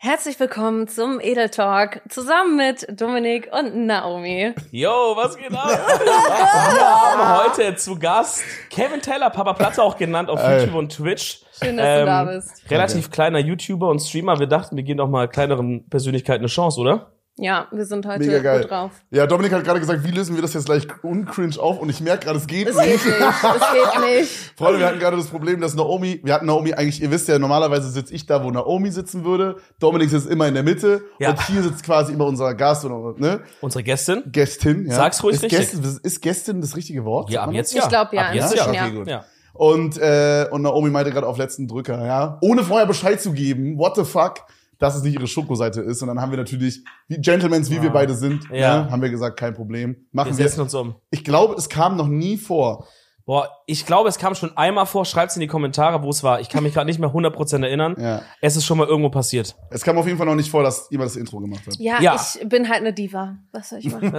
Herzlich willkommen zum Edel Talk zusammen mit Dominik und Naomi. Yo, was geht ab? Wir haben heute zu Gast Kevin Taylor, Papa Platte auch genannt auf Ey. YouTube und Twitch. Ähm, Schön, dass du da bist. Relativ kleiner YouTuber und Streamer. Wir dachten, wir geben doch mal kleineren Persönlichkeiten eine Chance, oder? Ja, wir sind heute Mega geil. gut drauf. Ja, Dominik hat gerade gesagt, wie lösen wir das jetzt gleich uncringe auf? Und ich merke gerade, es geht Es nicht. geht nicht, es geht nicht. Freunde, wir hatten gerade das Problem, dass Naomi, wir hatten Naomi eigentlich, ihr wisst ja, normalerweise sitze ich da, wo Naomi sitzen würde. Dominik sitzt immer in der Mitte. Ja. Und hier sitzt quasi immer unser Gast oder, ne? Unsere Gästin? Gästin, ja. Sag's ruhig ist richtig. Gästin, ist Gästin das richtige Wort? Ja, Sagt ab man jetzt Ich ja. glaub, ja, Ab das? jetzt inzwischen, ja. ja, okay, gut. ja. Und, äh, und Naomi meinte gerade auf letzten Drücker, ja. Ohne vorher Bescheid zu geben, what the fuck, dass es nicht ihre Schokoseite ist. Und dann haben wir natürlich, wie Gentlemans, wie wir beide sind, Ah. Ja. ne, haben wir gesagt, kein Problem. Wir Machen wir. setzen uns um. Ich glaube, es kam noch nie vor. Boah, ich glaube, es kam schon einmal vor. Schreibt's in die Kommentare, wo es war. Ich kann mich gerade nicht mehr 100% erinnern. Ja. Es ist schon mal irgendwo passiert. Es kam auf jeden Fall noch nicht vor, dass jemand das Intro gemacht hat. Ja, Ja. ich bin halt eine Diva. Was soll ich machen?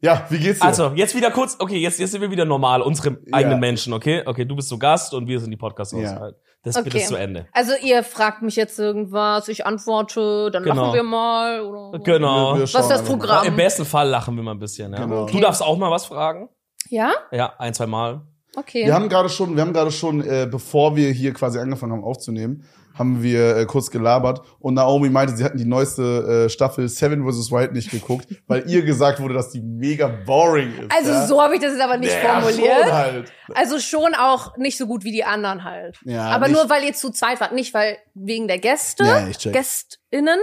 Ja, wie geht's dir? Also, jetzt wieder kurz. Okay, jetzt, jetzt sind wir wieder normal, unsere eigenen Ja. Menschen, okay? Okay, du bist so Gast und wir sind die podcast Ja. Das Okay. bitte ist zu Ende. Also ihr fragt mich jetzt irgendwas, ich antworte, dann Genau. machen wir mal. Oder Genau. Wir- wir Was ist das schauen einfach Programm? Im besten Fall lachen wir mal ein bisschen, ja. Genau. Okay. Du darfst auch mal was fragen. Ja? Ja, ein, zwei Mal. Okay. mal. Wir haben gerade schon, wir haben gerade schon, äh, bevor wir hier quasi angefangen haben aufzunehmen, haben wir äh, kurz gelabert und Naomi meinte, sie hatten die neueste äh, Staffel Seven vs. Wild nicht geguckt, weil ihr gesagt wurde, dass die mega boring ist. also ja? so habe ich das jetzt aber nicht Ja, formuliert. Schon halt. Also schon auch nicht so gut wie die anderen halt. Ja, Aber nicht- nur weil ihr zu zweit wart, nicht weil wegen der Gäste, Ja, ich check. Gästinnen,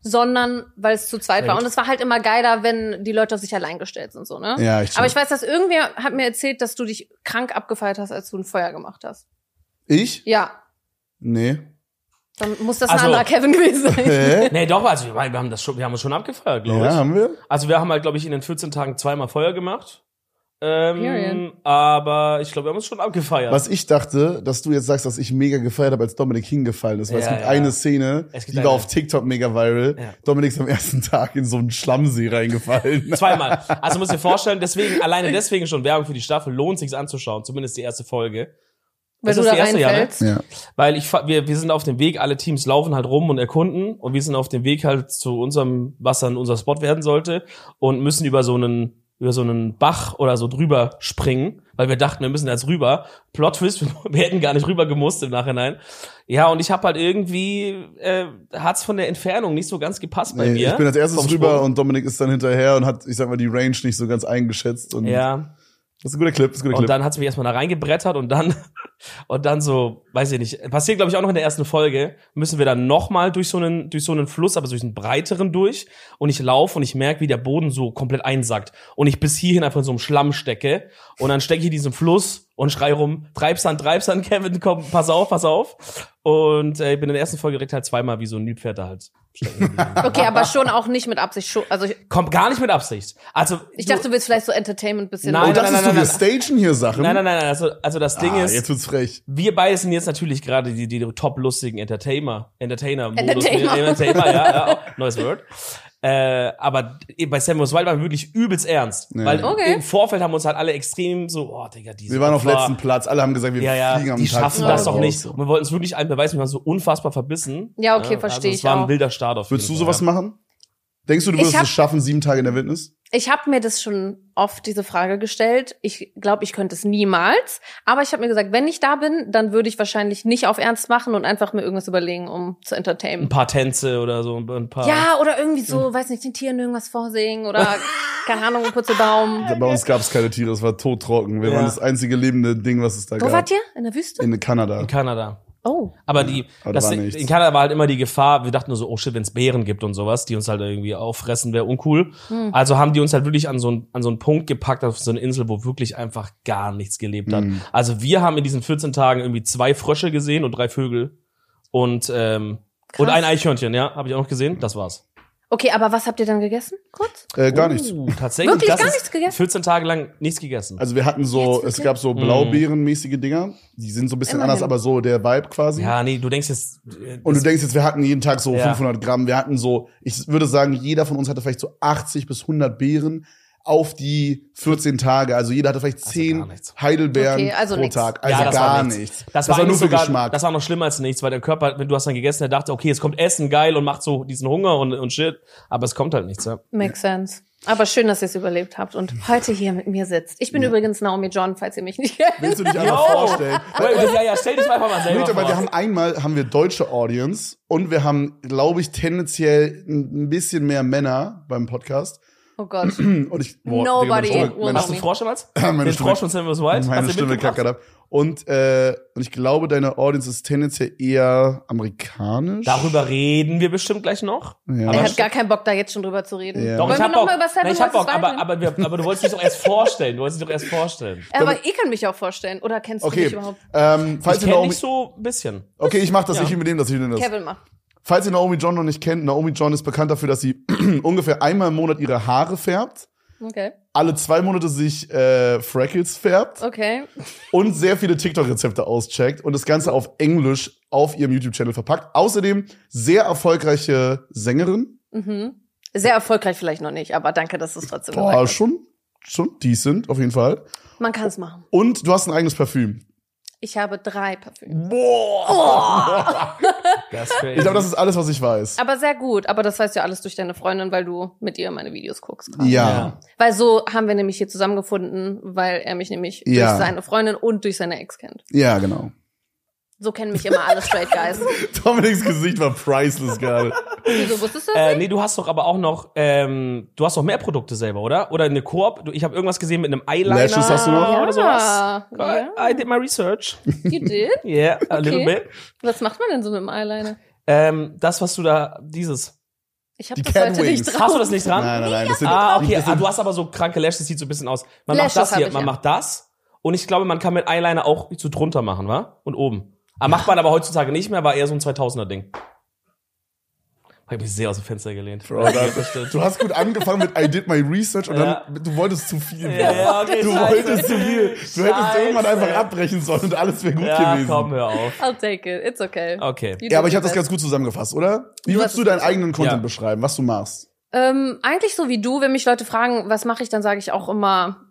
sondern weil es zu zweit Sehr war. gut. Und es war halt immer geiler, wenn die Leute auf sich allein gestellt sind so ne. Ja, ich check. Aber ich weiß, dass irgendwer hat mir erzählt, dass du dich krank abgefeiert hast, als du ein Feuer gemacht hast. ich? Ja, Nee. dann muss das Also- ein anderer Kevin gewesen sein. Hä? Nee, doch, also ich meine, wir haben das schon, wir haben uns schon abgefeiert, glaube ja, ich. haben wir? Also wir haben halt, glaube ich, in den 14 Tagen zweimal Feuer gemacht. Ähm, Period. aber ich glaube, wir haben uns schon abgefeiert. Was ich dachte, dass du jetzt sagst, dass ich mega gefeiert habe, als Dominik hingefallen ist, weil es Ja, gibt ja. eine Szene, Es gibt die war eine. auf TikTok mega viral. Ja. Dominik ist am ersten Tag in so einen Schlammsee reingefallen. Zweimal. Also musst dir vorstellen, deswegen, alleine deswegen schon Werbung für die Staffel, lohnt sich's anzuschauen, zumindest die erste Folge. Wenn Das du ist da die erste, ja, ne? reinfällst. ja. Weil ich fa- wir, wir sind auf dem Weg, alle Teams laufen halt rum und erkunden und wir sind auf dem Weg halt zu unserem, was dann unser Spot werden sollte und müssen über so einen über so einen Bach oder so drüber springen, weil wir dachten, wir müssen da jetzt rüber. Plot Twist, wir hätten gar nicht rüber gemusst im Nachhinein. Ja, und ich habe halt irgendwie äh, hat's von der Entfernung nicht so ganz gepasst bei Nee, mir. ich bin als erstes vom drüber Sprung. und Dominik ist dann hinterher und hat, ich sag mal, die Range nicht so ganz eingeschätzt. Und ja, Das ist ein guter Clip, das ist ein guter und Clip. dann hat's mich erstmal da reingebrettert und dann und dann so, weiß ich nicht, passiert glaube ich auch noch in der ersten Folge, müssen wir dann nochmal durch so einen durch so einen Fluss, aber durch einen breiteren durch und ich laufe und ich merke, wie der Boden so komplett einsackt und ich bis hierhin einfach in so einem Schlamm stecke und dann stecke ich in diesem Fluss und schrei rum, treib's an, treib's an, Kevin, komm, pass auf, pass auf und äh, ich bin in der ersten Folge direkt halt zweimal wie so ein Nilpferd da halt. stecken geblieben. Okay, aber schon auch nicht mit Absicht. Schon- Also ich, Kommt gar nicht mit Absicht. Also ich du- dachte, du willst vielleicht so Entertainment bisschen. Nein, und das nein, ist nein, so, wir nein, stagen hier Sachen. Nein, nein, nein, nein, also, also das Ding ah, ist jetzt wird's frech. Wir beide sind jetzt natürlich gerade die, die top lustigen Entertainer. Entertainer. Entertainer. Entertainer ja, ja, auch, neues Word. Äh, aber bei Samuels Wild waren wir wirklich übelst ernst. Ja. Weil Okay. im Vorfeld haben uns halt alle extrem so, oh Digga, diese Wir waren auf Opfer, letzten Platz, alle haben gesagt, wir Ja, fliegen ja, am die Tag schaffen zwei das doch raus. nicht. Und wir wollten es wirklich allen beweisen, wir waren so unfassbar verbissen. Ja, okay, verstehe also ich Es war ein auch. wilder Start auf Würdest du jeden sowas Fall, machen? Denkst du, du Ich würdest hab- es schaffen, sieben Tage in der Wildnis? Ich habe mir das schon oft diese Frage gestellt. Ich glaube, ich könnte es niemals. Aber ich habe mir gesagt, wenn ich da bin, dann würde ich wahrscheinlich nicht auf Ernst machen und einfach mir irgendwas überlegen, um zu ja. Ein entertainen. paar Tänze oder so, ein paar. Ja, oder irgendwie so, weiß nicht, den Tieren irgendwas vorsingen oder keine Ahnung, Putzelbaum. Bei uns gab's keine Tiere, es war todtrocken. Wir Ja. waren das einzige lebende Ding, was es da Wo gab. wart ihr? In der Wüste? Genau. In Kanada. In Kanada. Oh. Aber die, aber da das, war nichts. in Kanada war halt immer die Gefahr, wir dachten nur so, oh shit, wenn es Bären gibt und sowas, die uns halt irgendwie auffressen, wäre uncool. Hm. Also haben die uns halt wirklich an so, einen, an so einen Punkt gepackt, auf so eine Insel, wo wirklich einfach gar nichts gelebt hat. Mhm. Also wir haben in diesen 14 Tagen irgendwie zwei Frösche gesehen und drei Vögel und, ähm, Krass. und ein Eichhörnchen, ja, habe ich auch noch gesehen, das war's. Okay, aber was habt ihr dann gegessen? Kurz? Äh, gar Oh, nichts. Tatsächlich, Wirklich das gar ist nichts gegessen? 14 Tage lang nichts gegessen. Also wir hatten so, Jetzt es bitte? gab so Mhm. Blaubeerenmäßige Dinger. Die sind so ein bisschen Immerhin. anders, aber so der Vibe quasi. ja, nee, du denkst jetzt, äh, Und du denkst jetzt, wir hatten jeden Tag so Ja. 500 Gramm. Wir hatten so, ich würde sagen, jeder von uns hatte vielleicht so 80 bis 100 Beeren. auf die 14 Tage. Also jeder hatte vielleicht 10 gar nichts. Heidelbeeren Okay, also pro nix. Tag. Also ja, das gar war nichts. Das, war, nur nur für sogar, Geschmack. Das war noch schlimmer als nichts, weil der Körper, wenn du hast dann gegessen, der dachte, okay, es kommt Essen, geil und macht so diesen Hunger und, und shit. Aber es kommt halt nichts. Ja. Makes sense. Aber schön, dass ihr es überlebt habt und heute hier mit mir sitzt. Ich bin übrigens Naomi John, falls ihr mich nicht kennt. Willst du dich Yo! einmal vorstellen? Weil- Äh, ja, ja, stell dich einfach mal selber Leute, weil wir vor. haben einmal haben wir deutsche Audience und wir haben, glaube ich, tendenziell ein ein bisschen mehr Männer beim Podcast. Oh Gott. Und ich Nobody meine will Hast Stimme, meine du know Stimme, einen Frosch damals? Meine Den Stimme- Frosch von Samuel White? Hast meine du Stimme mitgebracht? kackert ab. Und, äh, und ich glaube, deine Audience ist tendenziell eher amerikanisch. Darüber reden wir bestimmt gleich noch. Ja. Er Aber hat gar keinen Bock, da jetzt schon drüber zu reden. Ja. Doch, Wollen ich wir hab noch Bock. mal über Seven Nein, ich hab vs. Bock, aber, Wild aber, wir, aber du wolltest dich doch erst vorstellen. Du wolltest dich doch erst vorstellen. reden? Aber ihr könnt mich auch vorstellen. Oder kennst du mich Okay, überhaupt? ähm, falls ich ihr kenne Naomi, dich so ein bisschen. okay, ich mach das, Ja. ich übernehme das, ich übernehme das. Kevin macht. Falls ihr Naomi John noch nicht kennt, Naomi John ist bekannt dafür, dass sie ungefähr einmal im Monat ihre Haare färbt, Okay. alle zwei Monate sich äh, Freckles färbt Okay. und sehr viele TikTok-Rezepte auscheckt und das Ganze auf Englisch auf ihrem YouTube-Channel verpackt. Außerdem sehr erfolgreiche Sängerin. Mhm. Sehr erfolgreich vielleicht noch nicht, aber danke, dass du es trotzdem Boah, gesagt Ah, schon, schon decent, auf jeden Fall. hast. Man kann es machen. Und du hast ein eigenes Parfüm. Ich habe drei Parfüme. Boah! Das ist Ich glaube, das ist alles, was ich weiß. Aber sehr gut. Aber das weißt du ja alles durch deine Freundin, weil du mit ihr meine Videos guckst. gerade. Ja. Weil so haben wir nämlich hier zusammengefunden, weil er mich nämlich Ja. durch seine Freundin und durch seine Ex kennt. Ja, genau. So kennen mich immer alle Straight Guys. Dominiks Gesicht war priceless gerade. Wieso wusstest du das? Äh, nee, du hast doch aber auch noch, ähm, du hast doch mehr Produkte selber, oder? Oder eine Koop. Du- Ich habe irgendwas gesehen mit einem Eyeliner Lashes hast du noch? oder sowas. Ah, Geil. I did my research. You did? Yeah, a little bit. Was macht man denn so mit dem Eyeliner? Ähm, das, was du da, dieses. Ich habe Die das heute Catwings. nicht drauf. Hast du das nicht dran? Nein, nein, nein. Das sind, Ah, die- okay. das Ah, sind, du hast aber so kranke Lashes, sieht so ein bisschen aus. Man Lashes macht das hab hier, ich, man ja. macht das. Und ich glaube, man kann mit Eyeliner auch so drunter machen, wa? Und oben. Ah, macht man aber heutzutage nicht mehr, war eher so ein 2000er-Ding. Hab ich mich sehr aus dem Fenster gelehnt. Bro, da, du hast gut angefangen mit I did my research und Ja. dann du wolltest zu viel. Ja, ja, okay, du scheiße. wolltest zu viel. Du hättest Scheiße. irgendwann einfach abbrechen sollen und alles wäre gut ja, gewesen. komm, hör auf. I'll take it. It's okay. Okay. You Ja, aber did ich habe your das best. ganz gut zusammengefasst, oder? Wie Du würdest hast du es deinen gut- eigenen Content Ja. beschreiben, was du machst? Ähm, eigentlich so wie du, wenn mich Leute fragen, was mache ich, dann sage ich auch immer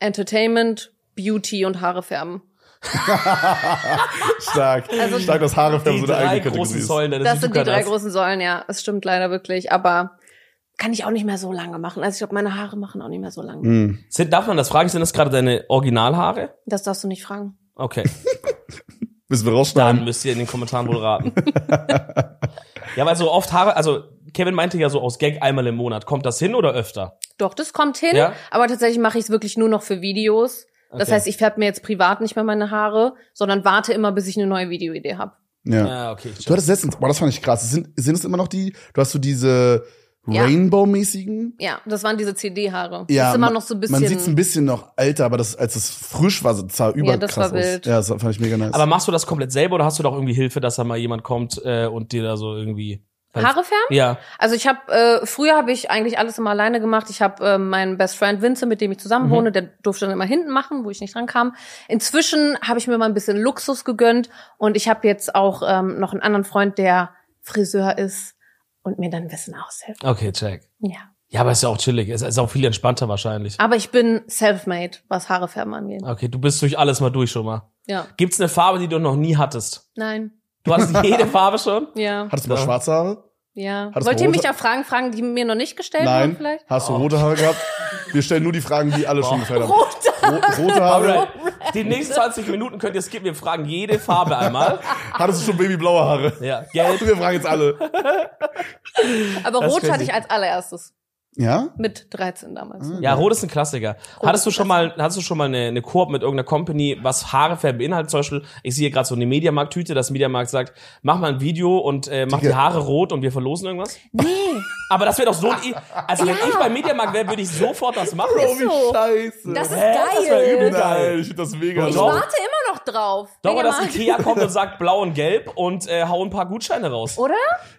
Entertainment, Beauty und Haare färben. Stark. Also- Stark, das Haare färben Die so eine drei eigene großen Kategorie. ist. Säulen deines Das sind die drei YouTube-Kanals. großen Säulen, ja. Es stimmt leider wirklich, aber kann ich auch nicht mehr so lange machen. Also ich glaube, meine Haare machen auch nicht mehr so lange. Hm. Sind, darf man das fragen? Sind das gerade deine Originalhaare? Das darfst du nicht fragen. Okay. Müssen wir Dann rausschneiden. müsst ihr in den Kommentaren wohl raten. ja, weil so oft Haare, also Kevin meinte ja so aus Gag einmal im Monat. Kommt das hin oder öfter? Doch, das kommt hin, Ja? aber tatsächlich mache ich es wirklich nur noch für Videos. Das Okay. heißt, ich färbe mir jetzt privat nicht mehr meine Haare, sondern warte immer, bis ich eine neue Videoidee habe. Ja. Ja, okay. ich check. Du hattest letztens, boah, das fand ich krass. Sind, sind es immer noch die, du hast so diese Ja. Rainbow-mäßigen? Ja, das waren diese CD-Haare. Ja, ist immer man- noch so ein bisschen. Man sieht es ein bisschen noch älter, aber das, als es frisch war, sah überkrass das war aus. wild. Ja, das fand ich mega nice. Aber machst du das komplett selber oder hast du doch irgendwie Hilfe, dass da mal jemand kommt äh, und dir da so irgendwie Haare färben? Ja. Also ich habe äh, früher habe ich eigentlich alles immer alleine gemacht. Ich habe äh, meinen Best Friend Vince, mit dem ich zusammen wohne, der durfte dann immer hinten machen, wo ich nicht dran kam. Inzwischen habe ich mir mal ein bisschen Luxus gegönnt und ich habe jetzt auch ähm, noch einen anderen Freund, der Friseur ist und mir dann ein bisschen aushilft. Okay, check. Ja, Ja, aber ist ja auch chillig. Ist, ist auch viel entspannter wahrscheinlich. aber ich bin self-made, was Haare färben angeht. Okay, du bist durch alles mal durch schon mal. Ja, Gibt's eine Farbe, die du noch nie hattest? nein, Du hast jede Farbe schon? ja, hattest du mal Ja. schwarze Haare? ja. Hattest Wollt du ihr rote- mich ja Fragen fragen, die mir noch nicht gestellt wurden Nein. vielleicht? Oh. Hast du rote Haare gehabt? Wir stellen nur die Fragen, die alle schon gefällt haben. Rote Ro rote Haare? Alright. Die nächsten 20 Minuten könnt ihr skippen. Wir fragen jede Farbe einmal. Hattest du schon babyblaue Haare? Ja, gelb. Wir fragen jetzt alle. Aber Das ist rot hatte crazy. ich als allererstes. Ja? Mit 13 damals. Ja, rot ist ein Klassiker. hattest du ist schon mal, hattest du schon mal eine, eine Koop mit irgendeiner Company, was Haare färben beinhaltet? Zum Beispiel, ich sehe gerade so eine Mediamarkt-Tüte, dass Mediamarkt sagt, mach mal ein Video und äh, mach die Digga. Haare rot und wir verlosen irgendwas. Nee, Aber das wäre doch so ein, I- also wenn ich bei Mediamarkt wäre, würde ich sofort das machen. Oh, wie so. scheiße. das ist Hä? Das wär geil. übel. Nein, ich find das mega Ich Doch. low. warte immer noch drauf. Doch, Digga, oder dass Marc. Ikea kommt und sagt blau und gelb und äh, hau ein paar Gutscheine raus. Oder?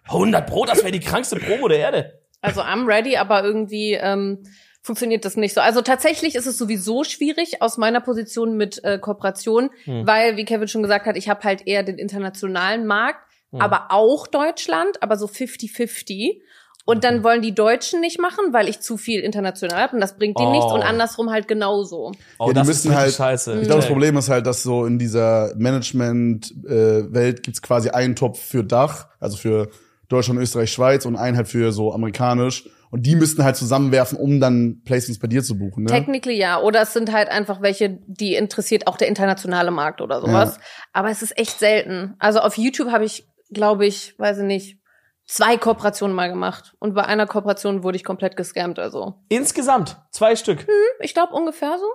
100 Pro, das wäre die krankste Promo der Erde. Also I'm ready, aber irgendwie ähm, funktioniert das nicht so. Also tatsächlich ist es sowieso schwierig aus meiner Position mit äh, Kooperation, Hm. weil, wie Kevin schon gesagt hat, ich habe halt Hm. eher den internationalen Markt, aber auch Deutschland, aber so 50-50. Und dann wollen die Deutschen nicht machen, weil ich zu viel international habe und das bringt denen Oh. nichts und andersrum halt genauso. Oh, Ja, die das müssen ist richtig halt- scheiße. Ich glaube, das Problem ist halt, dass so in dieser Management-Welt gibt's quasi einen Topf für Dach, also für Deutschland, Österreich, Schweiz und einen halt für so amerikanisch. Und die müssten halt zusammenwerfen, um dann Placements bei dir zu buchen. Ne? Technically ja. Oder es sind halt einfach welche, die interessiert auch der internationale Markt oder sowas. Aber es ist echt selten. Also auf YouTube habe ich, glaube ich, weiß ich nicht, zwei Kooperationen mal gemacht. Und bei einer Kooperation wurde ich komplett gescammt. Also Hm, Insgesamt zwei Stück. ich glaube ungefähr so.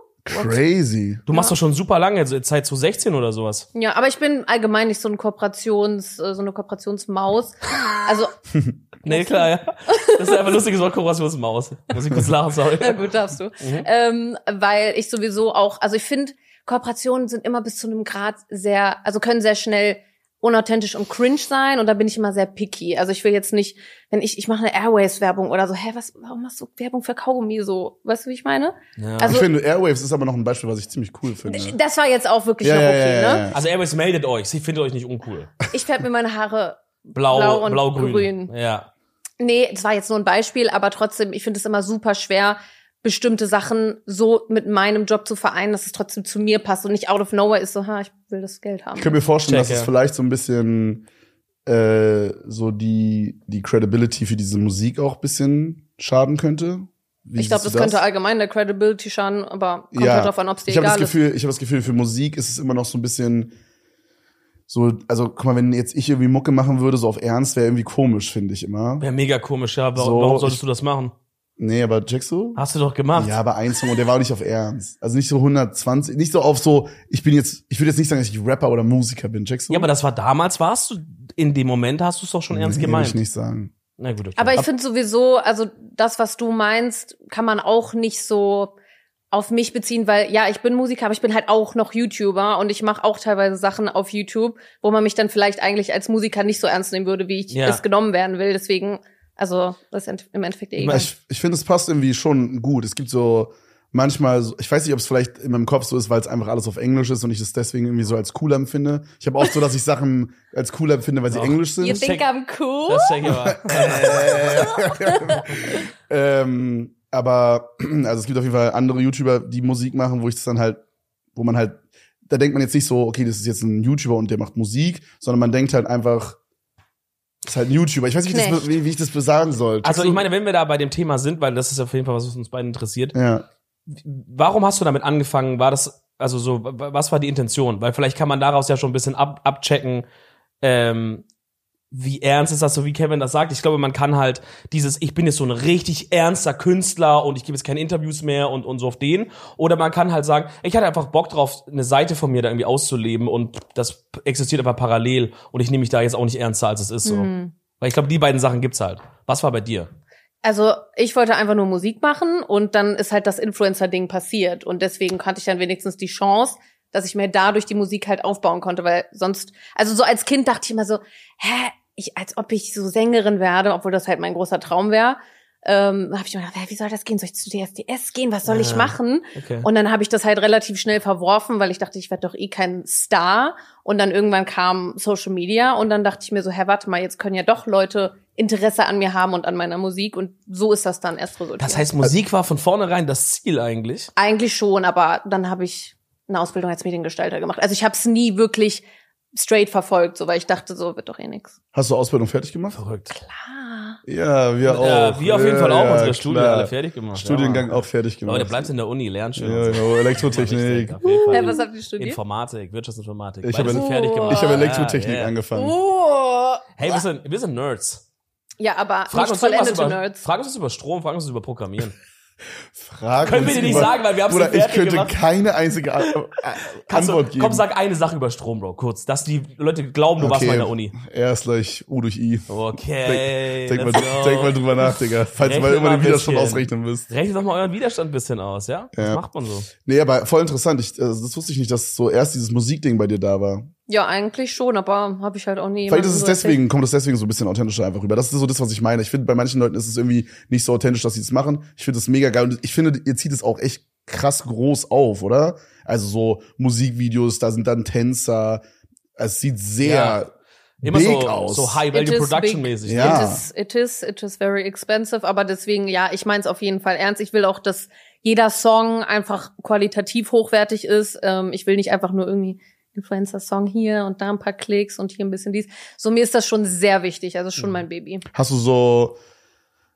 Crazy. Du machst doch schon super lange, also seit 2016 oder sowas. Ja, aber ich bin allgemein nicht so ein Kooperations, äh, so eine Kooperationsmaus. Also, Nee, klar, ja. Das ist einfach lustiges Wort, Kooperationsmaus. Muss ich kurz lachen, sorry. na gut, darfst du. Mhm. Ähm, weil ich sowieso auch, also ich finde, Kooperationen sind immer bis zu einem Grad sehr, also können sehr schnell unauthentisch und cringe sein und da bin ich immer sehr picky. Also ich will jetzt nicht, wenn ich, ich mache eine Airways-Werbung oder so, hä, was, warum machst du Werbung für Kaugummi so? Weißt du, wie ich meine? Ja. Also- ich finde, Airwaves ist aber noch ein Beispiel, was ich ziemlich cool finde. Das war jetzt auch wirklich Ja, noch ja, okay, ja, ne? ja, ja. Also Airways meldet euch, sie findet euch nicht uncool. Ich färbe mir meine Haare Blau, Blau und blau grün. grün. Ja. Nee, es war jetzt nur ein Beispiel, aber trotzdem, ich finde es immer super schwer, bestimmte Sachen so mit meinem Job zu vereinen, dass es trotzdem zu mir passt und nicht out of nowhere ist so, ha, ich will das Geld haben. Ich könnte mir vorstellen, Check, dass es ja. vielleicht so ein bisschen äh, so die, die Credibility für diese Musik auch ein bisschen schaden könnte. Wie Ich glaube, siehst das du könnte allgemein der Credibility schaden, aber kommt Ja. halt drauf an, ob es dir ich habe das egal ist. Gefühl, ich habe das Gefühl, für Musik ist es immer noch so ein bisschen so, also guck mal, wenn jetzt ich irgendwie Mucke machen würde, so auf Ernst, wäre irgendwie komisch, finde ich immer. Wäre mega komisch, ja. Warum, So, warum solltest ich- du das machen? Nee, aber checkst du? Hast du doch gemacht. Ja, aber ein Song und der war auch nicht auf Ernst. Also nicht so 120, nicht so auf so, ich bin jetzt, ich würde jetzt nicht sagen, dass ich Rapper oder Musiker bin, checkst du? Ja, aber das war damals, warst du, in dem Moment hast du es doch schon ernst Nee, gemeint. Würde ich nicht sagen. Na gut, okay. Aber ich finde sowieso, also das, was du meinst, kann man auch nicht so auf mich beziehen, weil ja, ich bin Musiker, aber ich bin halt auch noch YouTuber und ich mache auch teilweise Sachen auf YouTube, wo man mich dann vielleicht eigentlich als Musiker nicht so ernst nehmen würde, wie ich Ja. es genommen werden will. Deswegen, also das ist im Endeffekt eh egal. Ich, ich finde, es passt irgendwie schon gut. Es gibt so manchmal, so, ich weiß nicht, ob es vielleicht in meinem Kopf so ist, weil es einfach alles auf Englisch ist und ich es deswegen irgendwie so als cool empfinde. Ich habe oft so, dass ich Sachen als cool empfinde, weil sie Doch. Englisch You sind. think check- I'm cool? das check ich aber. ähm, aber also es gibt auf jeden Fall andere YouTuber, die Musik machen, wo ich das dann halt, wo man halt, da denkt man jetzt nicht so, okay, das ist jetzt ein YouTuber und der macht Musik, sondern man denkt halt einfach, das ist halt ein YouTuber. Ich weiß nicht, wie, das, Knecht. wie, wie ich das besagen soll. Also ich meine, wenn wir da bei dem Thema sind, weil das ist auf jeden Fall was, was uns beiden interessiert. ja. Warum hast du damit angefangen? War das, also so, w- was war die Intention? Weil vielleicht kann man daraus ja schon ein bisschen ab, abchecken, ähm, wie ernst ist das so, wie Kevin das sagt. Ich glaube, man kann halt dieses, ich bin jetzt so ein richtig ernster Künstler und ich gebe jetzt keine Interviews mehr und, und so auf den. Oder man kann halt sagen, ich hatte einfach Bock drauf, eine Seite von mir da irgendwie auszuleben und das existiert einfach parallel und ich nehme mich da jetzt auch nicht ernster, als es ist so. Hm. Weil ich glaube, die beiden Sachen gibt's halt. Was war bei dir? Also ich wollte einfach nur Musik machen und dann ist halt das Influencer-Ding passiert und deswegen hatte ich dann wenigstens die Chance, dass ich mir dadurch die Musik halt aufbauen konnte, weil sonst, also so als Kind dachte ich immer so, hä, ich, als ob ich so Sängerin werde, obwohl das halt mein großer Traum wäre. Ähm, habe ich mir gedacht, hä, wie soll das gehen? Soll ich zu DSDS gehen? Was soll ich Ja. machen? Okay. Und dann habe ich das halt relativ schnell verworfen, weil ich dachte, ich werde doch eh kein Star. Und dann irgendwann kam Social Media und dann dachte ich mir so, hä, warte mal, jetzt können ja doch Leute Interesse an mir haben und an meiner Musik. Und so ist das dann erst resultiert. Das heißt, Musik war von vornherein das Ziel eigentlich. Eigentlich schon, aber dann habe ich eine Ausbildung als Mediengestalter gemacht. Also ich habe es nie wirklich straight verfolgt, so weil ich dachte, so wird doch eh nix. Hast du Ausbildung fertig gemacht? Verrückt. Ah. Ja, wir auch. Ja, Äh, wir auf jeden Ja, Fall auch ja, unsere Studien klar. alle fertig gemacht. Studiengang ja, Mann. auch fertig gemacht. Leute, bleibt in der Uni, lernt schön. ja, ja, Elektrotechnik. Auf jeden Fall. Hä, was habt ihr studiert? Informatik, Wirtschaftsinformatik. Ich Beides habe- fertig gemacht. Ich habe Elektrotechnik Ja, ja. angefangen. Oh. Hey, wir sind, wir sind Nerds. Ja, aber Frag nicht uns, irgendwas vollendete über, Nerds. frag uns was über Strom, frag uns was über Programmieren. Frag Können uns wir dir nicht über- sagen, weil wir haben es Bruder, ich fertig könnte gemacht. keine einzige A- A- Kannst Antwort du, geben. komm, sag eine Sache über Strom, Bro, kurz, dass die Leute glauben, du warst mal in der Uni. Er ist gleich U durch I. Okay. Denk, denk, mal, let's go. denk mal drüber nach, Digga. Falls du mal Rechne mal immer den ein Widerstand bisschen. ausrechnen müsst. Rechnet doch mal euren Widerstand ein bisschen aus, ja? Das Ja. macht man so. Nee, aber voll interessant. Ich, also das wusste ich nicht, dass so erst dieses Musikding bei dir da war. Ja, eigentlich schon, aber habe ich halt auch nie. Vielleicht jemandem ist es so erzählt. deswegen, kommt es deswegen so ein bisschen authentischer einfach rüber. Das ist so das, was ich meine. Ich finde, bei manchen Leuten ist es irgendwie nicht so authentisch, dass sie es machen. Ich finde es mega geil. Und ich finde, ihr zieht es auch echt krass groß auf, oder? Also so Musikvideos, da sind dann Tänzer. Es sieht sehr Ja. Immer big so, aus. so High Value ne? It is Production big. mäßig. Ja. It is, it is, it is very expensive, aber deswegen, ja, ich meine es auf jeden Fall ernst. Ich will auch, dass jeder Song einfach qualitativ hochwertig ist. Ähm, ich will nicht einfach nur irgendwie Influencer-Song hier und da ein paar Klicks und hier ein bisschen dies. So, mir ist das schon sehr wichtig. Also schon mein Baby. Hast du so,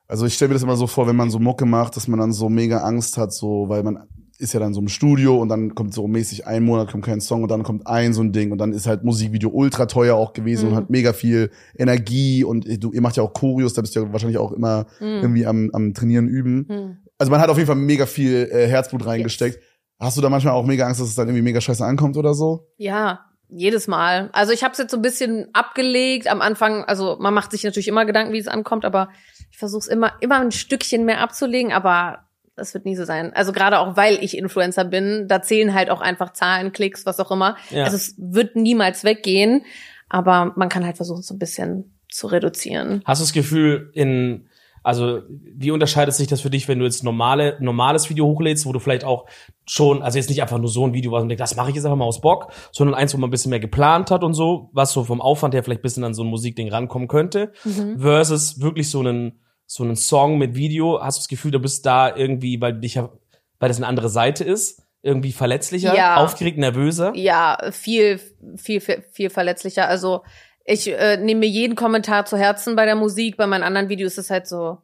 also ich stelle mir das immer so vor, wenn man so Mucke macht, dass man dann so mega Angst hat, so, weil man ist ja dann so im Studio und dann kommt so mäßig ein Monat, kommt kein Song und dann kommt ein so ein Ding und dann ist halt Musikvideo ultra teuer auch gewesen und Mhm. hat mega viel Energie und du, ihr macht ja auch Choreos, da bist du ja wahrscheinlich auch immer Mhm. irgendwie am, am Trainieren üben. Mhm. Also man hat auf jeden Fall mega viel äh, Herzblut reingesteckt. Hast du da manchmal auch mega Angst, dass es dann irgendwie mega scheiße ankommt oder so? Ja, jedes Mal. Also ich habe es jetzt so ein bisschen abgelegt am Anfang. Also man macht sich natürlich immer Gedanken, wie es ankommt, aber ich versuche es immer, immer ein Stückchen mehr abzulegen, aber das wird nie so sein. Also gerade auch, weil ich Influencer bin, da zählen halt auch einfach Zahlen, Klicks, was auch immer. Ja. Also es wird niemals weggehen, aber man kann halt versuchen, so ein bisschen zu reduzieren. Hast du das Gefühl, in, also, wie unterscheidet sich das für dich, wenn du jetzt normale, normales Video hochlädst, wo du vielleicht auch schon, also jetzt nicht einfach nur so ein Video, was man denkt, das mache ich jetzt einfach mal aus Bock, sondern eins, wo man ein bisschen mehr geplant hat und so, was so vom Aufwand her vielleicht ein bisschen an so ein Musikding rankommen könnte, Mhm. versus wirklich so einen, so einen Song mit Video, hast du das Gefühl, du bist da irgendwie, weil dich ja, weil das eine andere Seite ist, irgendwie verletzlicher, Ja. aufgeregt, nervöser? Ja, viel, viel, viel, viel verletzlicher. Also ich äh, nehme mir jeden Kommentar zu Herzen bei der Musik. Bei meinen anderen Videos ist es halt so.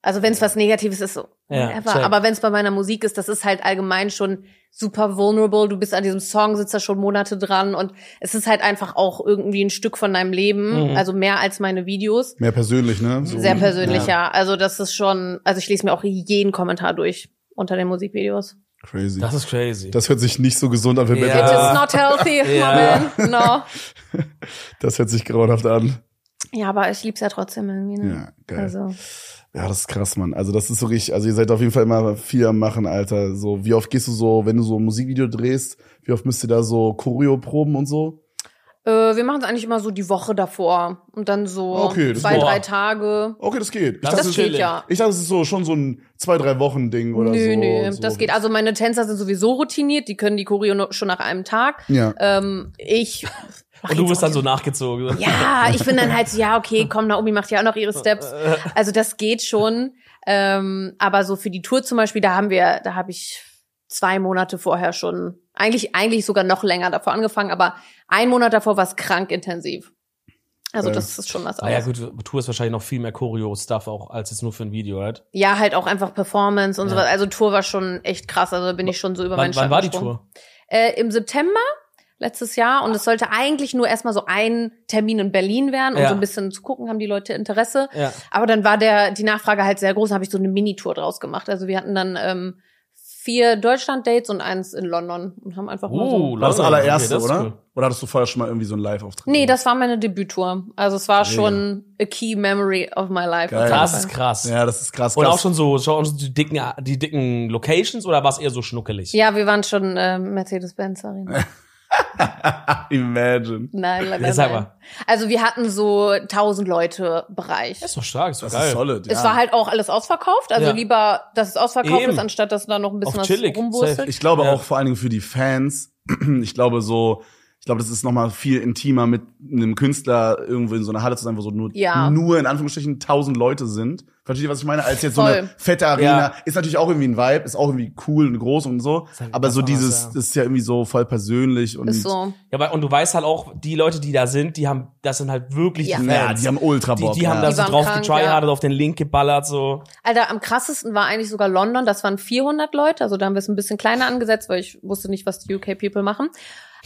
Also wenn es was Negatives ist, so Ja, whatever. check. Aber wenn es bei meiner Musik ist, das ist halt allgemein schon super vulnerable. Du bist an diesem Song, sitzt da schon Monate dran und es ist halt einfach auch irgendwie ein Stück von deinem Leben. Mhm. Also mehr als meine Videos. Mehr persönlich, ne? So. Sehr persönlich, Ja. ja. Also das ist schon, also ich lese mir auch jeden Kommentar durch unter den Musikvideos. Crazy. Das ist crazy. Das hört sich nicht so gesund an für Ja. It Männer. is not healthy, my Äh. Ja. man. No. Das hört sich grauenhaft an. Ja, aber ich lieb's ja trotzdem irgendwie. Ne? Ja, geil. Also, Ja, das ist krass, Mann. Also das ist so richtig, also ihr seid auf jeden Fall immer viel am Machen, Alter. So, wie oft gehst du so, wenn du so ein Musikvideo drehst, wie oft müsst ihr da so Choreo proben und so? äh, wir machen es eigentlich immer so die Woche davor und dann so Okay, das zwei, Ah, ist- drei Boah. Tage. Okay, das geht. Ich Das dachte, Das ist geht chillig. ja. ich dachte, es ist so schon so ein zwei, drei Wochen Ding oder nö, so. nö, so. das geht. Also meine Tänzer sind sowieso routiniert, die können die Choreo no- schon nach einem Tag. Ja. Ähm, ich. und du bist dann so nachgezogen. Ja, ich bin dann halt, so, ja, okay, komm, Naomi macht ja auch noch ihre Steps. Äh, Also das geht schon. Ähm, aber so für die Tour zum Beispiel, da haben wir, da habe ich zwei Monate vorher schon, eigentlich, eigentlich sogar noch länger davor angefangen, aber ein Monat davor war es krank intensiv. Also Äh. das ist schon was Ah ja, anderes. gut, Tour ist wahrscheinlich noch viel mehr Choreo-Stuff auch als jetzt nur für ein Video, right? Ja, halt auch einfach Performance und Ja. sowas. Also Tour war schon echt krass. Also da bin ich schon so über meinen Schatten Wann, wann war die gesprungen. Tour? Äh, Im September letztes Jahr und es sollte eigentlich nur erstmal so ein Termin in Berlin werden, um Ja. so ein bisschen zu gucken, haben die Leute Interesse. Ja. Aber dann war der die Nachfrage halt sehr groß, habe ich so eine Minitour draus gemacht. Also wir hatten dann ähm, vier Deutschland-Dates und eins in London und haben einfach mal so. War das London, allererste, Uh, okay, das ist oder? cool. Oder hattest du vorher schon mal irgendwie so einen Live-Auftritt? Nee, das war meine Debüttour. Also es war Mega. schon a key memory of my life. Geil. Das ist krass. Ja, das ist krass. Und krass. auch schon so, schon so die dicken, die dicken Locations oder war es eher so schnuckelig? Ja, wir waren schon äh, Mercedes-Benz Arena. Imagine. Nein, leider Ja, sag nein. mal. Also wir hatten so 1000 Leute Bereich. Das ist doch stark, ist doch Das geil. ist solid. Es ja. war halt auch alles ausverkauft. Also Ja. lieber, dass es ausverkauft Eben. ist, anstatt dass da noch ein bisschen Auch was chillig, rumwurstelt. safe. Ich glaube Ja. auch vor allen Dingen für die Fans. Ich glaube so, ich glaube, das ist nochmal viel intimer mit einem Künstler irgendwo in so einer Halle zu sein, wo so nur, Ja. nur in Anführungsstrichen tausend Leute sind. Versteht ihr, was ich meine? Als jetzt so eine Voll. fette Arena. Ja. Ist natürlich auch irgendwie ein Vibe, ist auch irgendwie cool und groß und so. halt Aber was so anderes, dieses, ja. das ist ja irgendwie so voll persönlich und. Ist so. Ja, aber, und du weißt halt auch, die Leute, die da sind, die haben, das sind halt wirklich Ja. die Ja, Fans. ne, die haben ultra die, Bock. die haben ja. da Die so waren drauf krank, getryhardet, auf den Link geballert, so. Alter, am krassesten war eigentlich sogar London. Das waren 400 Leute. Also da haben wir es ein bisschen kleiner angesetzt, weil ich wusste nicht, was die UK-People machen.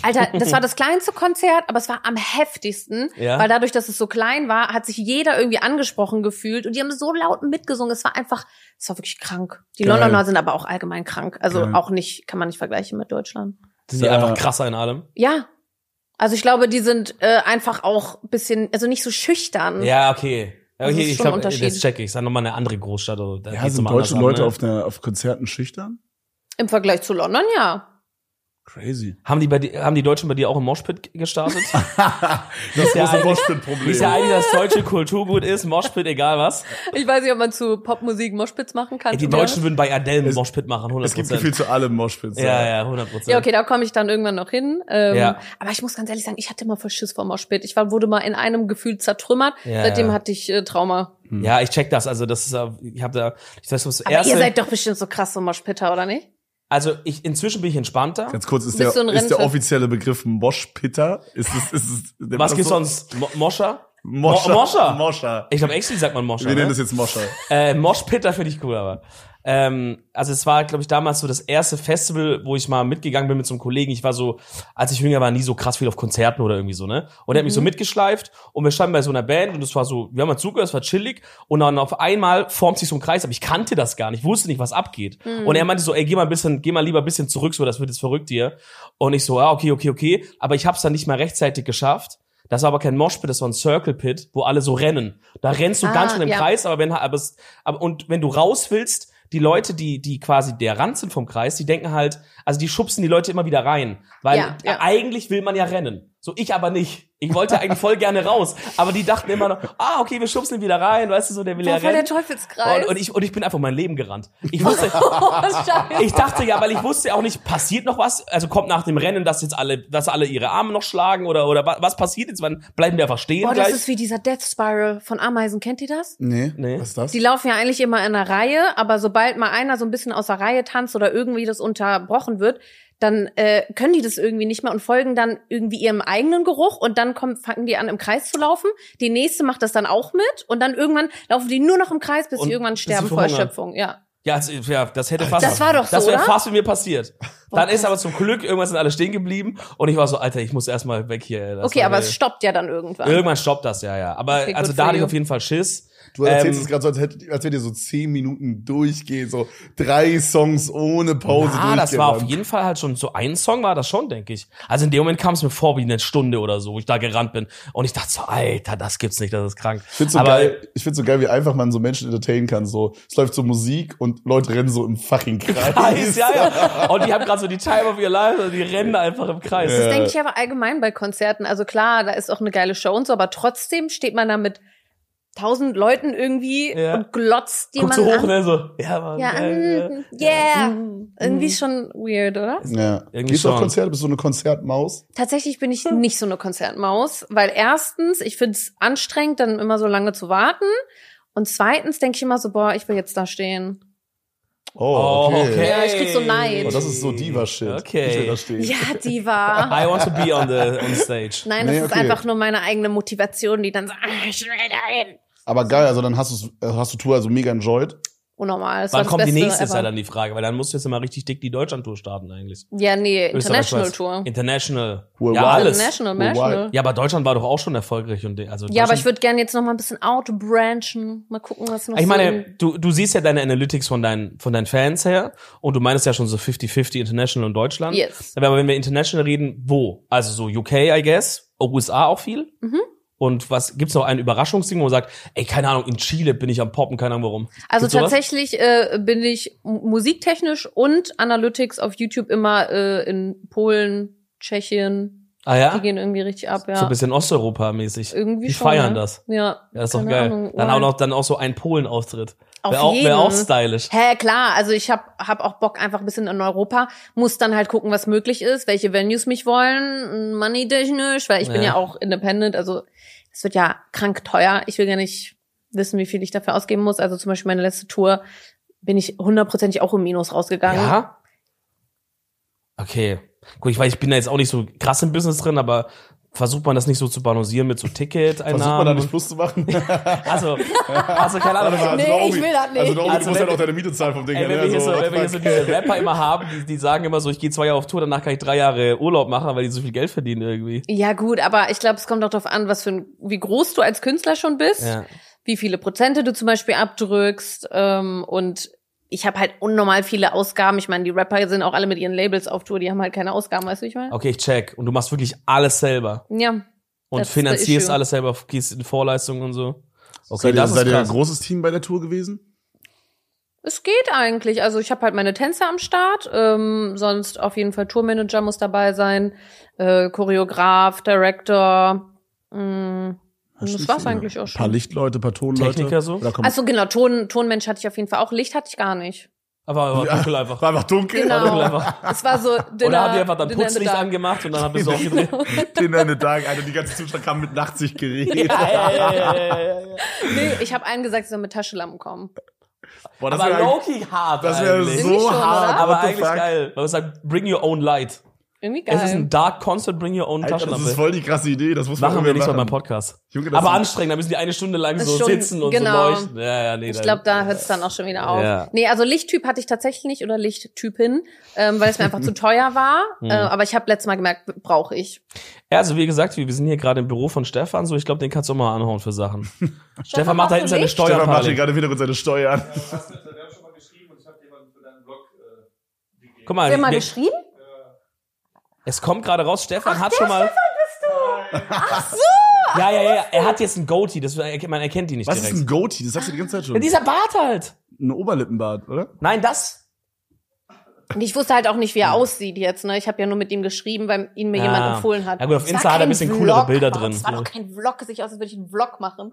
Alter, das war das kleinste Konzert, aber es war am heftigsten, Ja. weil dadurch, dass es so klein war, hat sich jeder irgendwie angesprochen gefühlt und die haben so laut mitgesungen. Es war einfach, es war wirklich krank. Die Geil. Londoner sind aber auch allgemein krank. Also Geil. auch nicht, kann man nicht vergleichen mit Deutschland. Die sind Ja. einfach krasser in allem. Ja. Also ich glaube, die sind äh, einfach auch ein bisschen, also nicht so schüchtern. Ja, okay. Ja, Das okay, ist ich schon ein glaube, Unterschied. das check ich. Ist dann nochmal eine andere Großstadt. Also, da ja, geht's sind nochmal deutsche anders Leute ab, ne? auf, der, auf Konzerten schüchtern? Im Vergleich zu London, ja. Crazy. Haben die, bei dir, haben die Deutschen bei dir auch im Moshpit gestartet? Das ja große eigentlich- Moshpit-Problem. ist ja eigentlich das deutsche Kulturgut ist, Moshpit, egal was. Ich weiß nicht, ob man zu Popmusik Moshpits machen kann. Ey, die zu mir. Deutschen würden bei Adele einen Moshpit machen, 100%. Es gibt Gefühl zu allem Moshpits. ja, ja, 100%. Ja, okay, da komme ich dann irgendwann noch hin. Ähm, Ja. Aber ich muss ganz ehrlich sagen, ich hatte mal voll Schiss vor Moshpit. Ich war, wurde mal in einem Gefühl zertrümmert. Ja, Seitdem ja. hatte ich äh, Trauma. Hm. Ja, ich check das. Also das ist, äh, ich habe da, ich weiß was. Aber Erste, ihr seid doch bestimmt so krasse Moshpitter, oder nicht? also ich inzwischen bin ich entspannter. Ganz kurz, ist Bist der, du ein ist der Rente? offizielle Begriff Moshpitter? Ist es, ist es, nennt Was man gibt's so? sonst? Mo Moscher? Moscher. Mo- Moscher. Moscher. Ich glaube, actually sagt man Moscher. Wir nennen Ne? das jetzt Moscher. Äh, Moshpitter finde ich cool, aber. Ähm, also es war, glaube ich, damals so das erste Festival, wo ich mal mitgegangen bin mit so einem Kollegen. Ich war so, als ich jünger war, nie so krass viel auf Konzerten oder irgendwie so, ne? Und er hat mich so Mhm. mitgeschleift und wir standen bei so einer Band und es war so, wir haben mal zugehört, es war chillig und dann auf einmal formt sich so ein Kreis, aber ich kannte das gar nicht, wusste nicht, was abgeht. Mhm. Und er meinte so, ey, geh mal ein bisschen, geh mal lieber ein bisschen zurück, so, das wird jetzt verrückt hier. Und ich so, ja, okay, okay, okay. Aber ich hab's dann nicht mehr rechtzeitig geschafft. Das war aber kein Moshpit, das war ein Circle Pit, wo alle so rennen. Da rennst du Ah, ganz schnell im ja. Kreis, aber wenn aber, es, aber und wenn du raus willst, die Leute, die die quasi der Rand sind vom Kreis, die denken halt, also die schubsen die Leute immer wieder rein, weil Ja, ja. eigentlich will man ja rennen. So ich aber nicht. Ich wollte eigentlich voll gerne raus, aber die dachten immer noch, ah okay, wir schubsen ihn wieder rein, weißt du so, der will Boah, ja voll der rennen. Teufelskreis. Oh, Und, und ich und ich bin einfach mein Leben gerannt. Ich wusste Scheiße. ich dachte ja, weil ich wusste ja auch nicht, passiert noch was? Also kommt nach dem Rennen, dass jetzt alle, dass alle ihre Arme noch schlagen oder oder wa- was passiert jetzt? Wann bleiben wir einfach stehen Boah, Oh, das gleich? ist wie dieser Death Spiral von Ameisen. Kennt ihr das? Nee. Nee. Was ist das? Die laufen ja eigentlich immer in einer Reihe, aber sobald mal einer so ein bisschen aus der Reihe tanzt oder irgendwie das unterbrochen wird, dann äh, können die das irgendwie nicht mehr und folgen dann irgendwie ihrem eigenen Geruch und dann kommen, fangen die an, im Kreis zu laufen. Die nächste macht das dann auch mit und dann irgendwann laufen die nur noch im Kreis, bis Und sie irgendwann bis sie sterben vor verhungern. Erschöpfung. Ja. ja, also, ja, das hätte fast. Das war doch so, Das wäre oder? fast mit mir passiert. Dann Boah, ist aber zum Glück irgendwann sind alle stehen geblieben und ich war so, Alter, ich muss erstmal weg hier. ey, das Okay, war aber mir- es stoppt ja dann irgendwann. irgendwann stoppt das ja, ja. Aber Okay, also good da for hatte ich you. auf jeden Fall Schiss. Du erzählst Ähm, es gerade so, als, hättet, als wenn ihr so zehn Minuten durchgeht, so drei Songs ohne Pause Ah, das war auf durchgerannt. jeden Fall halt schon so ein Song war das schon, denke ich. Also in dem Moment kam es mir vor wie eine Stunde oder so, wo ich da gerannt bin und ich dachte so, Alter, das gibt's nicht, das ist krank. Ich find's so aber geil, ich find's so geil, wie einfach man so Menschen entertainen kann. So, es läuft so Musik und Leute rennen so im fucking Kreis. Kreis, ja, ja. Und die haben gerade so die Time of your life, also die rennen einfach im Kreis. Das denke ich aber allgemein bei Konzerten. Also klar, da ist auch eine geile Show und so, aber trotzdem steht man da mit tausend Leuten irgendwie Ja. und glotzt Guckt jemanden so hoch, an. ne, so. Ja, Mann, Ja, geil, mm, yeah. Äh, Mm, Irgendwie schon weird, oder? ja. Irgendwie Gehst du auf schon. Konzerte? Bist du so eine Konzertmaus? Tatsächlich bin ich nicht so eine Konzertmaus, weil erstens, ich finde es anstrengend, dann immer so lange zu warten. Und zweitens denke ich immer so, boah, ich will jetzt da stehen. Oh, okay. Ja, ich krieg so Neid. Oh, das ist so Diva-Shit. Okay. Ich will da stehen. Ja, Diva. I want to be on the on stage. Nein, das Nee, ist okay. einfach nur meine eigene Motivation, die dann so, ah, ich will da hin. Aber geil, also dann hast, du's, äh, hast du Tour also mega enjoyed. Unnormal. Das war Wann das kommt die Beste nächste, ist ever. ja dann die Frage, weil dann musst du jetzt immer richtig dick die Deutschland-Tour starten eigentlich. Ja, nee, International Österreich-Schweiz. Tour. International. Worldwide. Ja, alles. International, Worldwide. national. Ja, aber Deutschland war doch auch schon erfolgreich und also Ja, aber Deutschland- ich würde gerne jetzt noch mal ein bisschen outbranchen. Mal gucken, was noch Ich meine, so... du, du siehst ja deine Analytics von deinen, von deinen Fans her und du meinst ja schon so 50-50 International und Deutschland. Yes. Aber wenn wir International reden, wo? Also so UK, I guess, USA auch viel. Mhm. Und was gibt's noch ein Überraschungsding, wo man sagt, ey, keine Ahnung, in Chile bin ich am Poppen, keine Ahnung warum. Also Gibt's sowas? tatsächlich äh, bin ich mu- musiktechnisch und Analytics auf YouTube immer äh, in Polen, Tschechien. Ah Die ja? gehen irgendwie richtig ab, ja. So ein bisschen Osteuropa-mäßig. irgendwie die schon, feiern ja. das. Ja, Ja, das ist doch Keine geil. Ahnung, dann why? auch noch, dann auch so ein Polen-Auftritt. auf Wäre auch, jeden. wär auch stylisch. Hä, klar, also ich hab hab auch Bock einfach ein bisschen in Europa, muss dann halt gucken, was möglich ist, welche Venues mich wollen, money-technisch, weil ich bin Ja. ja auch independent, also es wird ja krank teuer. Ich will gar nicht wissen, wie viel ich dafür ausgeben muss. Also zum Beispiel meine letzte Tour bin ich hundertprozentig auch im Minus rausgegangen. Ja? Okay. Gut, ich weiß, ich bin da jetzt auch nicht so krass im Business drin, aber versucht man das nicht so zu balancieren mit so Ticket-Einnahmen? Versucht man da nicht Plus zu machen? Also, also keine Ahnung. Also Nee, der Omi- ich will das nicht. Also, der Omi, Also du musst wenn halt auch wir- deine Miete zahlen vom Ding Ey, her, wenn wir ne? hier so, Also, wenn wir hier so diese Rapper immer haben, die, die sagen immer so, ich gehe zwei Jahre auf Tour, danach kann ich drei Jahre Urlaub machen, weil die so viel Geld verdienen irgendwie. Ja gut, aber ich glaube, es kommt auch darauf an, was für ein, wie groß du als Künstler schon bist, wie viele Prozente du zum Beispiel abdrückst ähm, und ich habe halt unnormal viele Ausgaben. Ich meine, die Rapper sind auch alle mit ihren Labels auf Tour, die haben halt keine Ausgaben, weißt du, wie ich meine? Okay, ich check. Und du machst wirklich alles selber Ja, und That's the finanzierst issue. alles selber, gehst in Vorleistungen und so. Okay, seid ihr, das seid ist ihr ein krass. großes Team bei der Tour gewesen? Es geht eigentlich. Also ich habe halt meine Tänzer am Start. Ähm, sonst auf jeden Fall Tourmanager muss dabei sein, äh, Choreograf, Director. mm. Mh, und das war's eigentlich auch Ein paar schon. Lichtleute, ein paar Tonleute. Techniker so? Oder kommt- Also genau, Ton, Tonmensch hatte ich auf jeden Fall auch. Licht hatte ich gar nicht. Aber, aber Ja. dunkel einfach. war einfach dunkel. Dunkel Genau. einfach. Es war so Dinner, Oder habt ihr einfach dann Dinner in the Putzlicht Dark. angemacht und dann habt ihr so aufgedreht? Den eine Tag, Alter, die ganze Zuschauer kam mit Nachtsichtgerät. Ja, ja, ja, ja, ja, ja, ja. Nee, ich habe allen gesagt, sie sollen mit Taschenlampen kommen. Boah, das Aber wäre Loki hart das wär eigentlich. Irgendwie so schon, hart. oder? aber what the eigentlich fuck? geil. Weil man sagt, bring your own light. Irgendwie Es ist ein geil. Dark Concert, bring your own Alter, das ist Taschenlampe. voll die krasse Idee. Das muss man Machen wir irgendwie nicht mal machen. beim Podcast. Junge, das Aber ist- anstrengend, da müssen die eine Stunde lang Das so ist schon- sitzen und genau. so leuchten. Ja, ja, nee, Ich dann- äh, glaube, da hört es dann auch schon wieder auf. Ja. Nee, also Lichttyp hatte ich tatsächlich nicht oder Lichttypin, ähm, weil es mir einfach zu teuer war. Mhm. Äh, aber ich habe letztes Mal gemerkt, brauche ich. Ja, also wie gesagt, wir wir sind hier gerade im Büro von Stefan, so ich glaube, den kannst du auch mal anhauen für Sachen. Stefan macht da machst du hinten seine Licht? Steuer. Stefan macht hier parallel. gerade wieder mit seine Steuern. Guck mal, Hast du mal wir- geschrieben? es kommt gerade raus, Stefan hat schon mal. Ach so! Ja, ja, ja, er hat jetzt einen Goatee, das, man erkennt ihn nicht Was ist direkt. ein Goatee? Das sagst du die ganze Zeit ja, schon. dieser Bart halt! Ein Oberlippenbart, oder? Nein, das. Und ich wusste halt auch nicht, wie Mhm. er aussieht jetzt. Ne? Ich habe ja nur mit ihm geschrieben, weil ihn mir Ja. jemand empfohlen hat. Ah. Ja, gut, auf Es war Insta hat er ein kein bisschen coolere Vlog. Bilder Warum? drin. Es war doch kein Vlog, es sieht aus, als würde ich einen Vlog machen.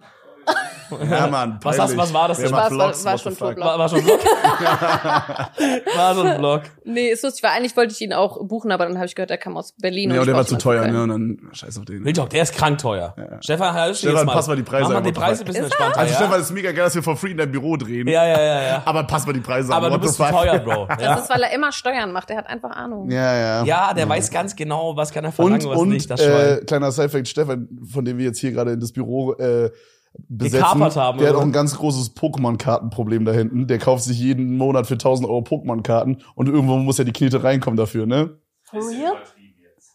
Ja, Mann. Was hast- peinlich. was war das Wer denn? macht Spaß, war- Vlogs? war What the schon fuck? Tobler. War, war schon ein Vlog. war so ein Vlog. Nee, ist lustig, weil eigentlich wollte ich ihn auch buchen, aber dann habe ich gehört, er kam aus Berlin. Ja, und und der war ich zu brauchte teuer, ihn ne? aus Und dann scheiß auf den. Will doch, der ist krank teuer. Stefan, halt Stefan, jetzt pass mal die Preise Mach mal an, die what the Preise fuck. ein bisschen entspannter. Also ja? Stefan, es ist mega geil, dass wir for free in deinem Büro drehen. ja, ja, ja, ja. Aber pass mal die Preise Aber an. du what the bist zu fuck? teuer, Bro. Das Ja, ist, weil er immer Steuern macht. Er hat einfach Ahnung. Ja, ja. ja der weiß ganz genau, was kann er verlangen, Und, was und nicht. Das Schwein. äh, kleiner Sidefact, Stefan, von dem wir jetzt hier gerade in das Büro äh, besetzen, Gekapert haben, der hat oder? auch ein ganz großes Pokémon-Kartenproblem da hinten. Der kauft sich jeden Monat für 1000 Euro Pokémon-Karten und irgendwo muss ja die Knete reinkommen dafür, ne? For real?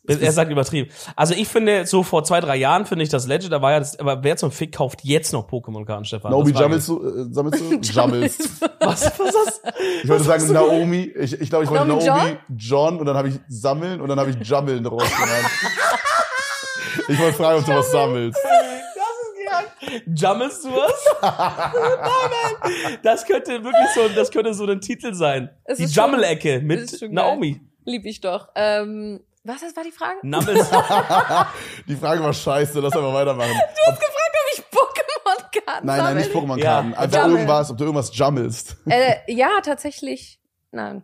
er sagt übertrieben. Also ich finde, so vor zwei, drei Jahren finde ich das legit, da war ja das, aber wer zum Fick kauft jetzt noch Pokémon-Karten, Stefan? Naomi Das war- jammelst du? Äh, sammelst du? jammelst. Was, was ist das? Ich wollte sagen Naomi. Ich, ich glaube, ich wollte Naomi Naomi, John und dann habe ich sammeln und dann habe ich jammeln draus genannt. Ich wollte fragen, ob du was sammelst. Jammelst du was? Nein, nein. Das könnte wirklich so, das könnte so ein Titel sein. Es die ist schon- Jammel-Ecke es ist mit schon geil. Naomi. Lieb ich doch. Ähm, was das war die Frage? Namels. Die Frage war scheiße, lass einfach weitermachen. Ob, Ob ich Pokémon-Karten nein, nein, sammle? nicht Pokémon-Karten. Ja. Einfach Jammeln. irgendwas, ob du irgendwas jammelst. Äh, ja, tatsächlich. Nein.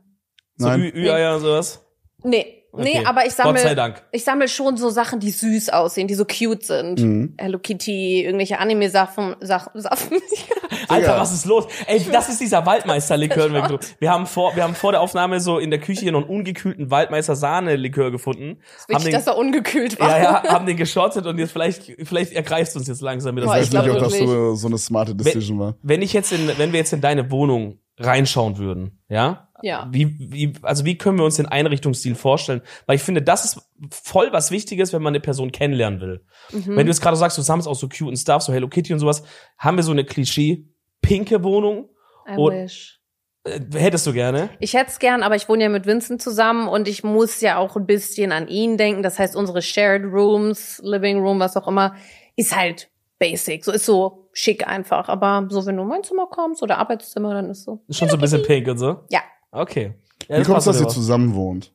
so Nein. Ü- Ü-Eier und sowas. Nee, nee, Okay. aber ich Gott sei sammle Dank. ich sammle schon so Sachen, die süß aussehen, die so cute sind. Hm. Hello Kitty, irgendwelche Anime Sachen Sachen Sachen. Alter, was ist los? Ey, das ist dieser Waldmeister-Likör. den wir getrunken haben. Wir haben vor, wir haben vor der Aufnahme so in der Küche hier noch einen ungekühlten Waldmeister-Sahne-Likör gefunden. Haben Wichtig, den, dass er ungekühlt war. ja, ja, haben den geschottet und jetzt vielleicht, vielleicht ergreifst du uns jetzt langsam mit das Boah, Waldmeister. ich glaub ob das wirklich. so, so eine smarte Decision war. Wenn ich jetzt in, wenn wir jetzt in deine Wohnung reinschauen würden, ja? Ja. Wie, wie, also wie können wir uns den Einrichtungsstil vorstellen? Weil ich finde, das ist voll was Wichtiges, wenn man eine Person kennenlernen will. Mhm. Wenn du jetzt gerade sagst, du sammelst auch so cute und Stuff, so Hello Kitty und sowas, haben wir so eine Klischee pinke Wohnung? Mhm. I Und- wish. Äh, hättest du gerne? Ich hätte es gern, aber ich wohne ja mit Vincent zusammen und ich muss ja auch ein bisschen an ihn denken. Das heißt, unsere Shared Rooms, Living Room, was auch immer, ist halt basic. So ist so schick einfach. Aber so, wenn du in mein Zimmer kommst oder Arbeitszimmer, dann ist so. Schon so ein bisschen pink und so? Ja. Okay. Ja, Wie kommt es, passt dass mir ihr auch. zusammen wohnt?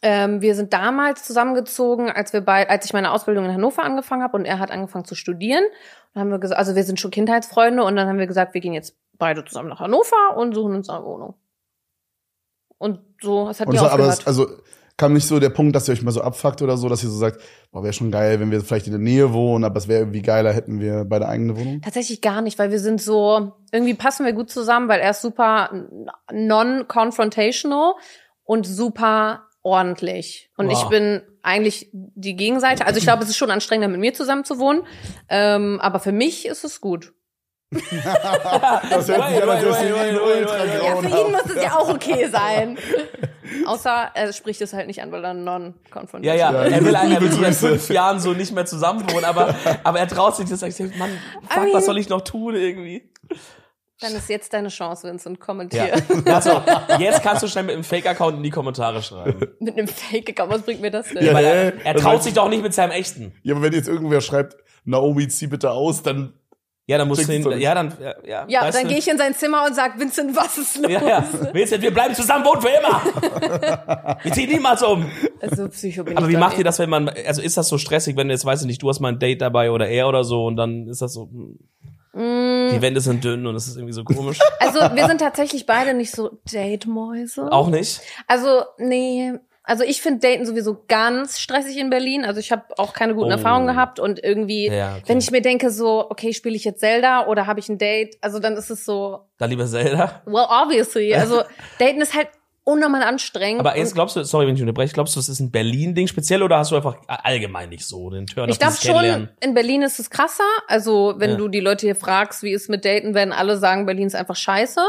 Ähm, wir sind damals zusammengezogen, als wir bei, als ich meine Ausbildung in Hannover angefangen habe und er hat angefangen zu studieren. Dann haben wir gesagt, also wir sind schon Kindheitsfreunde und dann haben wir gesagt, wir gehen jetzt beide zusammen nach Hannover und suchen uns eine Wohnung. Und so, es hat Und nie so, aber aufgehört. es, also kam nicht so der Punkt, dass ihr euch mal so abfuckt oder so, dass ihr so sagt, boah, wäre schon geil, wenn wir vielleicht in der Nähe wohnen, aber es wäre irgendwie geiler, hätten wir beide eigene Wohnung. Tatsächlich gar nicht, weil wir sind so, irgendwie passen wir gut zusammen, weil er ist super n- non-confrontational und super ordentlich. Und Wow. ich bin eigentlich die Gegenseite. Also ich glaube, es ist schon anstrengender, mit mir zusammen zu wohnen. Ähm, aber für mich ist es gut. Das hört sich an, als wärst du Wait, wait, ein wait, ultra wait, wait, Ja, grauer für ihn muss es ja auch okay sein. Außer er spricht es halt nicht an, weil er non-confrontational Ja, ja, Ja, er will liebe eigentlich seit Grüße. fünf Jahren so nicht mehr zusammen wohnen, aber, aber er traut sich das, sagt, sich, Mann, fuck, mean- was soll ich noch tun irgendwie? Dann ist jetzt deine Chance, Vincent, kommentier. Ja. Also, jetzt kannst du schnell mit einem Fake-Account in die Kommentare schreiben. Mit einem Fake-Account, was bringt mir das denn? Ja. Weil Hä? er, er traut sich doch nicht mit seinem echten. Ja, aber wenn jetzt irgendwer schreibt, Naomi, zieh bitte aus, dann Ja, dann musst du Kriegst ihn, du nicht. ja, dann, ja, ja, Ja, weißt dann du? gehe ich in sein Zimmer und sag, Vincent, was ist los? Ja, ja. Vincent, wir bleiben zusammen, wohnen für immer. Wir ziehen niemals um. Also Psycho bin Aber ich wie doch macht ihr nicht. das, wenn man, also ist das so stressig, wenn du jetzt, weiß ich nicht, du hast mal ein Date dabei oder er oder so und dann ist das so, hm, Mm. die Wände sind dünn und es ist irgendwie so komisch. Also wir sind tatsächlich beide nicht so Date-Mäuse. Auch nicht? Also, nee. Also ich finde Daten sowieso ganz stressig in Berlin. Also ich habe auch keine guten Oh. Erfahrungen gehabt und irgendwie, Ja, okay. wenn ich mir denke so, okay, spiele ich jetzt Zelda oder habe ich ein Date? Also dann ist es so, Dann lieber Zelda. well, obviously. Also Daten ist halt unnormal anstrengend. Aber Und jetzt glaubst du, sorry, wenn ich unterbreche, glaubst du, das ist ein Berlin-Ding speziell oder hast du einfach allgemein nicht so den Turn ich auf glaube dieses Kennenlernen? schon, in Berlin ist es krasser. Also wenn Ja. du die Leute hier fragst, wie es mit Daten, werden alle sagen, Berlin ist einfach scheiße.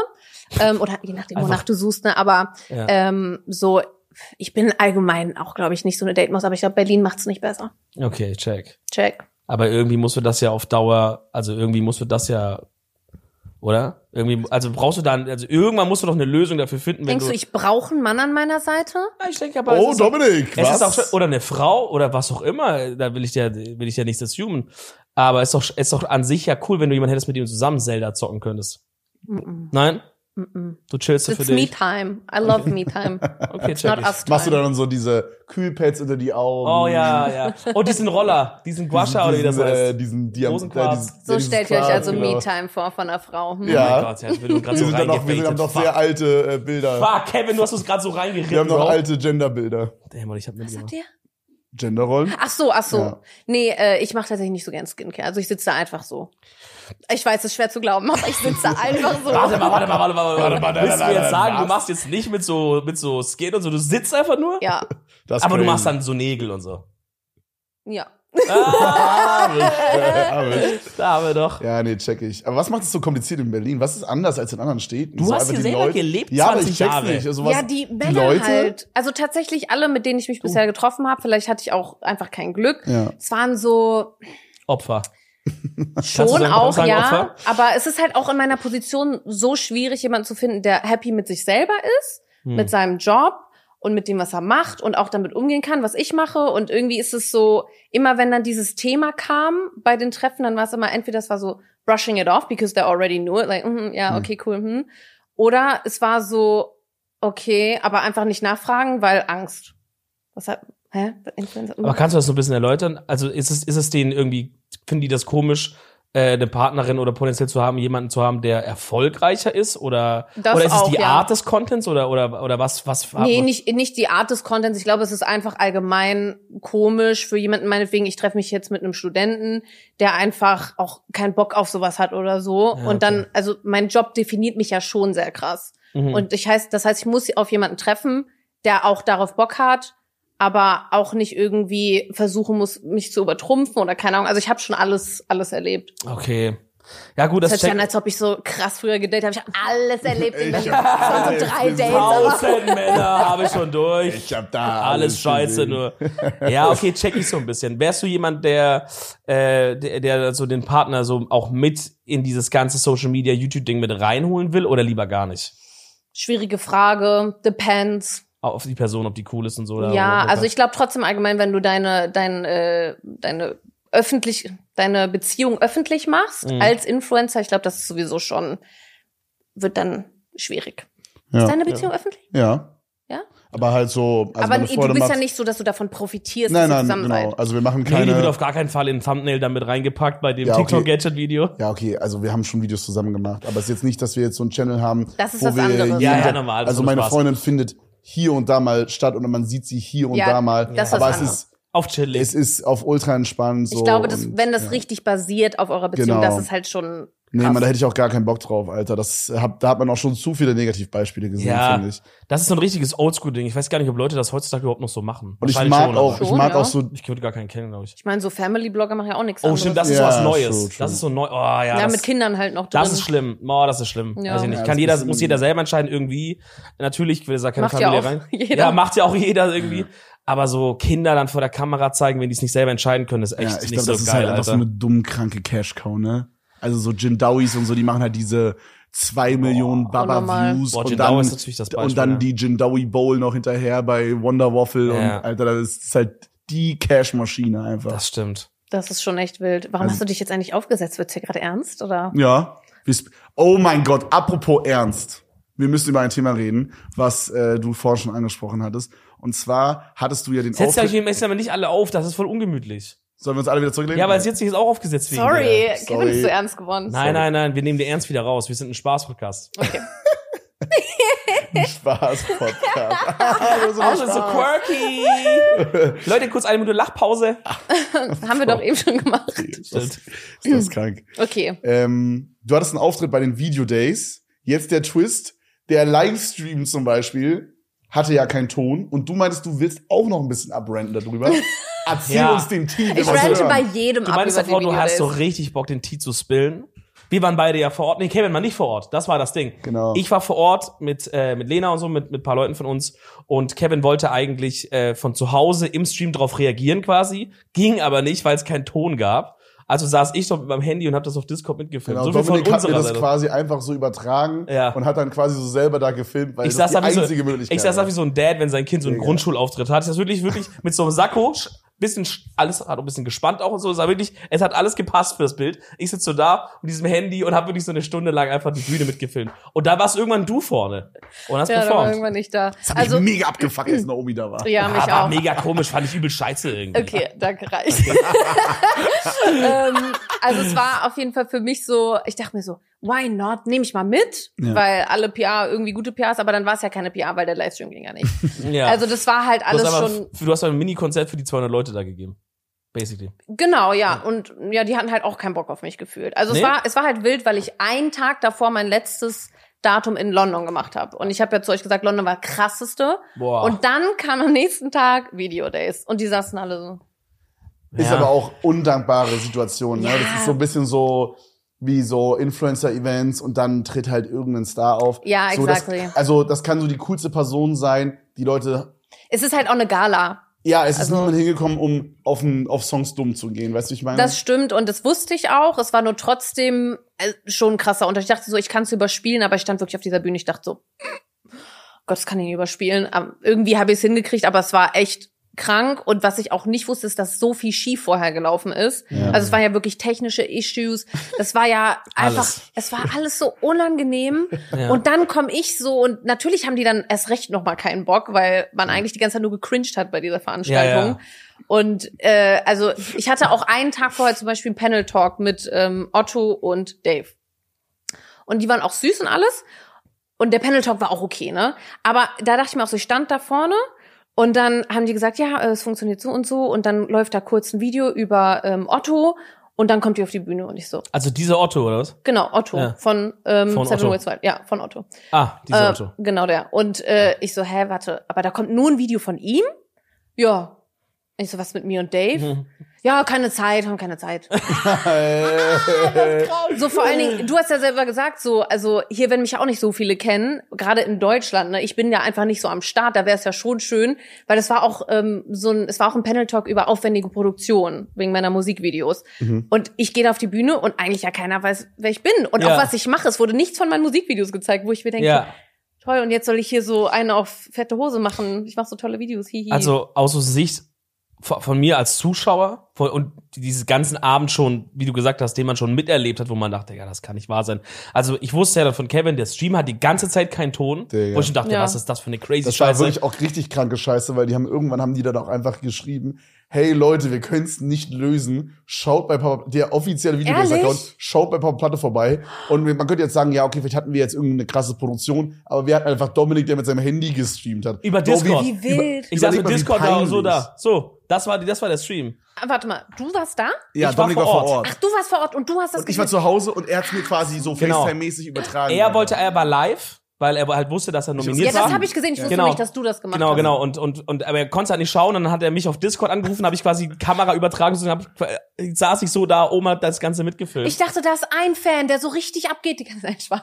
Ähm, oder je nachdem, Einfach- wonach du suchst, ne? Aber Ja. ähm, so, ich bin allgemein auch, glaube ich, nicht so eine Date-Maus, aber ich glaube, Berlin macht's nicht besser. Okay, check. Check. Aber irgendwie musst du das ja auf Dauer, also irgendwie musst du das ja, oder? Irgendwie, also brauchst du dann, also irgendwann musst du doch eine Lösung dafür finden, wenn Denkst du, ich brauche einen Mann an meiner Seite? Ja, ich denke aber, es Oh, ist auch- Dominik, Es ist auch, was? schwer- oder eine Frau oder was auch immer, da will ich ja, will ich ja nichts assumen. Aber es ist doch, ist doch an sich ja cool, wenn du jemanden hättest, mit dem du zusammen Zelda zocken könntest. Mm-mm. Nein? Mm-mm. Du chillst It's für me dich. time. I love me time. Okay, check Not ich. us time. Machst du dann so diese Kühlpads unter die Augen? Oh ja, ja. Oh, diesen Roller, diesen Guasha oder wie das diesen, äh, heißt. Oh diesen äh, Diamant. Rosenquarz. so stellt ihr euch also me Time. time vor von einer Frau. Hm. Oh Ja. mein Gott, ja, ich bin gerade genau. Wir so sind, dann noch, wir sind dann reingebaitet. noch Fuck. sehr alte äh, Bilder. Fuck, Genau. Kevin, du hast uns gerade so reingeritten. Wir haben noch Bro. alte Genderbilder. Damn, Mann, ich hab mit Was dir. habt ihr? Genderrollen? Ach so, ach so. Ja. Nee, äh, ich mache tatsächlich nicht so gern Skincare. Also ich sitze da einfach so. Ich weiß, es ist schwer zu glauben, aber ich sitze da einfach so. Warte mal, warte mal, warte mal, warte mal. Warte mal, Willst du warte, jetzt warte, sagen, du was? machst jetzt nicht mit so, mit so Skin und so, du sitzt einfach nur? Ja, Das ist Aber du crazy. machst dann so Nägel und so. ja. Ah, Mensch. Da haben wir doch. ja, nee, check ich. Aber was macht es so kompliziert in Berlin? Was ist anders als in anderen Städten? Du so hast einfach hier die selber Leute- gelebt, Ja, aber 20 ich check's Jahre. nicht. Also, was, ja, die Männer Leute? Oh. halt. Also tatsächlich alle, mit denen ich mich bisher getroffen habe, vielleicht hatte ich auch einfach kein Glück. Ja. Es waren so Opfer. Kannst du Schon sagen, auch, sagen ja. Opfer? Aber es ist halt auch in meiner Position so schwierig, jemanden zu finden, der happy mit sich selber ist, Hm. mit seinem Job und mit dem, was er macht und auch damit umgehen kann, was ich mache. Und irgendwie ist es so, immer wenn dann dieses Thema kam bei den Treffen, dann war es immer entweder es war so brushing it off, because they already knew it, like, mhm, ja, Hm. okay, cool, hm. Oder es war so, okay, aber einfach nicht nachfragen, weil Angst. Was hat, hä? mhm. Influencer? Hm. Aber kannst du das so ein bisschen erläutern? Also ist es, ist es denen irgendwie, finden die das komisch, äh, eine Partnerin oder potenziell zu haben, jemanden zu haben, der erfolgreicher ist? Oder, Das oder ist es auch, die ja. Art des Contents oder, oder, oder was, was Nee, nicht, nicht die Art des Contents. Ich glaube, es ist einfach allgemein komisch für jemanden, meinetwegen, ich treffe mich jetzt mit einem Studenten, der einfach auch keinen Bock auf sowas hat oder so. Ja, Und dann, okay. also mein Job definiert mich ja schon sehr krass. Mhm. Und ich heißt, das heißt, ich muss auf jemanden treffen, der auch darauf Bock hat, aber auch nicht irgendwie versuchen muss, mich zu übertrumpfen oder keine Ahnung. Also ich habe schon alles, alles erlebt. Okay. Ja, gut, Das, hört das sich an, checkt. als ob ich so krass früher gedatet habe. Ich habe alles erlebt. in Ich Berlin. hab Das waren so alles drei Dates. aber- Tausend Männer habe ich schon durch. Ich hab da alles alles scheiße gesehen. nur. Ja, okay, check ich so ein bisschen. Wärst du jemand, der, äh, der, der so den Partner so auch mit in dieses ganze Social Media YouTube Ding mit reinholen will oder lieber gar nicht? Schwierige Frage. Depends. Auf die Person, ob die cool ist und so. oder- Ja, oder- also ich glaube trotzdem allgemein, wenn du deine, dein, äh, deine öffentlich, deine Beziehung öffentlich machst Mhm. als Influencer, ich glaube, das ist sowieso schon, wird dann schwierig. Ist Ja. deine Beziehung öffentlich? ja. Ja? Aber halt so. Also Aber meine du Freunde bist ja macht- nicht so, dass du davon profitierst, Nein, dass ihr nein, zusammen genau. seid. Also, wir machen Nee, keine. die wird auf gar keinen Fall in ein Thumbnail damit reingepackt bei dem Ja, okay. TikTok-Gadget-Video. Ja, okay, also wir haben schon Videos zusammen gemacht, aber es ist jetzt nicht, dass wir jetzt so einen Channel haben, Das ist wo was wir anderes. jeden Ja, ja, Tag- normal, das also ist meine Spaß. Freundin findet hier und da mal statt und man sieht sie hier und Ja, da mal, das ist aber was es ist Auf chillig. es ist auf ultra entspannt so. ich glaube, dass, und- wenn das richtig basiert auf eurer Beziehung, Genau. das ist halt schon Nee, krass. man, da hätte ich auch gar keinen Bock drauf, Alter. Das hab, da hat man auch schon zu viele Negativbeispiele gesehen, Ja. finde ich. das ist so ein richtiges Oldschool-Ding. Ich weiß gar nicht, ob Leute das heutzutage überhaupt noch so machen. Und ich Wahrscheinlich mag schon, auch, aber ich Schon, mag ja. auch so, Ich würde gar keinen kennen, glaube ich. ich meine, so Family-Blogger machen ja auch nichts Oh, stimmt, das ist Ja, was Neues. true, true. Das ist so neu. Oh, ja, ja, das, mit Kindern halt noch drin. Das ist schlimm. Oh, das ist schlimm. Ja. Weiß ich nicht. Ja, Kann das jeder, ist ein- muss jeder selber entscheiden, irgendwie. Natürlich will da keine Macht ja Familie auch rein. jeder. Ja, macht ja auch jeder irgendwie. Aber so Kinder dann vor der Kamera zeigen, wenn die es nicht selber entscheiden können, ist echt ja, ich nicht glaube, so das ist geil, halt einfach so Alter. eine dumm kranke Cash-Cow, ne? Also so Jim Dowies und so, die machen halt diese zwei Millionen unnormal. Baba-Views Boah, Jim und Dowie dann, ist natürlich das Beispiel, und dann ja. die Jim Dowie Bowl noch hinterher bei Wonder Waffle Ja. und Alter, das ist halt die Cash-Maschine einfach. Das stimmt. Das ist schon echt wild. Warum hast du dich jetzt eigentlich aufgesetzt? Wird's hier gerade ernst? Oder? Ja. Wie sp- Oh mein Gott, apropos ernst. Wir müssen über ein Thema reden, was äh, du vorhin schon angesprochen hattest. Und zwar hattest du ja den Setzt euch Auftritt. im Essen aber nicht alle auf, das ist voll ungemütlich. Sollen wir uns alle wieder zurücklegen? Ja, weil jetzt ist auch aufgesetzt wegen Sorry, dir. Kevin ist sorry. zu ernst geworden. Nein, nein, nein, wir nehmen den Ernst wieder raus. Wir sind ein Spaß-Podcast. Okay. Spaß, Podcast. das ist immer Das ist so Spaß. quirky. Leute, kurz eine Minute Lachpause. Haben wir doch eben schon gemacht. Ist das, ist das krank. Okay. Ähm, du hattest einen Auftritt bei den Video Days. Jetzt der Twist. Der Livestream zum Beispiel hatte ja keinen Ton. Und du meintest, du willst auch noch ein bisschen abranten darüber. Erzähl Ja. uns den Team. Ich rante bei jedem Du ab meinst über die davor, du hast Videos. so richtig Bock, den Tee zu spillen. Wir waren beide ja vor Ort. Nee, Kevin war nicht vor Ort. Das war das Ding. Genau. Ich war vor Ort mit, äh, mit Lena und so, mit, mit ein paar Leuten von uns. Und Kevin wollte eigentlich äh, von zu Hause im Stream drauf reagieren quasi. Ging aber nicht, weil es keinen Ton gab. Also saß ich doch mit meinem Handy und habe das auf Discord mitgefilmt. Genau, so viel von Dominik hat mir unserer das Seite. quasi einfach so übertragen Ja. und hat dann quasi so selber da gefilmt, weil ich das saß die da wie so, einzige Möglichkeit ich saß da wie so ein Dad, wenn sein Kind so einen Mega. Grundschulauftritt hat. Ich saß wirklich, wirklich mit so einem Sakko, sch- bisschen, sch- alles hat auch ein bisschen gespannt auch und so. Es war wirklich, es hat alles gepasst für das Bild. Ich sitze so da mit diesem Handy und habe wirklich so eine Stunde lang einfach die Bühne mitgefilmt. Und da warst irgendwann du vorne und hast Ja, da war performt. irgendwann nicht da. Das hat Also, mich mega abgefuckt, als Naomi da war. ja, mich war auch. mega komisch, fand ich übel scheiße irgendwie. Okay, danke, reicht. ähm, also es war auf jeden Fall für mich so, ich dachte mir so, why not? Nehme ich mal mit, Ja. weil alle PR irgendwie gute PRs, aber dann war es ja keine PR, weil der Livestream ging ja nicht. Ja. Also das war halt alles du hast aber, schon, Du hast aber ein Mini-Konzert für die 200 Leute da gegeben. Basically. genau, ja. Und ja, die hatten halt auch keinen Bock auf mich gefühlt. Also Nee? es, war, es war halt wild, weil ich einen Tag davor mein letztes Datum in London gemacht habe. Und ich habe ja zu euch gesagt, London war krasseste. Boah. Und dann kam am nächsten Tag Video Days. Und die saßen alle so. Ist Ja. aber auch undankbare Situation. Ne? Ja. Das ist so ein bisschen so wie so Influencer-Events und dann tritt halt irgendein Star auf. Ja, so, das, exactly. Also das kann so die coolste Person sein, die Leute. Es ist halt auch eine Gala. Ja, es ist Also- niemand hingekommen, um auf, ein, auf Songs dumm zu gehen. Weißt du, wie ich meine? Das stimmt und das wusste ich auch. Es war nur trotzdem äh, schon ein krasser Unterschied. Ich dachte so, ich kann es überspielen, aber ich stand wirklich auf dieser Bühne. Ich dachte so, Gott, das kann ich nicht überspielen. Aber irgendwie habe ich es hingekriegt, aber es war echt krank. Und was ich auch nicht wusste, ist, dass so viel schief vorher gelaufen ist. Ja. Also es waren ja wirklich technische Issues. Das war ja einfach, Alles. es war alles so unangenehm. Ja. Und dann komme ich so und natürlich haben die dann erst recht noch mal keinen Bock, weil man eigentlich die ganze Zeit nur gecringed hat bei dieser Veranstaltung. Ja, ja. Und äh, also ich hatte auch einen Tag vorher zum Beispiel einen Panel Talk mit ähm, Otto und Dave. Und die waren auch süß und alles. Und der Panel Talk war auch okay, ne? Aber da dachte ich mir auch so, ich stand da vorne und dann haben die gesagt, ja, äh, es funktioniert so und so. Und dann läuft da kurz ein Video über ähm, Otto und dann kommt die auf die Bühne und ich so, Also dieser Otto, oder was? genau, Otto Ja. von, ähm, Von Seven Otto. Worlds Wide. Ja, von Otto. Ah, dieser Äh, Otto. Genau der. Und äh, ich so, hä, warte, aber da kommt nur ein Video von ihm? Ja. Ich so, was mit mir und Dave? Mhm. Ja, keine Zeit, haben keine Zeit. also so vor allen Dingen, du hast ja selber gesagt, so, also hier, wenn mich ja auch nicht so viele kennen, gerade in Deutschland, ne, ich bin ja einfach nicht so am Start, da wäre es ja schon schön, weil das war auch ähm, so ein, es war auch ein Panel-Talk über aufwendige Produktion wegen meiner Musikvideos. Mhm. Und ich gehe da auf die Bühne und eigentlich ja keiner weiß, wer ich bin. Und Ja. auch was ich mache, es wurde nichts von meinen Musikvideos gezeigt, wo ich mir denke, Ja. Toll, und jetzt soll ich hier so eine auf fette Hose machen. Ich mache so tolle Videos. Hihi. Also aus der Sicht von, von mir als Zuschauer von, und diesen ganzen Abend schon, wie du gesagt hast, den man schon miterlebt hat, wo man dachte, ja, das kann nicht wahr sein. Also ich wusste ja dann von Kevin, der Stream hat die ganze Zeit keinen Ton, Digga. wo ich schon dachte, Ja. was ist das für eine crazy Das war Scheiße. wirklich auch richtig kranke Scheiße, weil die haben irgendwann haben die dann auch einfach geschrieben, hey Leute, wir können es nicht lösen. Schaut bei Papa, der offizielle Videos-Account, Ehrlich? schaut bei Papa Platte vorbei. Und wir- man könnte jetzt sagen, ja, okay, vielleicht hatten wir jetzt irgendeine krasse Produktion, aber wir hatten einfach Dominik, der mit seinem Handy gestreamt hat. Über Bro, Discord. Wie wild. ich saß überleg mit mal, wie Discord da und so peinlich. da. So, das war, die- das war der Stream. Ah, Warte mal, du warst da? Ja, Ich war Dominik vor war vor Ort. Ort. Ach, du warst vor Ort und du hast das und ich war gesehen. zu Hause und er hat mir quasi so Genau. FaceTime-mäßig übertragen. Er wollte, er war live, weil er halt wusste, dass er nominiert Ja, war. das habe ich gesehen. Ich wusste Genau. nicht, dass du das gemacht Genau, hast. genau. Und, und, und, aber er konnte halt nicht schauen. Dann hat er mich auf Discord angerufen, habe ich quasi Kamera übertragen. Und hab, äh, saß ich so da, Oma hat das Ganze mitgefilmt. Ich dachte, da ist ein Fan, der so richtig abgeht. Die kann sein Spaß.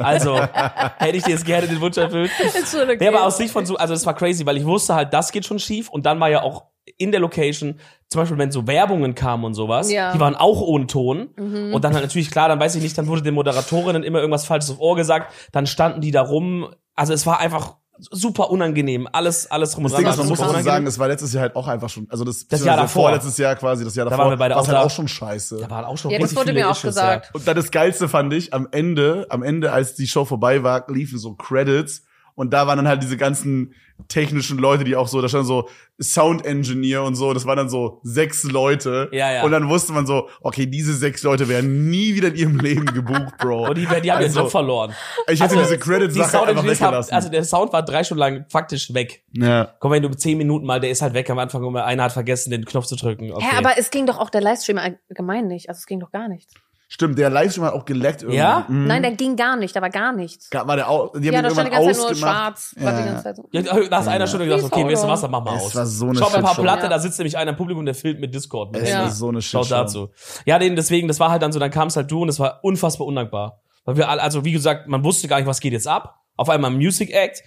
Also, hätte ich dir jetzt gerne den Wunsch erfüllt. Entschuldigung. Nee, aber aus Sicht von so, also das war crazy, weil ich wusste halt, das geht schon schief und dann war ja auch in der Location, zum Beispiel, wenn so Werbungen kamen und sowas, Ja. Mhm. die waren auch ohne Ton. Und dann halt natürlich, klar, dann weiß ich nicht, dann wurde den Moderatorinnen immer irgendwas Falsches auf Ohr gesagt, dann standen die da rum. Also es war einfach super unangenehm. Alles, alles rum und Das Ding dran ist, war man muss super dazu unangenehm. sagen, es war letztes Jahr halt auch einfach schon, also das, Das Jahr davor. letztes Jahr quasi, das Jahr davor, waren wir beide war's auch halt da. auch schon scheiße. Da waren auch schon Ja, das richtig wurde viele mir auch Issues, gesagt. Ja. Ja. Und Und dann das Geilste fand ich, am Ende, am Ende, als die Show vorbei war, liefen so Credits. Und da waren dann halt diese ganzen technischen Leute, die auch so, da stand so Sound Engineer und so, das waren dann so sechs Leute. Ja, ja. Und dann wusste man so, okay, diese sechs Leute werden nie wieder in ihrem Leben gebucht, Bro. Und die, die haben ihren Also, Job verloren. Ich hätte die diese Credit-Sache einfach Soundengineers haben, weggelassen. also der Sound war drei Stunden lang faktisch weg. ja. Komm, wenn du zehn Minuten mal, der ist halt weg am Anfang und einer hat vergessen, den Knopf zu drücken. Okay. Hä, aber es ging doch auch der Livestream allgemein nicht. Also es ging doch gar nichts. Stimmt, der Livestream hat auch geleckt irgendwie. Ja? Mhm. Nein, der ging gar nicht, da war gar nichts. War der auch, die haben ja, ihn da stand die irgendwann ganze Zeit nur ausgemacht. schwarz. War Ja, die ja. ganze Zeit so. Ja, nach einer Stunde gedacht, okay, Please, willst du Alter. was, dann mach mal Es aus. war so eine Schau mal ein paar Shitshow. Platte, Ja. da sitzt nämlich einer im Publikum, der filmt mit Discord. Es Ja. war so eine Schau Shitshow. dazu. Ja, den, deswegen, das war halt dann so, dann kam es halt du und es war unfassbar undankbar. Weil wir alle, also wie gesagt, man wusste gar nicht, was geht jetzt ab. Auf einmal Music Act.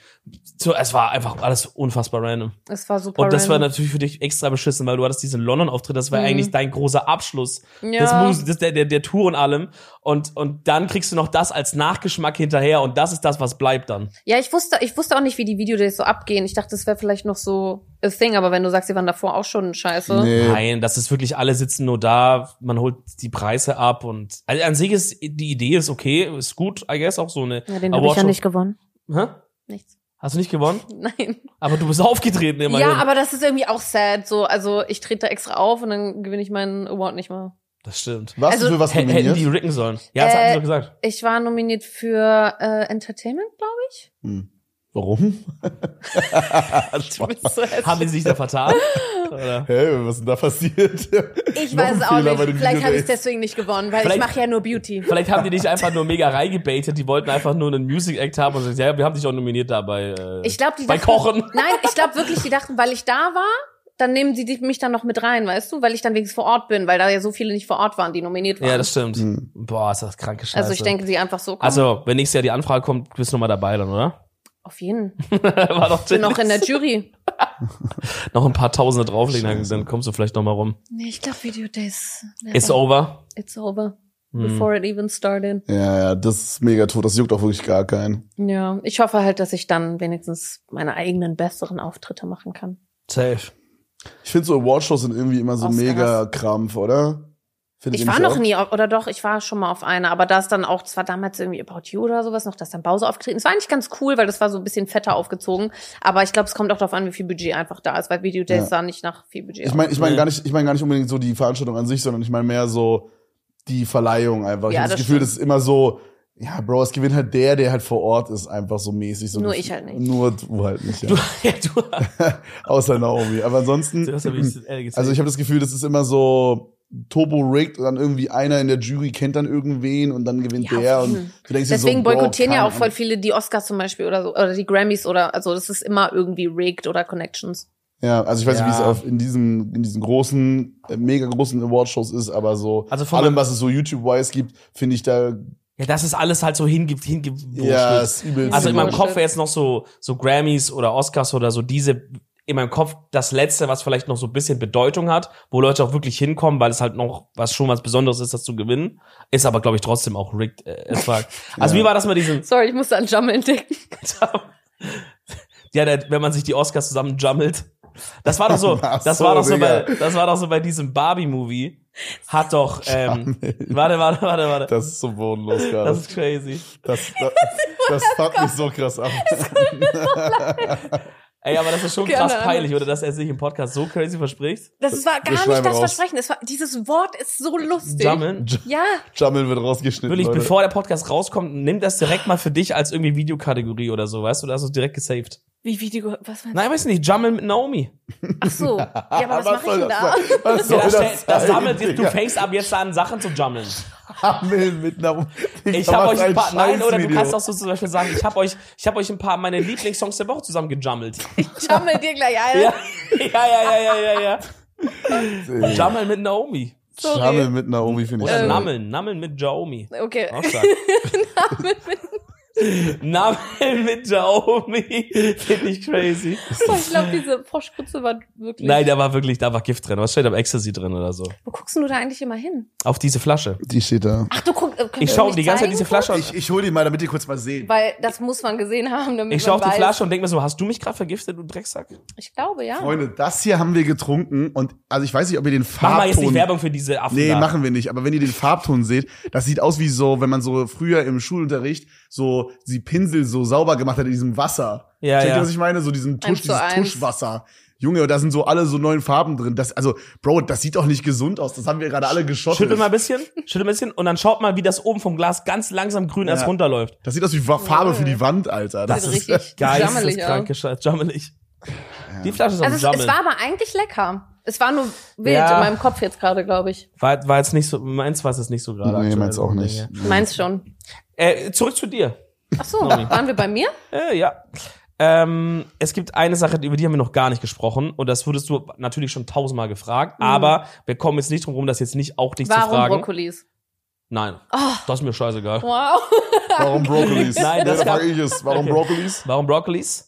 So, es war einfach alles unfassbar random. Es war super. Und das war random. natürlich für dich extra beschissen, weil du hattest diesen London-Auftritt, das war Mhm. eigentlich dein großer Abschluss Ja. des Mus des, der, der, der Tour und allem. Und, und dann kriegst du noch das als Nachgeschmack hinterher und das ist das, was bleibt dann. Ja, ich wusste, ich wusste auch nicht, wie die Videodays so abgehen. Ich dachte, es wäre vielleicht noch so a thing, aber wenn du sagst, die waren davor auch schon scheiße. Nee. Nein, das ist wirklich, alle sitzen nur da, man holt die Preise ab und also an sich ist die Idee ist okay, ist gut, I guess, auch so eine Ja, den habe ich Awardshow. ja nicht gewonnen. Hä? Nichts. Hast du nicht gewonnen? Nein. Aber du bist aufgetreten immerhin. Ja, aber das ist irgendwie auch sad. So, also ich trete da extra auf und dann gewinne ich meinen Award nicht mal. das stimmt. Warst Also, du für was H hätten die nominiert? ricken sollen. Ja, das Äh, hatten sie doch gesagt. Ich war nominiert für äh, Entertainment, glaube Hm. Warum? ich. Spaß. Bist du hässlich? Haben die sich da vertan? Oder? Hä, was ist denn da passiert? ich Noch ein weiß auch Fehler bei nicht. den Vielleicht habe ich Videodays. deswegen nicht gewonnen, weil ich Vielleicht- mache ja nur Beauty. Vielleicht haben die dich einfach nur mega reingebaitet, die wollten einfach nur einen Music Act haben und sagen, ja, wir haben dich auch nominiert dabei. Äh, Ich glaube, die bei dachten- Kochen. Nein, ich glaube wirklich, die dachten, weil ich da war, dann nehmen sie die- mich dann noch mit rein, weißt du, weil ich dann wenigstens vor Ort bin, weil da ja so viele nicht vor Ort waren, die nominiert waren. Ja, das stimmt. Hm. Boah, ist das kranke Scheiße. also ich denke, sie einfach so. Komm, Mhm. Also, wenn nächstes Jahr die Anfrage kommt, bist du nochmal dabei dann, oder? auf jeden. War doch Ich bin noch chillig. in der Jury. noch ein paar Tausende drauflegen, dann, Scheiße. dann kommst du vielleicht nochmal rum. Nee, ich glaube, Video Days. It's over. It's over. Hm. Before it even started. Ja, ja, das ist mega tot. Das juckt auch wirklich gar keinen. Ja, ich hoffe halt, dass ich dann wenigstens meine eigenen besseren Auftritte machen kann. Safe. Ich finde so Awardshows sind irgendwie immer so Oscars. mega Krampf, oder? Findet Ich ihr war nicht noch auch? nie, auf- oder doch, ich war schon mal auf einer, aber das dann auch, das war damals irgendwie About You oder sowas noch, dass dann Bause aufgetreten ist. War eigentlich ganz cool, weil das war so ein bisschen fetter aufgezogen. Aber ich glaube, es kommt auch darauf an, wie viel Budget einfach da ist, weil Video Days Ja. sah nicht nach viel Budget Ich meine, ich meine Nee. gar nicht, ich meine gar nicht unbedingt so die Veranstaltung an sich, sondern ich meine mehr so die Verleihung einfach. Ich Ja, habe das, das Gefühl, stimmt. das ist immer so, ja, Bro, es gewinnt halt der, der halt vor Ort ist, einfach so mäßig. So Nur ein- ich halt nicht. Nur du halt nicht, Du, ja, ja. du, Außer Naomi. Aber ansonsten. du hast ja wirklich ehrlich gesagt- Also ich habe das Gefühl, das ist immer so turbo-rigged und dann irgendwie einer in der Jury kennt dann irgendwen und dann gewinnt Ja, der auf und jeden Fall. du denkst dir Deswegen so, boah, boykottieren ja keine auch voll Ahnung. viele die Oscars zum Beispiel oder so, oder die Grammys oder, also das ist immer irgendwie rigged oder Connections. Ja, also ich weiß nicht, wie Ja. es auf in diesem in diesen großen äh, mega großen Awardshows ist, aber so Also von meinem- allem was es so YouTube wise gibt, finde ich da ja, das ist alles halt so hingibt, hingibt. ja, ist übel. Also in meinem Bullshit. Kopf wäre jetzt noch so, so Grammys oder Oscars oder so diese, in meinem Kopf das letzte, was vielleicht noch so ein bisschen Bedeutung hat, wo Leute auch wirklich hinkommen, weil es halt noch was schon was Besonderes ist, das zu gewinnen. Ist aber, glaube ich, trotzdem auch rigged. Äh, as fuck. Also Ja. wie war das mit diesem, Sorry, ich musste an Jummel denken. ja, der, wenn man sich die Oscars zusammen jummelt. Das war doch so, Ach das so, war doch so bei, Digga. das war doch so bei diesem Barbie-Movie. Hat doch, ähm, warte, warte, warte, warte. das ist so bodenlos Das gerade. ist crazy. Das, das, das fuckt mich so krass ab. Ey, aber das ist schon Gerne, krass Anna. peinlich, oder, dass er sich im Podcast so crazy verspricht. Das war Wir gar schneiden nicht das raus. Versprechen. Es war, dieses Wort ist so lustig. Jummeln. Ja, Jammel wird rausgeschnitten. Wirklich, Leute. bevor der Podcast rauskommt, nimm das direkt mal für dich als irgendwie Videokategorie oder so, weißt du? Da hast du es direkt gesaved. wie Video, was war das? Nein, weiß nicht, Jummeln mit Naomi. Ach so. Ja, aber was, mache ich soll denn da? das sein? Was soll Ja, das, das, das, das sein, sammelt jetzt, du Digga? fängst ab jetzt an, Sachen zu jummeln. Jammel mit einer. Digga, Ich habe was euch ein paar, nein, oder du Scheißvideo. kannst auch so zum Beispiel sagen, ich habe euch, ich habe euch ein paar meine Lieblingssongs der Woche zusammen gejummelt. Jummel dir gleich ein. Ja, ja, ja, ja, ja, ja, ja. Jummeln mit Naomi. Sorry. Jammel mit Naomi finde ich. Oder geil. Nammeln, Nammeln mit Naomi. Okay. Auch stark. Nammeln mit Naomi. Finde ich crazy. Boah, ich glaube, diese Froschkutze war wirklich. Nein, da war wirklich, da war Gift drin. Was steht am Ecstasy drin oder so? Wo guckst du da eigentlich immer hin? Auf diese Flasche. Die steht da. Ach, du guckst. äh, können Ich wir schaue nicht die ganze Zeit zeigen diese Flasche an. Ich, ich hol die mal, damit ihr kurz mal sehen. Weil das muss man gesehen haben, damit Ich schaue man auf die weiß. Flasche und denke mir so, hast du mich gerade vergiftet, du Drecksack? Ich glaube, ja. Freund- Freunde, das hier haben wir getrunken und also ich weiß nicht, ob ihr den Mach mal Farbton. jetzt nicht Werbung für diese Affen. Nee, da. machen wir nicht. Aber wenn ihr den Farbton seht, das sieht aus wie so, wenn man so früher im Schulunterricht so die Pinsel so sauber gemacht hat in diesem Wasser. Ja, Checkt ihr, ja. was ich meine? So diesen Tusch, Eins zu dieses eins. Tuschwasser. Junge, und da sind so alle so neuen Farben drin. Das, also, Bro, das sieht doch nicht gesund aus. Das haben wir gerade alle geschottet. Schüttel mal ein bisschen, schüttel ein bisschen und dann schaut mal, wie das oben vom Glas ganz langsam grün erst Ja. runterläuft. Das sieht aus wie Wa- Farbe für die Wand, Alter. Das, Sieht ist richtig jammelig Geisteskrank aus. gescheit, jammelig. Die Flasche ist am Also es, es Jammeln. war aber eigentlich lecker. Es war nur wild Ja. in meinem Kopf jetzt gerade, glaube ich. War, war jetzt nicht so, meins war es jetzt nicht so gerade. aktuell. Hm. Meins schon. Äh, zurück zu dir. Ach so, waren wir bei mir? Äh, ja. Ähm, es gibt eine Sache, über die haben wir noch gar nicht gesprochen und das wurdest du natürlich schon tausendmal gefragt, aber wir kommen jetzt nicht drum rum, das jetzt nicht auch dich zu Mhm. Warum Ah. fragen. Brokkolis? Nein, das ist mir scheißegal. Wow. Warum Brokkolis? Nein, das da gab- frag ich es. Warum Okay. Brokkolis? Warum Broccolis?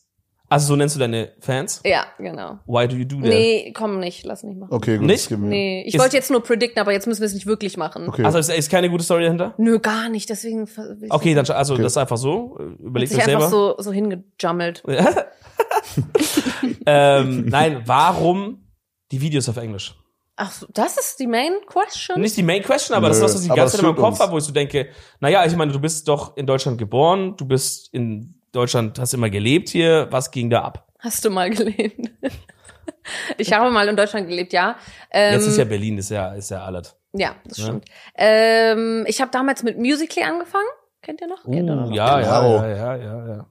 Also so nennst du deine Fans? Ja, genau. Why do you do that? Nee, komm nicht, lass nicht machen. Okay, gut. Nicht? das geben wir. Nee, ich Ist- wollte jetzt nur predikten, aber jetzt müssen wir es nicht wirklich machen. Okay. Also ist, ist keine gute Story dahinter? Nö, gar nicht, deswegen ver- will ich- Okay, dann sch- also Okay. das ist einfach so. äh, hat Überlegt sich euch selber. einfach so, so hingejummelt. ähm, nein, warum die Videos auf Englisch? Ach, so, das ist die Main Question? Nicht die Main Question, aber das ist Nö, das, was ich die aber ganze das Zeit in meinem stimmt Kopf uns. habe, wo ich so denke, naja, ich meine, du bist doch in Deutschland geboren, du bist in Deutschland, hast immer gelebt hier, was ging da ab? Hast du mal gelebt? ich habe mal in Deutschland gelebt, ja. Ähm, Jetzt ist ja Berlin, ist ja, ist ja alles. Ja, das Ja. stimmt. Ähm, ich habe damals mit Musically angefangen. Kennt ihr noch? Kennt ihr Uh, noch? ja, Genau. ja, ja, ja, ja,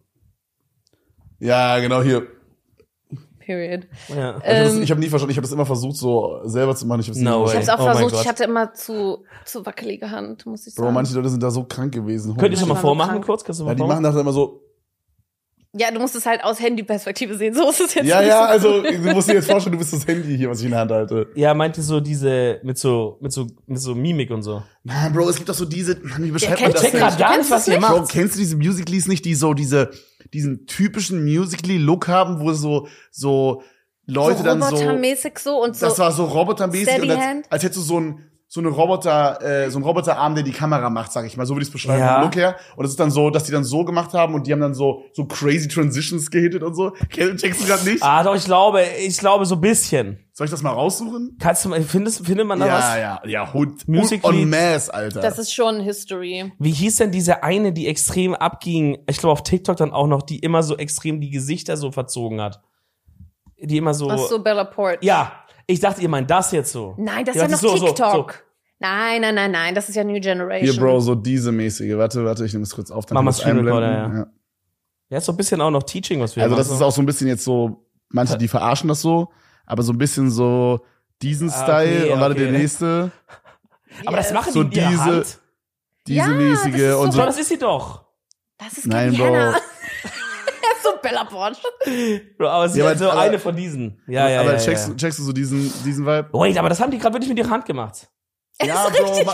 Ja, genau, hier. Period. ja. ja. Ich habe das, Ähm, ich hab nie verstanden. Ich habe das immer versucht, so selber zu machen. Ich hab's nie No way. ich habe verstanden. es auch Oh mein versucht. Gott. Ich hatte immer zu, zu wackelige Hand, muss ich sagen. Bro, manche Leute sind da so krank gewesen. Könnt ihr schon die mal waren vormachen krank. kurz? Kannst du mal ja, die machen vormachen? das immer so. ja, du musst es halt aus Handyperspektive sehen. So ist es jetzt. Ja, nicht ja, so also cool. du musst dir jetzt vorstellen, du bist das Handy hier, was ich in der Hand halte. Ja, meint ihr so diese, mit so, mit so, mit so Mimik und so? Nein, Bro, es gibt doch so diese. Mann, wie beschreibt kennt das Check nicht. grad gar nicht, Kennst was du ihr das Bro, macht. kennst du diese Musicalys nicht, die so diese, diesen typischen Musically-Look haben, wo so, so Leute so dann so. robotermäßig so und so. Das war so robotermäßig Steady und als, Hand. als hättest du so ein so eine Roboter, äh, so ein Roboterarm, der die Kamera macht, sag ich mal, so würde ich es beschreiben Ja. vom Look her. Und es ist dann so, dass die dann so gemacht haben und die haben dann so so crazy Transitions gehittet und so. Kennst- Checkst du grad nicht? Ah, doch, ich glaube, ich glaube so ein bisschen. Soll ich das mal raussuchen? Kannst du mal, findest, findet man da was? Ja, ja, ja, Hund. Musically- On Mass, Alter. das ist schon History. Wie hieß denn diese eine, die extrem abging? Ich glaube auf TikTok dann auch noch, die immer so extrem die Gesichter so verzogen hat. Die immer so. Ach so, Bella Port. Ja, ich dachte, ihr meint das jetzt so. Nein, das Ja, ist ja noch das ist so, so, TikTok. so. Nein, nein, nein, nein. Das ist ja New Generation. Hier, Bro, so diese mäßige. Warte, warte, ich nehme es kurz auf. Dann Mach mal kann ich's Screenrecorder, einblenden. ja. Ja, ist so ein bisschen auch noch Teaching, was wir Also das machen. ist auch so ein bisschen jetzt so, manche, die verarschen das so, aber so ein bisschen so diesen Ah, Style okay, und warte, okay. der nächste, Aber das machen So die mit ihrer diese- Hand. diese Ja, das mäßige ist und so so. Doch, das ist sie doch. Das ist Nein, Nein, Bro. Hannah. das ist so Bella Port. Bro, aber sie Ja, ist aber- so aber- eine von diesen. Ja, ja, aber ja, checkst, ja. checkst du so diesen, diesen Vibe? Wait, aber das haben die gerade wirklich mit ihrer Hand gemacht. ja, Bro, ma-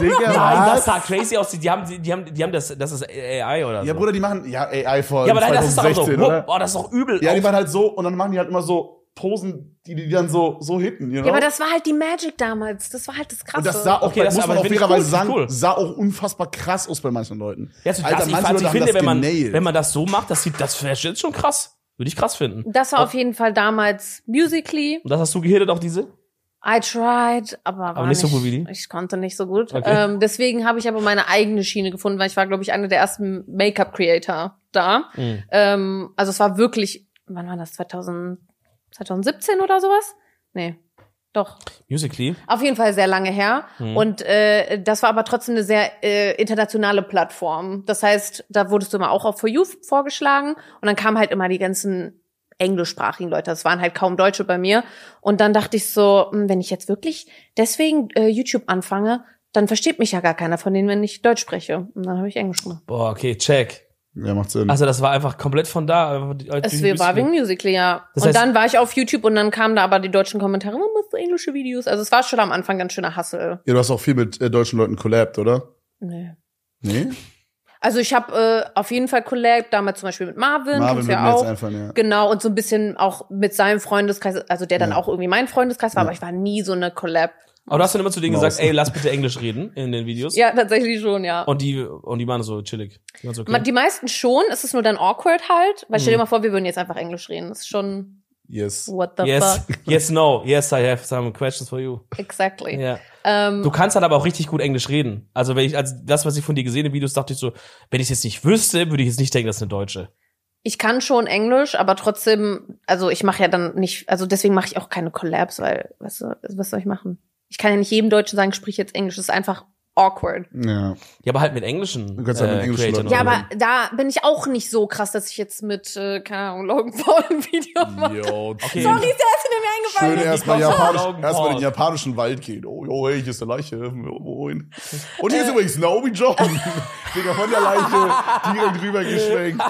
Digga, Nein, das was? sah crazy aus. Die die haben, die die haben, die haben das, das ist AI oder so. Ja, Bruder, die machen, ja, AI vor ja, aber nein, das ist doch 2016, so. oder? Boah, das ist doch übel. Ja, auf- die machen halt so und dann machen die halt immer so Posen, die die dann so, so hitten, you know? Ja, aber das war halt die Magic damals. Das war halt das Krasse. und das sah auch, Okay, bei- Genau. das- muss aber man auch finde ich fairerweise cool, sagen, cool. sah auch unfassbar krass aus bei manchen Leuten. Ja, so das, ich, manche fand, ich Leute haben finde, wenn man, genailt. wenn man das so macht, das sieht, das wäre jetzt schon krass. Würde ich krass finden. Und Das war auf jeden Fall damals Musically. das hast du gehittet auf diese? I tried, aber, war nicht so gut wie die? Ich konnte nicht so gut. Okay. Ähm, deswegen habe ich aber meine eigene Schiene gefunden, weil ich war, glaube ich, einer der ersten Make-up-Creator da. Ähm, also es war wirklich, wann war das? 2000, 2017 oder sowas? Nee, doch. Musically. Auf jeden Fall sehr lange her. Mhm. Und äh, das war aber trotzdem eine sehr äh, internationale Plattform. Das heißt, da wurdest du immer auch auf For You vorgeschlagen und dann kamen halt immer die ganzen englischsprachigen Leute. Das waren halt kaum Deutsche bei mir. Und dann dachte ich so, hm, wenn ich jetzt wirklich deswegen äh, YouTube anfange, dann versteht mich ja gar keiner von denen, wenn ich Deutsch spreche. Und dann habe ich Englisch gemacht. Boah, okay, check. ja, macht Sinn. Also das war einfach komplett von da. Äh, Es Musically. war wegen Musical, ja. Das und heißt- dann war ich auf YouTube und dann kamen da aber die deutschen Kommentare, man machst du englische Videos. Also es war schon am Anfang ganz schöner Hassel. ja, du hast auch viel mit äh, deutschen Leuten collabt, oder? Nee. Nee? Also ich habe äh, auf jeden Fall Collab, damals zum Beispiel mit Marvin, Marvin kennst wird du mir ja jetzt auch. einfach, ja. Genau, und so ein bisschen auch mit seinem Freundeskreis, also der dann Ja. auch irgendwie mein Freundeskreis war, Ja. aber ich war nie so eine Collab. Aber du hast dann immer zu denen Maus. gesagt, ey, lass bitte Englisch reden in den Videos. Ja, tatsächlich schon, ja. Und die, und die waren so chillig. Die waren so, okay. Ma- Die meisten schon, es ist nur dann awkward halt. Weil Mhm. stell dir mal vor, wir würden jetzt einfach Englisch reden. Das ist schon Yes. what the yes, fuck. yes, no, yes, I have some questions for you. Exactly. Ja. Ähm, Du kannst halt aber auch richtig gut Englisch reden. Also wenn ich, als das, was ich von dir gesehen habe, Videos, dachte ich so, wenn ich es jetzt nicht wüsste, würde ich jetzt nicht denken, das ist eine Deutsche. ich kann schon Englisch, aber trotzdem, also ich mache ja dann nicht, also deswegen mache ich auch keine Collabs, weil, weißt du, was soll ich machen? Ich kann ja nicht jedem Deutschen sagen, sprich jetzt Englisch. Das ist einfach awkward. Ja. Ja, aber halt mit englischen. Du kannst halt mit englischen Creatoren Leuten Ja, reden. aber da bin ich auch nicht so krass, dass ich jetzt mit, äh, keine Ahnung, Logan Paul ein Video mache. Yo, Okay. Sorry, der ist mir eingefallen. Schön ist. erstmal glaub, japanisch, Augen erstmal in Paul. den japanischen Wald gehen. Oh, yo, hey, hier ist eine Leiche. Moin. Und Äh. hier ist übrigens Naomi John. Digga, von der Leiche direkt rüber geschwenkt.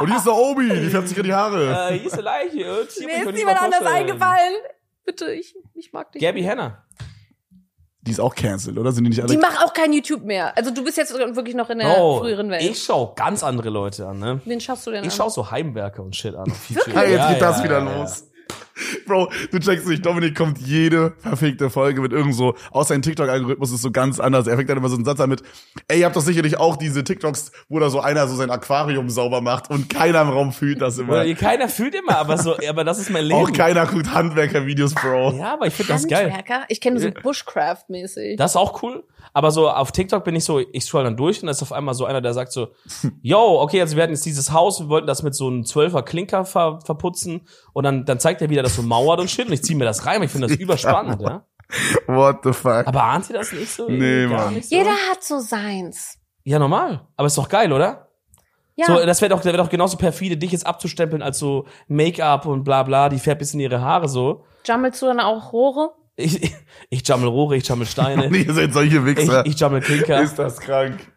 Und hier ist Naomi, die färbt sich an die Haare. Äh, hier ist eine Leiche. Und hier Mir kann ist ich mal niemand anders vorstellen. eingefallen. Bitte, ich, ich mag dich. Gabby Hanna. Die ist auch cancelled, oder? Sind die nicht alle? Die macht auch kein YouTube mehr. Also du bist jetzt wirklich noch in der Oh, früheren Welt. genau. ich schau ganz andere Leute an, ne? Wen schaust du denn Ich an? schau so Heimwerker und Shit an. Ah, jetzt Ja, geht das ja, wieder ja, los. Bro, du checkst nicht, Dominik kommt jede verfickte Folge mit irgend so, außer ein TikTok-Algorithmus ist so ganz anders. Er fängt dann immer so einen Satz an mit, ey, ihr habt doch sicherlich auch diese TikToks, wo da so einer so sein Aquarium sauber macht und keiner im Raum fühlt das immer. Oder ihr- keiner fühlt immer, aber so, aber das ist mein Leben. Auch keiner guckt Handwerker-Videos, Bro. Ja, aber ich finde das geil. Handwerker? Ich kenne so Bushcraft-mäßig. Das ist auch cool. Aber so auf TikTok bin ich so, ich scroll dann durch und da ist auf einmal so einer, der sagt so, yo, okay, jetzt wir hatten jetzt dieses Haus, wir wollten das mit so einem Zwölfer Klinker ver verputzen und dann, dann zeigt er wieder, dass so Mauert und Shit und ich zieh mir das rein, ich finde das überspannend, ja. What the fuck? Aber ahnt ihr das nicht so? Nee, Gar Mann. nicht so? Jeder hat so seins. Ja, normal. Aber ist doch geil, oder? Ja. So, äh, das wäre doch, wär doch genauso perfide, dich jetzt abzustempeln als so Make-up und bla bla, die färbt bis in ihre Haare so. Jammelst du dann auch Rohre? Ich, ich, ich jammel Rohre, ich jammel Steine. Ihr seid solche äh, Ich, Wichser. ich jammel Klinker. Ist das krank?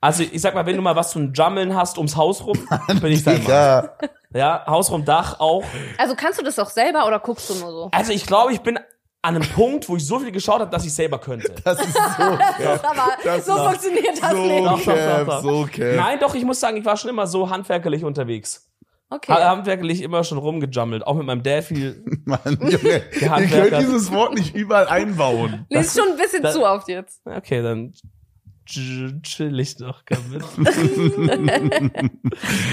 Also ich sag mal, wenn du mal was zum Jammeln hast ums Haus rum, bin ich dein Mann. Ja. Ja, Haus rum, Dach auch. Also kannst du das auch selber oder guckst du nur so? Also ich glaube, ich bin an einem Punkt, wo ich so viel geschaut habe, dass ich selber könnte. Das ist so Das ist aber, Das so ist- funktioniert das So Leben. Doch, doch, doch, cap, doch. so cap. Nein, doch, ich muss sagen, ich war schon immer so handwerklich unterwegs. Okay. Ha- Handwerklich immer schon rumgejummelt. Auch mit meinem Dad viel. Mann, Junge. Ihr könnt Handwerker. dieses Wort nicht überall einbauen. Lies schon ein bisschen das- zu oft jetzt. Okay, dann ch- chill ich doch damit.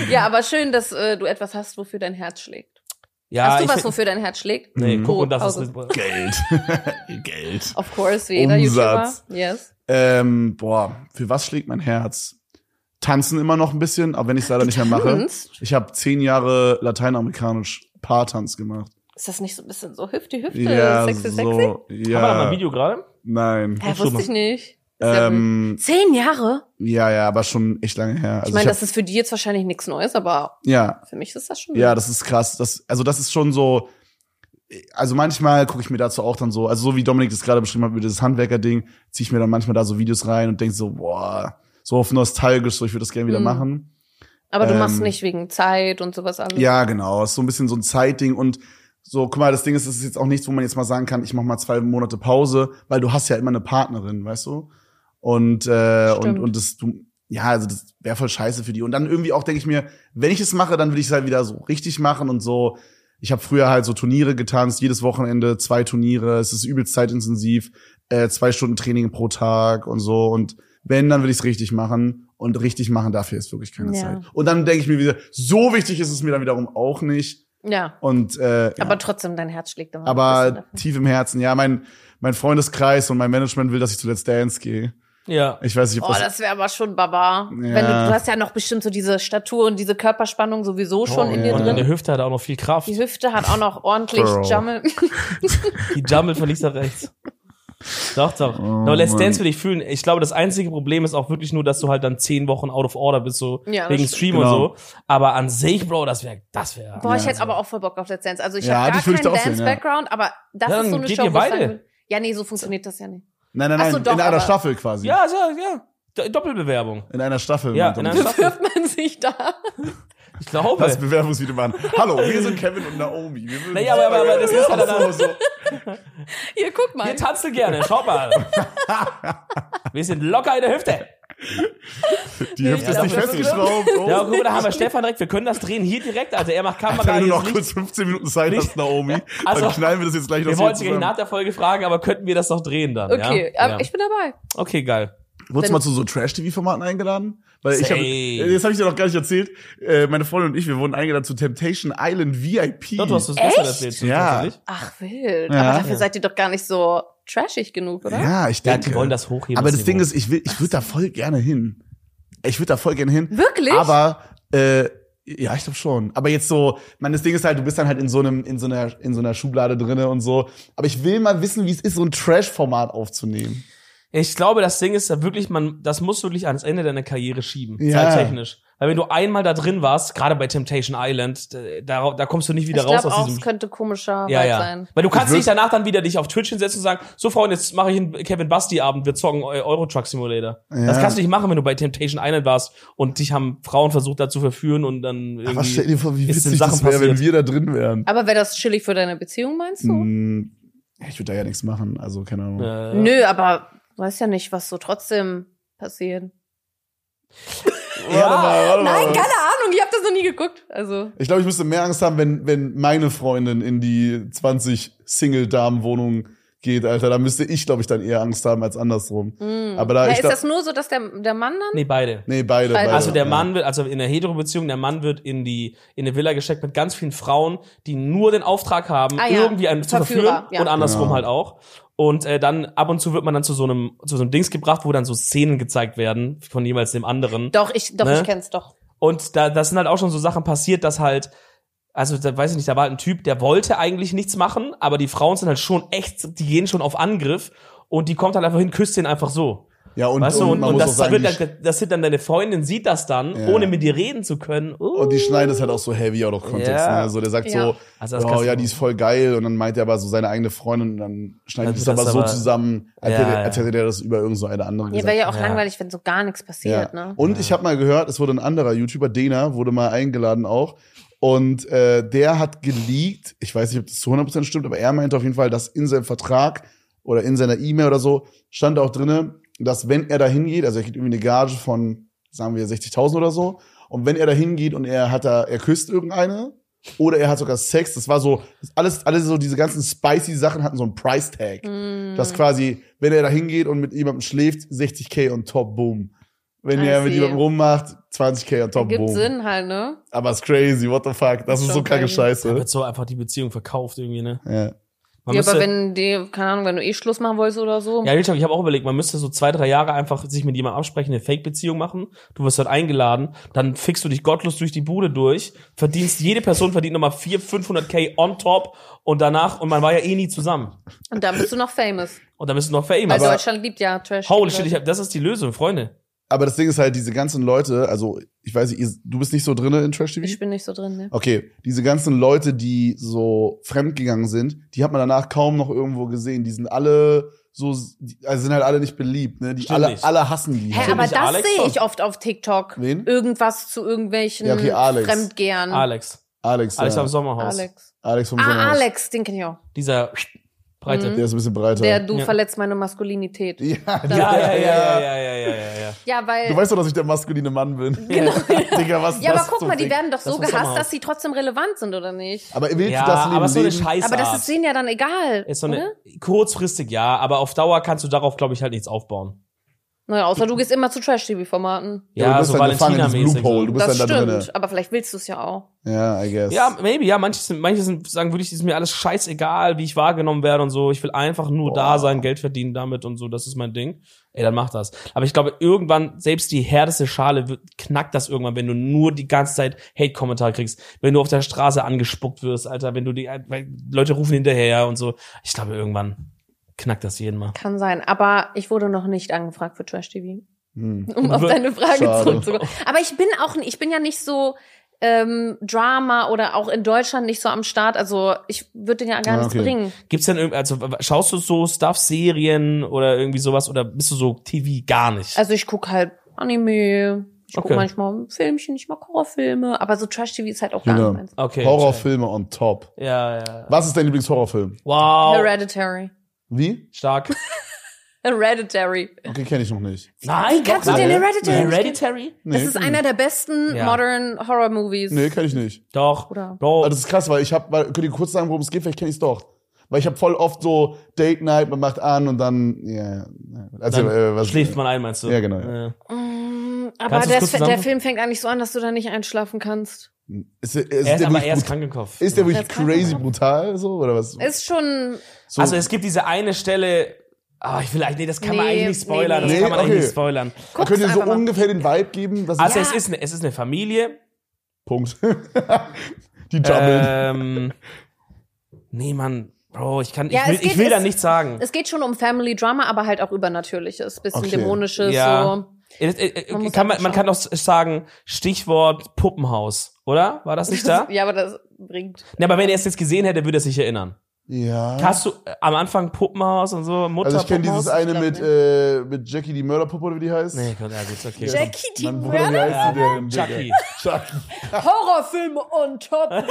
Ja, aber schön, dass äh, du etwas hast, wofür dein Herz schlägt. Ja, hast du ich was, wofür dein Herz schlägt? Nee, Mhm. guck, und das Also- ist Geld. Geld. Of course, wie jeder Umsatz. YouTuber. Yes. Ähm, boah, für was schlägt mein Herz? Tanzen immer noch ein bisschen, aber wenn ich es leider nicht mehr mache. Tanzt? Ich habe zehn Jahre lateinamerikanisch Paartanz gemacht. Ist das nicht so ein bisschen so Hüfte, Hüfte, Ja, sexy, sexy? so. Haben wir da mal ein Ja, Video gerade? nein. Hä, Guck schon wusste ich nicht. Ist ja wild. Ähm, Zehn Jahre? ja, ja, aber schon echt lange her. Also ich meine, hab, das ist für die jetzt wahrscheinlich nichts Neues, aber ja, für mich ist das schon. Ja, das ist krass. Das, also das ist schon so. Also manchmal gucke ich mir dazu auch dann so, also so wie Dominik das gerade beschrieben hat, über dieses Handwerker-Ding, ziehe ich mir dann manchmal da so Videos rein und denke so, boah, so auf nostalgisch, so ich würde das gerne wieder Mhm. machen. aber du machst ähm, nicht wegen Zeit und sowas alles. Ja, genau. Ist so ein bisschen so ein Zeitding und so, guck mal, das Ding ist, es ist jetzt auch nichts, wo man jetzt mal sagen kann, ich mach mal zwei Monate Pause, weil du hast ja immer eine Partnerin, weißt du? Und, äh, Stimmt. und, und das, du, ja, also das wäre voll scheiße für die. Und dann irgendwie auch denke ich mir, wenn ich es mache, dann will ich es halt wieder so richtig machen und so. Ich habe früher halt so Turniere getanzt, jedes Wochenende zwei Turniere, es ist übelst zeitintensiv, äh, zwei Stunden Training pro Tag und so. Und wenn, dann will ich es richtig machen. Und richtig machen dafür ist wirklich keine Ja. Zeit. Und dann denke ich mir wieder, so wichtig ist es mir dann wiederum auch nicht. ja. Und äh, ja. Aber trotzdem, dein Herz schlägt immer. ein bisschen aber dafür. tief im Herzen, ja, mein, mein Freundeskreis und mein Management will, dass ich zu Let's Dance gehe. Ja. Ich weiß nicht, ob Oh, das, das wäre aber schon Baba. Wenn du, Ja. du hast ja noch bestimmt so diese Statur und diese Körperspannung sowieso schon in dir Oh, ja. Und drin. deine Hüfte hat auch noch viel Kraft. Die Hüfte hat auch noch ordentlich Girl. Jammel. Die jummelt von links nach rechts. Doch, doch. Oh, no, Let's Mann. Dance würde ich fühlen. Ich glaube, das einzige Problem ist auch wirklich nur, dass du halt dann zehn Wochen out of order bist, so Ja, das wegen stimmt. Stream Genau. und so. Aber an sich, Bro, das wäre, das wäre. Boah, ich Ja, hätte aber auch voll Bock auf Let's Dance. Also ich Ja, hab hatte habe ich, würd gar ich keinen da auch sehen, ja. Dance-Background, aber das Ja, ist so dann eine geht Show, ihr wo ich sagen beide. will- Ja, nee, so funktioniert das ja nicht. nein, nein, Ach nein, so, doch, in einer aber- Staffel quasi. Ja, ja, ja. Do- Doppelbewerbung. In einer Staffel. Ja, meinte in man. einer Staffel. Wirft man sich da? Ich glaube. Das Bewerbungsvideo machen. Hallo, wir sind Kevin und Naomi. Wir sind Naja, aber, aber, aber das ist halt dann. so, so. Hier, guck mal. Wir tanzen gerne, schaut mal. Wir sind locker in der Hüfte. Die Hüfte ist glaube, nicht das festgeschraubt. Oh. Ja, guck mal, da haben wir Stefan direkt. Wir können das drehen hier direkt. Also er macht Kamera. Wenn du hier noch ist Licht. kurz 15 Minuten Zeit Nicht- hast, Naomi, Also- dann knallen wir das jetzt gleich noch Wir so wollten gleich zusammen. nach der Folge fragen, aber könnten wir das noch drehen dann? Okay, ja? aber ja. ich bin dabei. okay, geil. Wurdest du Wenn- mal zu so Trash-TV-Formaten eingeladen? Weil ich Safe. habe, das habe ich dir noch gar nicht erzählt. Äh, meine Freundin und ich, wir wurden eingeladen zu Temptation Island VIP. Doch, du hast es gestern Echt? erzählt. Ja. tatsächlich. Ach wild. Ja. aber dafür seid ihr doch gar nicht so trashig genug, oder? ja, ich Ja, denke. die wollen das hochheben. aber das Niveau. Ding ist, ich will, ich würde da voll gerne hin. Ich würde da voll gerne hin. Wirklich? Aber äh, ja, ich glaube schon. Aber jetzt so, man, das Ding ist halt, du bist dann halt in so einem, in so einer, in so einer Schublade drinne und so. Aber ich will mal wissen, wie es ist, so ein Trash-Format aufzunehmen. Ich glaube, das Ding ist da wirklich, man, das muss wirklich ans Ende deiner Karriere schieben. Ja. Zeittechnisch. Weil wenn du einmal da drin warst, gerade bei Temptation Island, da- da, da kommst du nicht wieder ich raus glaube aus auch, diesem. es könnte komischer ja, Vibe ja. sein. Weil du kannst würd- nicht danach dann wieder dich auf Twitch hinsetzen und sagen, so Freunde, jetzt mache ich einen Kevin Basti Abend, wir zocken Eu- Euro Truck Simulator. Das Ja. kannst du nicht machen, wenn du bei Temptation Island warst und dich haben Frauen versucht dazu verführen und dann irgendwie. Aber stell dir vor, wie ist den witzig das Sachen wäre, wenn passiert. wir da drin wären. Aber wäre das chillig für deine Beziehung, meinst du? Hm, Ich würde da ja nichts machen, also keine Ahnung. äh, Nö, aber weiß ja nicht, was so trotzdem passiert. Warte mal, Oh. warte mal. Ah, Nein, keine Ahnung, ich habe das noch nie geguckt. Also, Ich glaube, ich müsste mehr Angst haben, wenn, wenn meine Freundin in die 20 Single-Damen-Wohnung geht, Alter. Da müsste ich, glaube ich, dann eher Angst haben als andersrum. mh. Aber da- hm. ja, ich ist glaub- das nur so, dass der, der Mann dann? Nee, beide. Nee, beide. Beide. beide. Also der ja. Mann wird, also in der Hetero-Beziehung, der Mann wird in die in eine Villa gesteckt mit ganz vielen Frauen, die nur den Auftrag haben, Ah, ja. irgendwie einen zu Verführer, verführen ja. und andersrum Genau. halt auch. Und äh, dann ab und zu wird man dann zu so einem zu so einem Dings gebracht, wo dann so Szenen gezeigt werden von jeweils dem anderen. Doch, ich, doch, Ne? ich kenn's doch. Und da das sind halt auch schon so Sachen passiert, dass halt also da weiß ich nicht, da war halt ein Typ, der wollte eigentlich nichts machen, aber die Frauen sind halt schon echt, die gehen schon auf Angriff und die kommt halt einfach hin, küsst den einfach so. Ja, und, Weißt du, und, man und muss das, auch sagen, wird die, dann, das sind dann deine Freundin, sieht das dann, Ja. ohne mit dir reden zu können. Uh. und die schneiden das halt auch so heavy out of context. Ja. Ne? Also der sagt Ja. so, Also das kannst oh du- ja, die ist voll geil. Und dann meint er aber so seine eigene Freundin und dann schneidet Also das, das das aber so aber- zusammen, als, Ja, hätte, ja. als hätte der das über irgend so eine andere Ja, gesagt. wäre ja auch Ja. langweilig, wenn so gar nichts passiert, ne? Und ich habe mal gehört, es wurde ein anderer YouTuber, Dena, wurde mal eingeladen auch. Und äh, der hat geleakt, ich weiß nicht, ob das zu 100% stimmt, aber er meinte auf jeden Fall, dass in seinem Vertrag oder in seiner E-Mail oder so stand auch drinne, dass wenn er da hingeht, also er kriegt irgendwie eine Gage von, sagen wir, 60.000 oder so, und wenn er da hingeht und er hat da, er küsst irgendeine oder er hat sogar Sex, das war so, das alles, alles so diese ganzen spicy Sachen hatten so einen Price Tag. Mm. Dass quasi, wenn er da hingeht und mit jemandem schläft, 60k on top, boom. Wenn I er mit see. jemandem rummacht, 20k on top, Gibt boom. Sinn halt, ne? Aber ist crazy, what the fuck. Das Ist ist, schon so kranke crazy. Da Scheiße. wird so einfach die Beziehung verkauft irgendwie, ne? Ja. Man ja, müsste, aber wenn die, keine Ahnung, wenn du eh Schluss machen wolltest oder so. ja, Nilschak, ich habe auch überlegt, man müsste so zwei, drei Jahre einfach sich mit jemandem absprechen, eine Fake-Beziehung machen. Du wirst dort eingeladen, dann fickst du dich gottlos durch die Bude durch, verdienst, jede Person verdient nochmal 400, 500k on top und danach, und man war ja eh nie zusammen. Und dann bist du noch famous. Und dann bist du noch famous. Weil Aber- Deutschland liebt ja Trash. Holy shit, ich hab, das ist die Lösung, Freunde. Aber das Ding ist halt, diese ganzen Leute, also ich weiß nicht, ihr, du bist nicht so drinne in Trash TV? Ich bin nicht so drin, ne? Okay, diese ganzen Leute, die so fremdgegangen sind, die hat man danach kaum noch irgendwo gesehen. Die sind alle so, die, also sind halt alle nicht beliebt, ne? Die Stimmt alle, nicht. alle hassen die. halt. Hä, Kennt aber nicht das Alex sehe doch? ich oft auf TikTok. Wen? Irgendwas zu irgendwelchen Ja, okay, Alex. Hm, Fremdgehern. Alex. Alex, Alex ja. am Sommerhaus. Mhm. Alex. Alex vom Ah, Sommerhaus. Alex, den kenn ich auch. Dieser breite. Mhm. Der ist ein bisschen breiter. Der, du Ja. verletzt meine Maskulinität. ja, Ja, ja, ja, ja, ja, ja, ja, ja. Ja, weil. Du weißt doch, dass ich der maskuline Mann bin. Genau. Digga, was ja, was aber guck zum mal, die Fick? werden doch so muss man mal gehasst, aus- dass sie trotzdem relevant sind, oder nicht? Aber willst Ja, du das Leben aber so eine leben? Scheiße. Aber das ist denen ja dann egal. Ist so oder? eine, kurzfristig ja, aber auf Dauer kannst du darauf, glaube ich, halt nichts aufbauen. Naja, außer Mhm. du gehst immer zu Trash-TV-Formaten. Ja, du Ja, bist so dann gefangen in diesem Valentina-mäßig. Loophole. Du bist Das dann da stimmt. drinne. Aber vielleicht willst du es ja auch. Ja, I guess. Ja, maybe, ja, manche sind, manche sind, sagen würde ich, ist mir alles scheißegal, wie ich wahrgenommen werde und so. Ich will einfach nur da sein, Geld verdienen damit und so, das ist mein Ding. Ey, dann mach das. Aber ich glaube, irgendwann, selbst die härteste Schale wird, knackt das irgendwann, wenn du nur die ganze Zeit Hate-Kommentare kriegst, wenn du auf der Straße angespuckt wirst, Alter, wenn du die, weil Leute rufen hinterher und so. Ich glaube, irgendwann knackt das jeden Mal. Kann sein, aber ich wurde noch nicht angefragt für Trash TV. Hm. Um auf Wir- deine Frage Schade. zurückzukommen. Aber ich bin auch, n- ich bin ja nicht so ähm, Drama oder auch in Deutschland nicht so am Start. Also ich würde ja gar Ah, nichts okay. bringen. Gibt's denn irgendwie, also w- schaust du so Stuff-Serien oder irgendwie sowas oder bist du so TV gar nicht? Also ich gucke halt Anime, ich guck Okay. gucke manchmal Filmchen, ich mag Horrorfilme, aber so Trash TV ist halt auch gar Genau. nicht meins. okay. Horrorfilme on top. Ja, ja. Was ist dein Lieblingshorrorfilm? Wow. Hereditary. Wie? Stark. Hereditary. Okay, kenne ich noch nicht. Nein, ne? Kannst du den Hereditary? nicht kennen? Hereditary? Das ist einer der besten Ja. modern Horror Movies. Nee, kenne ich nicht. Doch. Oder- Bro, Aber Ah, das ist krass, weil ich habe, könnt ihr kurz sagen, worum es geht? Vielleicht kenne ich es doch. Weil ich habe voll oft so Date Night, man macht an und dann, ja, ja. also, dann äh, was, schläft man ein, meinst du? Äh, Ja, genau, ja. Ja. Mm, Aber das, Kannst du's kurz der zusammenfassen? Film fängt eigentlich so an, dass du da nicht einschlafen kannst. Ist, ist, Er ist der aber wirklich erst brut- krank im Kopf. ist der wirklich Das kann crazy sein. brutal so oder was? Ist schon so, Also es gibt diese eine Stelle. Ah, ich will eigentlich, nee, das kann man Nee, eigentlich nicht spoilern. nee, Das nee. kann man eigentlich Okay. nicht spoilern. guck's könnt ihr so einfach mal. ungefähr den Vibe geben? Das Also Ja. es, ist eine, es ist eine Familie. Punkt. Die Jumble. Ähm, nee, Mann, Bro, ich kann, Ja, ich will, es geht- ich will da es- nichts sagen. Es geht schon um Family Drama, aber halt auch übernatürliches, bisschen Okay. dämonisches Ja. so. Äh, äh, Man äh, muss kann man, einfach man kann auch sagen, Stichwort Puppenhaus, oder? War das nicht da? ja, aber das bringt. Ne, aber wenn er es jetzt gesehen hätte, würde er sich erinnern. ja. Hast du äh, am Anfang Puppenhaus und so, Mutter Also ich kenne dieses Puppenhaus? eine glaub, mit, äh, mit Jackie die Mörderpuppe oder wie die heißt. Nee, Gott, ja gut, okay. Jackie die Mann, Bruder, wie Mörder heißt die denn? Chucky. Chucky. Horrorfilme on top.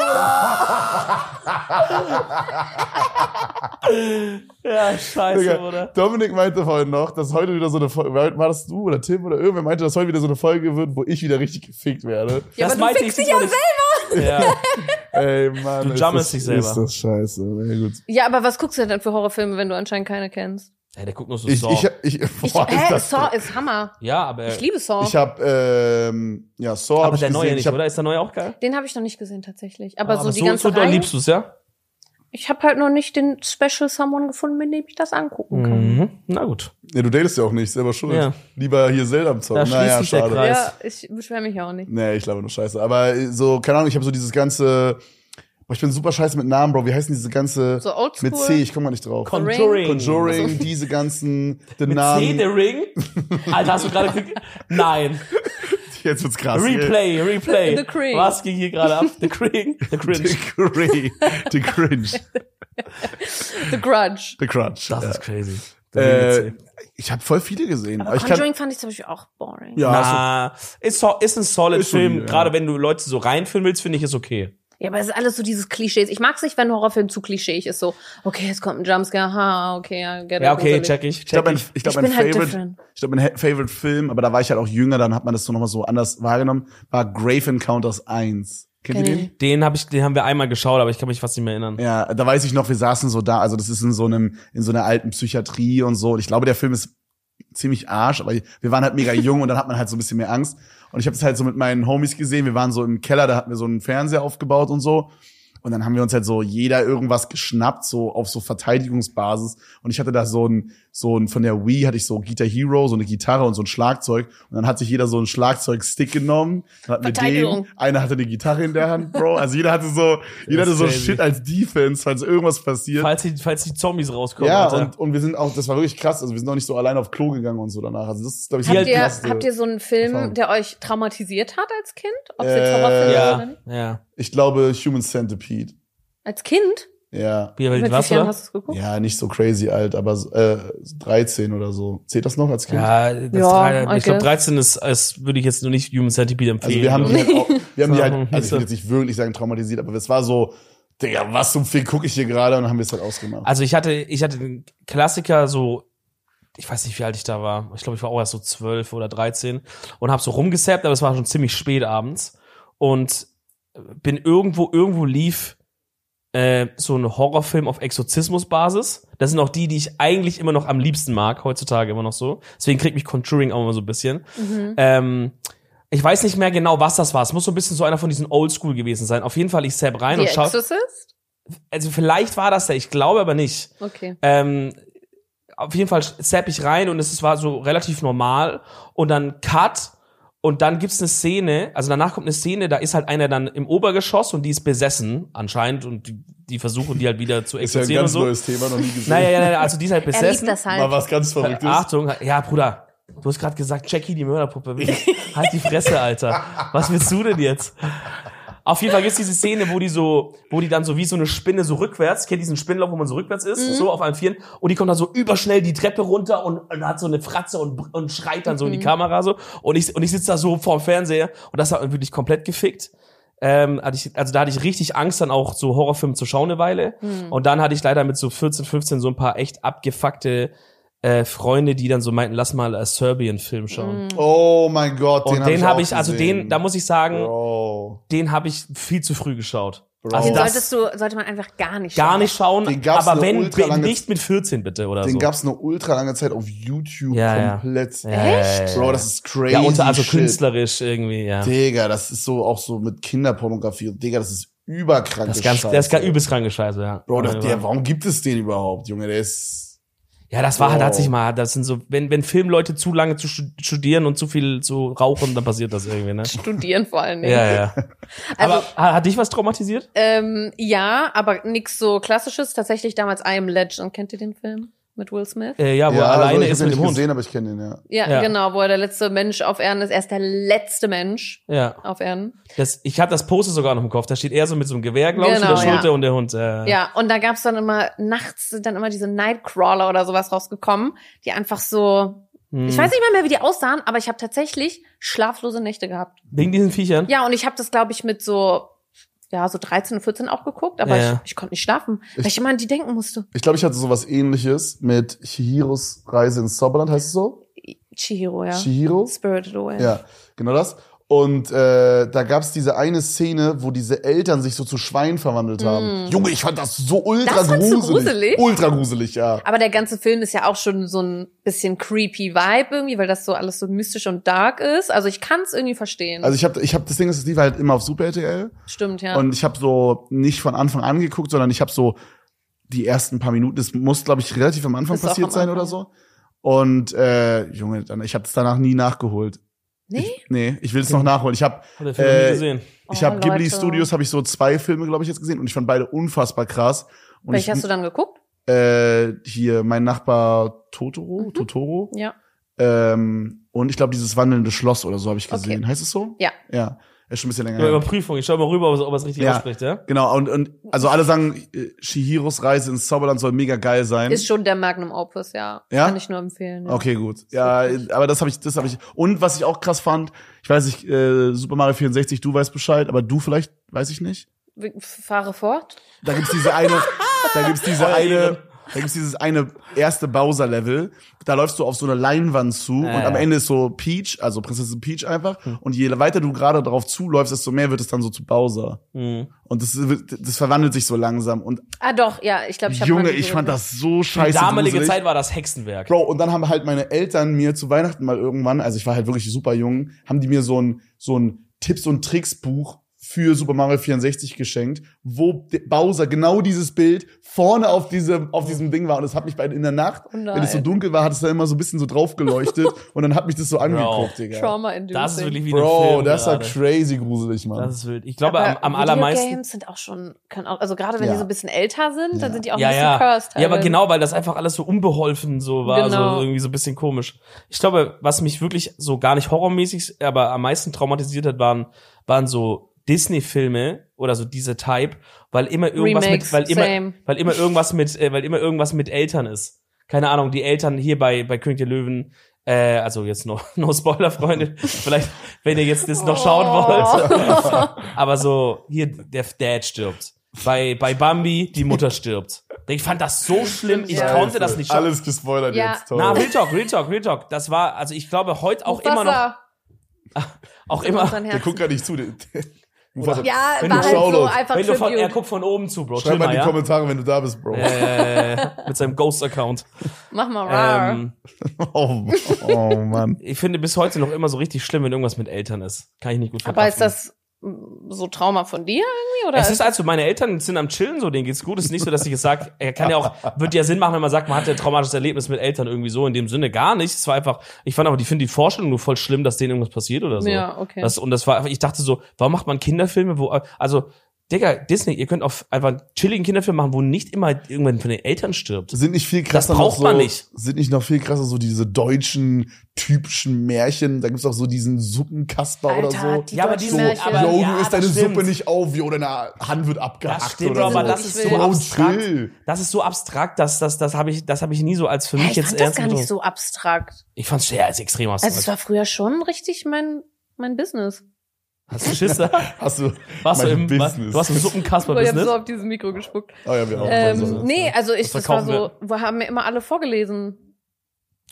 Ja, scheiße, Digga, oder? Dominik meinte vorhin noch, dass heute wieder so eine Folge, war das du oder Tim oder irgendwer meinte, dass heute wieder so eine Folge wird, wo ich wieder richtig gefickt werde. Ja, Das aber du meinte fickst ich dich ja nicht. selber. Ja. Ey, Mann. Du ist jammelst das- dich selber. Ist das scheiße. Ja, gut. Ja, aber was guckst du denn für Horrorfilme, wenn du anscheinend keine kennst? Ey, der guckt nur so Ich, Saw. ich, ich, Ich, boah, ist hä, das- Äh, Saw ist Hammer. ja, aber, Ich liebe Saw. Ich hab, ähm, ja, Saw hab aber ich der gesehen. neue ich nicht, hab, oder? Ist der neue auch geil? den habe ich noch nicht gesehen tatsächlich, Ah, aber, so die so, ganze so doll Reihe. liebst du es, ja? Ich habe halt noch nicht den Special Someone gefunden, mit dem ich das angucken Mm, kann. Mhm. Na gut. Nee, du datest ja auch nicht, selber schuld. Ja. Lieber hier Zelda am Zocken. Da schließt naja, sich der schade. Kreis. Ja, ich beschwere mich ja auch nicht. Nee, ich glaube nur scheiße. Aber äh, so, keine Ahnung, ich habe so dieses ganze. Boah, ich bin super scheiße mit Namen, Bro. Wie heißen diese ganze. So oldschool. Also- mit C, ich komme mal nicht drauf. Con- Conjuring, diese ganzen. Den Mit C, Namen. der Ring? Alter, hast du gerade Glück? Nein. Jetzt wird's krass. Replay, Replay. The Cring. Was ging hier gerade ab? The Cring, The The Cringe. Cringe. The Cringe. The Grudge. The Crunch. Das Ja. ist crazy. Äh, ich habe voll viele gesehen. Aber ich kann, Conjuring fand ich zum Beispiel auch boring. ja, also, so, Na, ist, so, ist ein solid Ist Film. solide, ja. Gerade wenn du Leute so reinführen willst, finde ich es okay. Ja, aber es ist alles so dieses Klischees. Ich mag's nicht, wenn ein Horrorfilm zu klischeeig ist. So, okay, es kommt ein Jumpscare, ha, okay, ja, get Ja, it, okay, gruselig. check ich. ich glaube, Check mein, ich. ich glaub, Ich mein bin halt Favorite, different. ich glaube, mein Ha- Favorite Film, aber da war ich halt auch jünger, dann hat man das so nochmal so anders wahrgenommen, war Grave Encounters 1. Kennt ihr Kenn den? Den, hab ich, den haben wir einmal geschaut, aber ich kann mich fast nicht mehr erinnern. Ja, da weiß ich noch, wir saßen so da, also das ist in so einem, in so einer alten Psychiatrie und so. Und ich glaube, der Film ist ziemlich arsch, aber wir waren halt mega jung und dann hat man halt so ein bisschen mehr Angst. Und ich habe es halt so mit meinen Homies gesehen, wir waren so im Keller, da hatten wir so einen Fernseher aufgebaut und so. Und dann haben wir uns halt so jeder irgendwas geschnappt, so auf so Verteidigungsbasis. Und ich hatte da so ein, so ein, von der Wii hatte ich so Guitar Hero, so eine Gitarre und so ein Schlagzeug. Und dann hat sich jeder so einen Schlagzeugstick genommen. Dann hatten wir Verteidigung. den. Einer hatte eine Gitarre in der Hand, Bro. Also jeder hatte so, jeder hatte so crazy. Shit als Defense, falls irgendwas passiert. Falls die, falls die Zombies rauskommen. ja, Alter. und, und wir sind auch, das war wirklich krass. Also wir sind auch nicht so allein auf Klo gegangen und so danach. Also das ist, glaube ich, Habt halt ihr, krass. habt ihr so einen Film, Erfahrung. der euch traumatisiert hat als Kind? Ob es Äh, jetzt Horrorfilm ist oder ja, nicht? ja. Ich glaube, Human Centipede. Als Kind? Ja. Wie, Mit wie was, vielen oder? hast du es geguckt? Ja, nicht so crazy alt, aber äh, 13 oder so. Zählt das noch als Kind? Ja, das Ja, drei, I ich glaube guess. 13 ist, ist würde ich jetzt nur nicht Human Centipede empfehlen. Also wir haben die glaub halt auch, wir haben die Sagen, halt, also ich so. will jetzt nicht wirklich sagen traumatisiert, aber es war so, Digga, was zum Fick gucke ich hier gerade und dann haben wir es halt ich. ausgemacht. also ich hatte, ich hatte den Klassiker so, ich weiß nicht, wie alt ich da war. Ich glaube, ich war auch erst so 12 oder 13 und habe so rumgesappt, aber es war schon ziemlich spät abends und äh, bin irgendwo, irgendwo lief äh, so ein Horrorfilm auf Exorzismus-Basis. Das sind auch die, die ich eigentlich immer noch am liebsten mag, heutzutage immer noch so. Deswegen kriegt mich Conjuring auch immer so ein bisschen. Mhm. Ähm, ich weiß nicht mehr genau, was das war. Es muss so ein bisschen so einer von diesen Oldschool gewesen sein. Auf jeden Fall, ich zapp rein The und schau. Exorcist? Also vielleicht war das der, ich glaube aber nicht. Okay. Ähm, auf jeden Fall zapp ich rein und es war so relativ normal. Und dann Cut. Und dann gibt's eine Szene, also danach kommt eine Szene, da ist halt einer dann im Obergeschoss und die ist besessen anscheinend und die, die versuchen die halt wieder zu ist ja ein exorzieren und ganz so. neues Thema, noch nie gesehen. Naja, ja, ja, also die ist halt Er liebt besessen. das Mal halt. was ganz Verrücktes. Achtung, ja, Bruder. Du hast gerade gesagt, Jackie die Mörderpuppe. halt die Fresse, Alter. Was willst du denn jetzt? Auf jeden Fall gibt's diese Szene, wo die so, wo die dann so wie so eine Spinne so rückwärts, kennt diesen Spinnenlauf, wo man so rückwärts ist, so auf allen Vieren, und die kommt dann so überschnell die Treppe runter und, und hat so eine Fratze und, und schreit dann so in die Kamera so. Und ich, und ich sitze da so vorm Fernseher und das hat mich wirklich komplett gefickt. Ähm, hatte ich, also da hatte ich richtig Angst, dann auch so Horrorfilme zu schauen eine Weile. Und dann hatte ich leider mit so 14, 15 so ein paar echt abgefuckte äh, Freunde, die dann so meinten, lass mal einen Serbien-Film Mhm. schauen. Oh mein Gott, Und den, den hab habe ich, auch also gesehen. den, da muss ich sagen, Bro. den habe ich viel zu früh geschaut. Bro. Also Den das solltest du, sollte man einfach gar nicht gar schauen. nicht schauen, Den gab's aber eine wenn, ultra wenn lange- nicht mit 14 bitte oder Den so. gab's eine ultra lange Zeit auf YouTube Also. Ja, ja. komplett. Ja, ja, ja, Bro, ja. das ist crazy. ja, unter also shit. künstlerisch irgendwie, ja. Digga, das ist so auch so mit Kinderpornografie. Und Digga, das ist überkrank. Das ist ganz, das ist ganz übelst kranke Scheiße, ja. Bro, ja, das, der, warum gibt es den überhaupt, Junge? Der ist. ja, das war, da hat sich Wow. mal, das sind so, wenn, wenn Filmleute zu lange zu stu- studieren und zu viel zu rauchen, dann passiert das irgendwie, ne? Studieren vor allen Dingen. Ja, ja. Also, aber ha- hat dich was traumatisiert? ähm, ja, aber nix so klassisches. Tatsächlich damals I Am Legend. Kennt ihr den Film mit Will Smith? Äh, ja, wo er also alleine ich hab ist den mit dem nicht Hund. gesehen, aber ich kenne den, ja. Ja, Ja. genau, wo er der letzte Mensch auf Erden ist. Er ist der letzte Mensch Ja, auf Erden. das, ich habe das Poster sogar noch im Kopf. Da steht er so mit so einem Gewehr, glaube ich, Genau, in der ja. Schulter und der Hund. Äh, Ja, und da gab's dann immer, nachts sind dann immer diese Nightcrawler oder sowas rausgekommen, die einfach so, hm. ich weiß nicht mal mehr, wie die aussahen, aber ich habe tatsächlich schlaflose Nächte gehabt. Wegen diesen Viechern? Ja, und ich habe das, glaube ich, mit so, ja, so 13, 14 auch geguckt, aber Ja. ich, ich konnte nicht schlafen, weil ich immer an die denken musste. Ich glaube, ich hatte sowas ähnliches mit Chihiros Reise ins Zauberland, heißt es so? Chihiro, ja. Chihiro? Spirited Away. Ja, genau das. Und äh, da gab's diese eine Szene, wo diese Eltern sich so zu Schwein verwandelt haben. Junge, ich fand das so Mm. ultra Das fandst du gruselig. gruselig? Ultra gruselig, ja. Aber der ganze Film ist ja auch schon so ein bisschen creepy Vibe irgendwie, weil das so alles so mystisch und dark ist. Also ich kann's irgendwie verstehen. Also ich habe ich hab, das Ding ist, das lief halt immer auf Super RTL. Stimmt, ja. Und ich habe so nicht von Anfang an geguckt, sondern ich habe so die ersten paar Minuten, das muss, glaube ich, relativ am Anfang Ist auch passiert am sein Anfang, oder so. Und äh, Junge, dann, ich habe es danach nie nachgeholt. Nee? Ich, nee, ich will es noch nachholen. Ich habe Hat der Film noch nie Äh, gesehen. ich Oh, hab Ghibli Leute. Studios, habe ich so zwei Filme, glaube ich, jetzt gesehen und ich fand beide unfassbar krass. Und Welche ich, hast du dann geguckt? äh, hier mein Nachbar Totoro, Totoro. Mhm. Ja. Ähm, und ich glaube, dieses wandelnde Schloss oder so habe ich gesehen. Heißt es so? Ja. Ja. Ist schon ein bisschen länger. Ja. her. Überprüfung, ich schau mal rüber, ob es- ob es richtig Ja. ausspricht, ja? Genau, und, und also alle sagen, äh, Shihiros Reise ins Zauberland soll mega geil sein. Ist schon der Magnum Opus, ja. Ähm, Ja? Kann ich nur empfehlen. Ja. Okay, gut. Ja, äh, aber das habe ich, das habe ich. Und was ich auch krass fand, ich weiß nicht, äh, Super Mario 64, du weißt Bescheid, aber du vielleicht, weiß ich nicht. W- Fahre fort. Da gibt's diese eine, da gibt's diese eine, da gibt's dieses eine erste Bowser-Level. Da läufst du auf so eine Leinwand zu und Äh. am Ende ist so Peach, also Prinzessin Peach einfach. Hm. Und je weiter du gerade drauf zuläufst, desto mehr wird es dann so zu Bowser. Mhm. Und das, das verwandelt sich so langsam. Und Ah doch, ja, ich glaube, ich habe Junge, ich fand das so Die scheiße. damalige gruselig. Zeit war das Hexenwerk. Bro, und dann haben halt meine Eltern mir zu Weihnachten mal irgendwann, also ich war halt wirklich super jung, haben die mir so ein, so ein Tipps- und Tricks-Buch für Super Mario 64 geschenkt, wo de- Bowser genau dieses Bild vorne auf diese, auf diesem Ding war und es hat mich bei, in der Nacht, Oh nein. wenn es so dunkel war, hat es da immer so ein bisschen so drauf geleuchtet und dann hat mich das so angeguckt, Digga. Trauma in Das ist wirklich wie ein Bro, Film das war gerade. crazy gruselig, Das Mann. ist wild. Ich glaube, am, am allermeisten. Games sind auch schon, können auch, also gerade wenn Ja. die so ein bisschen älter sind, dann sind die auch Ja, ein bisschen ja. cursed. ja, aber teilweise. genau, weil das einfach alles so unbeholfen so war, Genau. so irgendwie so ein bisschen komisch. Ich glaube, was mich wirklich so gar nicht horrormäßig, aber am meisten traumatisiert hat, waren, waren so Disney-Filme oder so diese Type, weil immer irgendwas Remakes, mit, weil immer, same. weil immer irgendwas mit, äh, weil immer irgendwas mit Eltern ist. Keine Ahnung, die Eltern hier bei, bei König der Löwen, äh, also jetzt no, no Spoiler, Freunde. Vielleicht, wenn ihr jetzt das noch schauen Oh. wollt. Aber so, hier, der Dad stirbt. Bei, bei Bambi, die Mutter stirbt. Ich fand das so schlimm, ich Ja. konnte das nicht schauen. Alles gespoilert Ja. jetzt, toll. Na, Real Talk, Real Talk, Real Talk. Das war, also ich glaube, heute auch immer noch, Mufasa auch in immer, unseren Der Herzen. guckt gerade nicht zu. Der, der, Mufasa, Ja, Wenn war halt du so Shoutout- einfach wenn du von, Tribute. er guckt von oben zu, Bro. schreib Chill mal in die mal, ja? Kommentare, wenn du da bist, Bro. äh, mit seinem Ghost-Account. Mach mal rar. Ähm, Oh, oh Mann. ich finde bis heute noch immer so richtig schlimm, wenn irgendwas mit Eltern ist. Kann ich nicht gut aber ist verkraften. das mm, so Trauma von dir irgendwie? Oder Es ist also, meine Eltern sind am Chillen, so denen geht's gut. Es ist nicht so, dass ich jetzt sage, er kann ja auch, wird ja Sinn machen, wenn man sagt, man hatte ein traumatisches Erlebnis mit Eltern irgendwie so. In dem Sinne gar nicht. Es war einfach, ich fand aber, die finden die Vorstellung nur voll schlimm, dass denen irgendwas passiert oder so. Ja, okay. Das, und das war, einfach- ich dachte so, warum macht man Kinderfilme, wo, also, Digga, Disney, ihr könnt auf einfach einen chilligen Kinderfilm machen, wo nicht immer irgendwann von den Eltern stirbt. Sind nicht viel krasser braucht noch so, man nicht. Sind nicht noch viel krasser so diese deutschen typischen Märchen. Da gibt's auch so diesen Suppenkasper oder Alter, so. die Ja, aber deutschen die so, sind- Märchen. aber- yo, du ja, isst deine das stimmt. Suppe nicht auf, yo, deine Hand wird abgehackt Das stimmt, oder so. aber das ist so Bro, abstrakt. chill. Das ist so abstrakt, dass das, das habe ich, das habe ich nie so als für Hä, mich ich jetzt fand das gar genommen. nicht so abstrakt. Ich fand's sehr als extrem abstrakt. Also es war früher schon richtig mein mein Business. Hast du Schiss da? Hast du, oh Warst du Mein im, war, Business. du warst im ich habe Suppenkasper-Business? so auf dieses Mikro gespuckt. oh ja, wir auch. Ähm, Also, nee, also ich, Das das war verkaufen so, wir haben mir immer alle vorgelesen.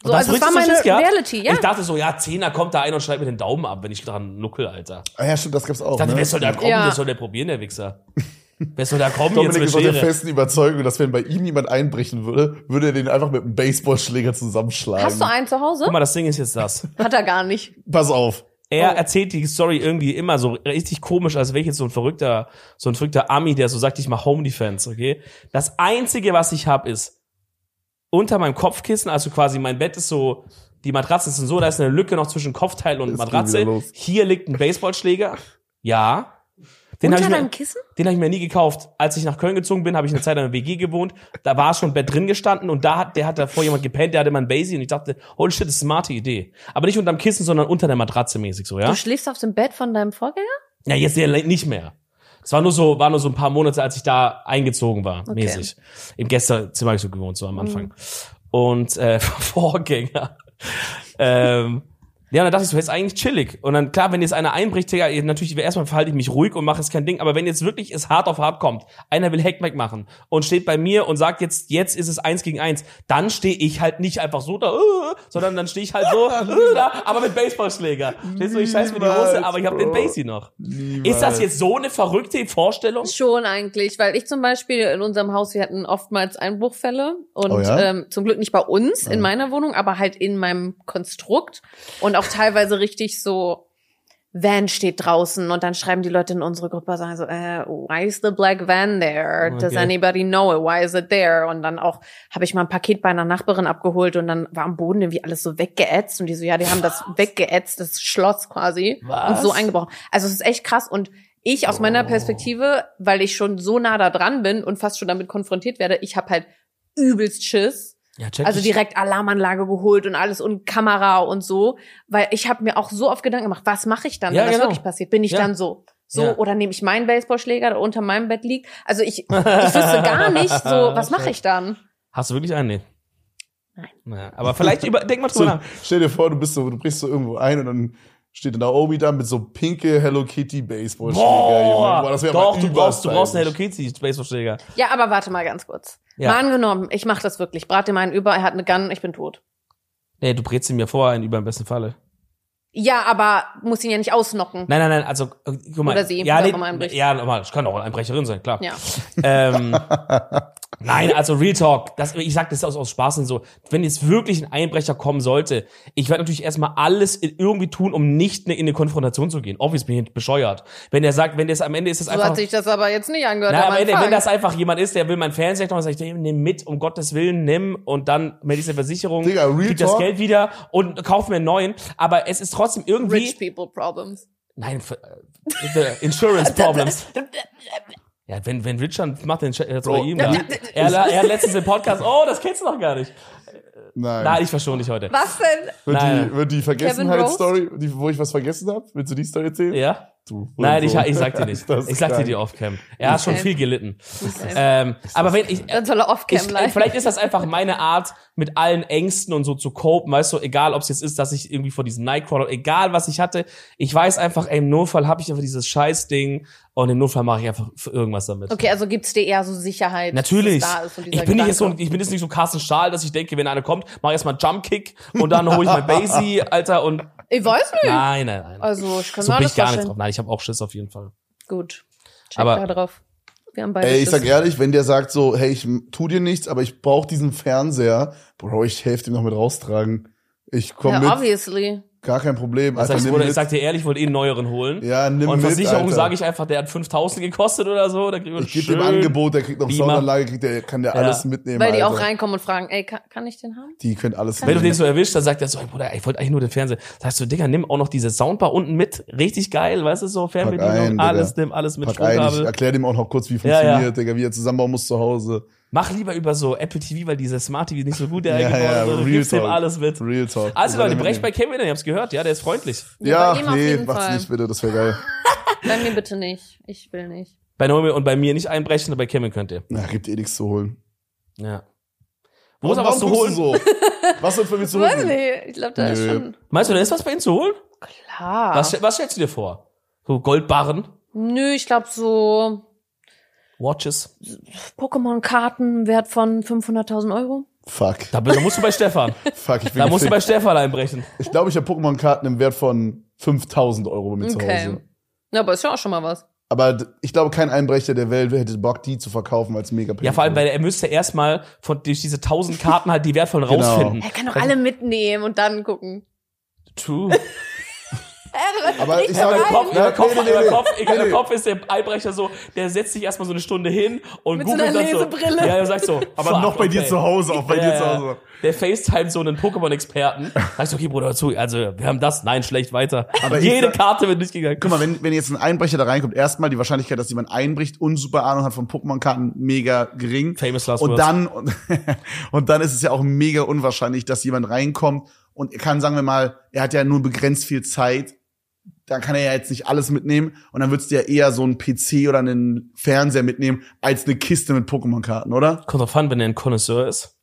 So, also es richtig war so einen meine Schiss gehabt? Reality, ja. Ich dachte so, ja, Zehner kommt da einer und schneidet mir den Daumen ab, wenn ich dran nuckel, Alter. Ich Ah, ja, stimmt, das gab's auch. dachte, ne? wer soll da kommen? Ja. Wer soll der probieren, der Wichser? Wer soll da kommen jetzt Dominik mit ist aus der Schere? festen Überzeugung, dass wenn bei ihm jemand einbrechen würde, würde er den einfach mit einem Baseballschläger zusammenschlagen. Hast du einen zu Hause? ähm, Guck mal, das Ding ist jetzt das. Hat er gar nicht. Pass auf. Er erzählt die Story irgendwie immer so richtig komisch, als wäre ich jetzt so ein verrückter, so ein verrückter Ami, der so sagt, ich mach Home Defense, okay? Das einzige, was ich habe, ist unter meinem Kopfkissen, also quasi mein Bett ist so, die Matratze ist so, da ist eine Lücke noch zwischen Kopfteil und Es geht Matratze. wieder los. Hier liegt ein Baseballschläger. Ja. Den Unter habe ich, mir- deinem Kissen? den hab ich mir nie gekauft. Als ich nach Köln gezogen bin, habe ich eine Zeit lang in der WG gewohnt. Da war schon ein Bett drin gestanden und da hat, der hat davor jemand gepennt, der hatte mal einen Basie und ich dachte, holy shit, das ist eine smarte Idee. Aber nicht unterm Kissen, sondern unter der Matratze mäßig so, ja? Du schläfst auf dem Bett von deinem Vorgänger? Ja, jetzt ja le- nicht mehr. Es war nur so, war nur so ein paar Monate, als ich da eingezogen war, Okay. mäßig. Im Gästezimmer hab ich so gewohnt, so am Anfang. Und äh, Vorgänger. ähm, ja, und dann dachte ich so, jetzt eigentlich chillig. Und dann, klar, wenn jetzt einer einbricht, Digga, eh, natürlich, erstmal verhalte ich mich ruhig und mache jetzt kein Ding. Aber wenn jetzt wirklich es hart auf hart kommt, einer will Hackback machen und steht bei mir und sagt jetzt, jetzt ist es eins gegen eins, dann stehe ich halt nicht einfach so da, äh, sondern dann stehe ich halt so äh, da, aber mit Baseballschläger. Stehst du, ich scheiß mir die Hose, Niemals, aber ich habe den Bro. Basie noch. Niemals. Ist das jetzt so eine verrückte Vorstellung? Schon eigentlich, weil ich zum Beispiel in unserem Haus, wir hatten oftmals Einbruchfälle und Oh ja? ähm, zum Glück nicht bei uns in meiner Wohnung, aber halt in meinem Konstrukt und auch teilweise richtig so Van steht draußen und dann schreiben die Leute in unsere Gruppe sagen so äh, why is the black van there does Okay. anybody know it why is it there und dann auch habe ich mal ein Paket bei einer Nachbarin abgeholt und dann war am Boden irgendwie alles so weggeätzt und die so ja die haben das weggeätzt das Schloss quasi Was? und so eingebrochen also es ist echt krass und ich aus Oh. meiner Perspektive, weil ich schon so nah da dran bin und fast schon damit konfrontiert werde, ich habe halt übelst Schiss. Ja, check Also direkt Alarmanlage geholt und alles und Kamera und so, weil ich habe mir auch so oft Gedanken gemacht, was mache ich dann, Ja, wenn genau. das wirklich passiert? Bin ich Ja. dann so? So, Ja. oder nehme ich meinen Baseballschläger, der unter meinem Bett liegt? Also ich, ich wüsste gar nicht so, was mache ich dann? Hast du wirklich einen? Nee. Nein. Ja, aber vielleicht über, denk mal drüber So, nach. stell dir vor, du bist so, du brichst so irgendwo ein und dann steht da Naomi da mit so pinke Hello Kitty Baseballschläger. Junge. Boah, das wär Doch, mal du brauchst, du brauchst einen Hello überstylisch. Kitty Baseballschläger. Ja, aber warte mal ganz kurz. Ja. Mal angenommen, ich mache das wirklich, brate ihm einen über, er hat eine Gun, ich bin tot. Nee, du brätst ihn mir vorher ein, über im besten Falle. Ja, aber muss ihn ja nicht ausnocken. Nein, nein, nein, also, äh, guck mal. Oder sie, ja, wer nee, auch immer einbricht. ja, normal, ich kann auch eine Einbrecherin sein, klar. Ja. Ähm, nein, also Real Talk. Das, ich sag das aus, aus Spaß und so. Wenn jetzt wirklich ein Einbrecher kommen sollte, ich werde natürlich erstmal alles in- irgendwie tun, um nicht in eine Konfrontation zu gehen. Obvious bin ich bescheuert. Wenn er sagt, wenn das am Ende ist das So einfach. hat sich das aber jetzt nicht angehört. Na, am aber wenn, Anfang. wenn das einfach jemand ist, der will meinen Fernseher noch, dann sag ich, ey, nimm mit, um Gottes Willen, nimm und dann mit dieser Versicherung Digga, Real kriegt das Talk. Geld wieder und kauf mir einen neuen. Aber es ist trotzdem irgendwie. Rich people problems. Nein, für- äh, the Insurance Problems. Ja, wenn, wenn Richard macht den Chat jetzt bei ihm da. Er, er hat letztens im Podcast, oh, das kennst du noch gar nicht. Nein. Nein, ich verschone dich heute. Was denn? Wird Nein. die, wird die Vergessenheitsstory, die, wo ich was vergessen habe? Willst du die Story erzählen? Ja? Du, Nein, ich, Hurensohn. ich sag dir nicht. Das ist Ich sag dir krank. die Off-Cam. Er hat schon Okay. viel gelitten. Okay. Ähm, aber wenn ich, Dann soll er off-cam ich, bleiben. vielleicht ist das einfach meine Art, mit allen Ängsten und so zu copen, weißt du, egal ob es jetzt ist, dass ich irgendwie vor diesem Nightcrawler, egal was ich hatte, ich weiß einfach, ey, im Notfall habe ich einfach dieses Scheißding und im Notfall mache ich einfach für irgendwas damit. Okay, also gibt's dir eher so Sicherheit, Natürlich. dass es da ist und dieser ich, bin nicht Gedanke. jetzt so, ich bin jetzt nicht so Carsten Stahl, dass ich denke, wenn einer kommt, mach erstmal einen Jump-Kick und dann hole ich mein Basie, Alter, und Ich weiß nicht. nein, nein, nein. Also, ich kann so mir bin alles ich gar nicht vorstellen. drauf. Nein, ich habe auch Schiss auf jeden Fall. Gut. Check Aber- da drauf. Wir haben beide Ey, ich Schiss. sag ehrlich, wenn der sagt so, hey, ich m- tu dir nichts, aber ich brauch diesen Fernseher, Bro, ich helfe dem noch mit raustragen. Ich komm ja, mit, obviously. gar kein Problem. Ich Alter, sag, nimm Bruder, mit. ich sag dir ehrlich, ich wollte eh einen neueren holen. ja, nimm und mit, Versicherung Alter. sage ich einfach, der hat 5000 gekostet oder so. Da kriegen wir Ich gebe schön- dem Angebot, der kriegt noch Beamer. Soundanlage, kriegt der, kann der Ja. alles mitnehmen. Weil die auch Alter. reinkommen und fragen, ey, kann, kann ich den haben? Die können alles Wenn du den mitnehmen. so erwischst, dann sagt er so, ey, Bruder, ich wollte eigentlich nur den Fernseher. Sagst du, Digga, nimm auch noch diese Soundbar unten mit. Richtig geil, weißt du, so Fernbedienung, ein, alles, Digga. nimm alles mit Pack ein, ich Stromkabel. erklär dem auch noch kurz, wie Ja, funktioniert, ja. Digga, wie er zusammenbauen muss zu Hause. Mach lieber über so Apple TV, weil diese Smart TV nicht so gut der Ja, eingebaut ja, ist. Also, du Real gibst dem Talk. alles mit. Real Talk. Also Leute, Das soll er brecht bei mitnehmen. Kevin, an, ich hab's gehört, ja, der ist freundlich. bei ihm Ja, auf nee, jeden mach's Fall. nicht bitte, das wäre geil. Bei mir bitte nicht. Ich will nicht. Bei Naomi und bei mir nicht einbrechen, aber bei Kevin könnt ihr. Na, gibt eh nichts zu holen. Ja. Wo ist aber was Warum zu guckst holen? du So? Was soll für mich zu Weiß holen? nicht. Ich glaube, da ist Nö. schon Meinst du, da ist was bei ihnen zu holen? klar. Ah. Was, stell- was stellst du dir vor? So Goldbarren, Nö, ich glaube so Watches. Pokémon-Karten wert von 500.000 Euro. Fuck. Da, bist- da musst du bei Stefan. Fuck, ich bin Da musst du bei gefickt. Stefan einbrechen. Ich glaube, ich habe Pokémon-Karten im Wert von 5000 Euro bei mir zu Okay. Hause. Ja, aber ist ja auch schon mal was. Aber d- ich glaube, kein Einbrecher der Welt hätte Bock, die zu verkaufen als mega Ja, vor allem, weil er müsste erstmal von durch diese tausend Karten halt die wertvollen Genau. rausfinden. Er kann doch alle mitnehmen und dann gucken. True. Aber ich Ja, sage, Über Kopf, über Ja, Kopf, nee, nee, über nee. Kopf, Nee, über nee. Kopf ist der Einbrecher so, der setzt sich erstmal so eine Stunde hin und Mit so googelt einer dann so. Lesebrille. Ja, er sagt so. Aber fuck, noch bei dir okay. zu Hause, auch bei Ja, dir zu ja. Hause. Der FaceTime so einen Pokémon-Experten. Sagst du, okay, Bruder, hör zu, also wir haben das, nein, schlecht weiter. Aber ich Jede sag- Karte wird nicht gegangen. Guck mal, wenn, wenn jetzt ein Einbrecher da reinkommt, erstmal die Wahrscheinlichkeit, dass jemand einbricht und super Ahnung hat von Pokémon-Karten, mega gering. Famous last und words. dann und, und dann ist es ja auch mega unwahrscheinlich, dass jemand reinkommt und er kann, sagen wir mal, er hat ja nur begrenzt viel Zeit. Da kann er ja jetzt nicht alles mitnehmen und dann würdest du ja eher so einen PC oder einen Fernseher mitnehmen als eine Kiste mit Pokémon-Karten, oder? Kommt drauf an, wenn er ein Connoisseur ist.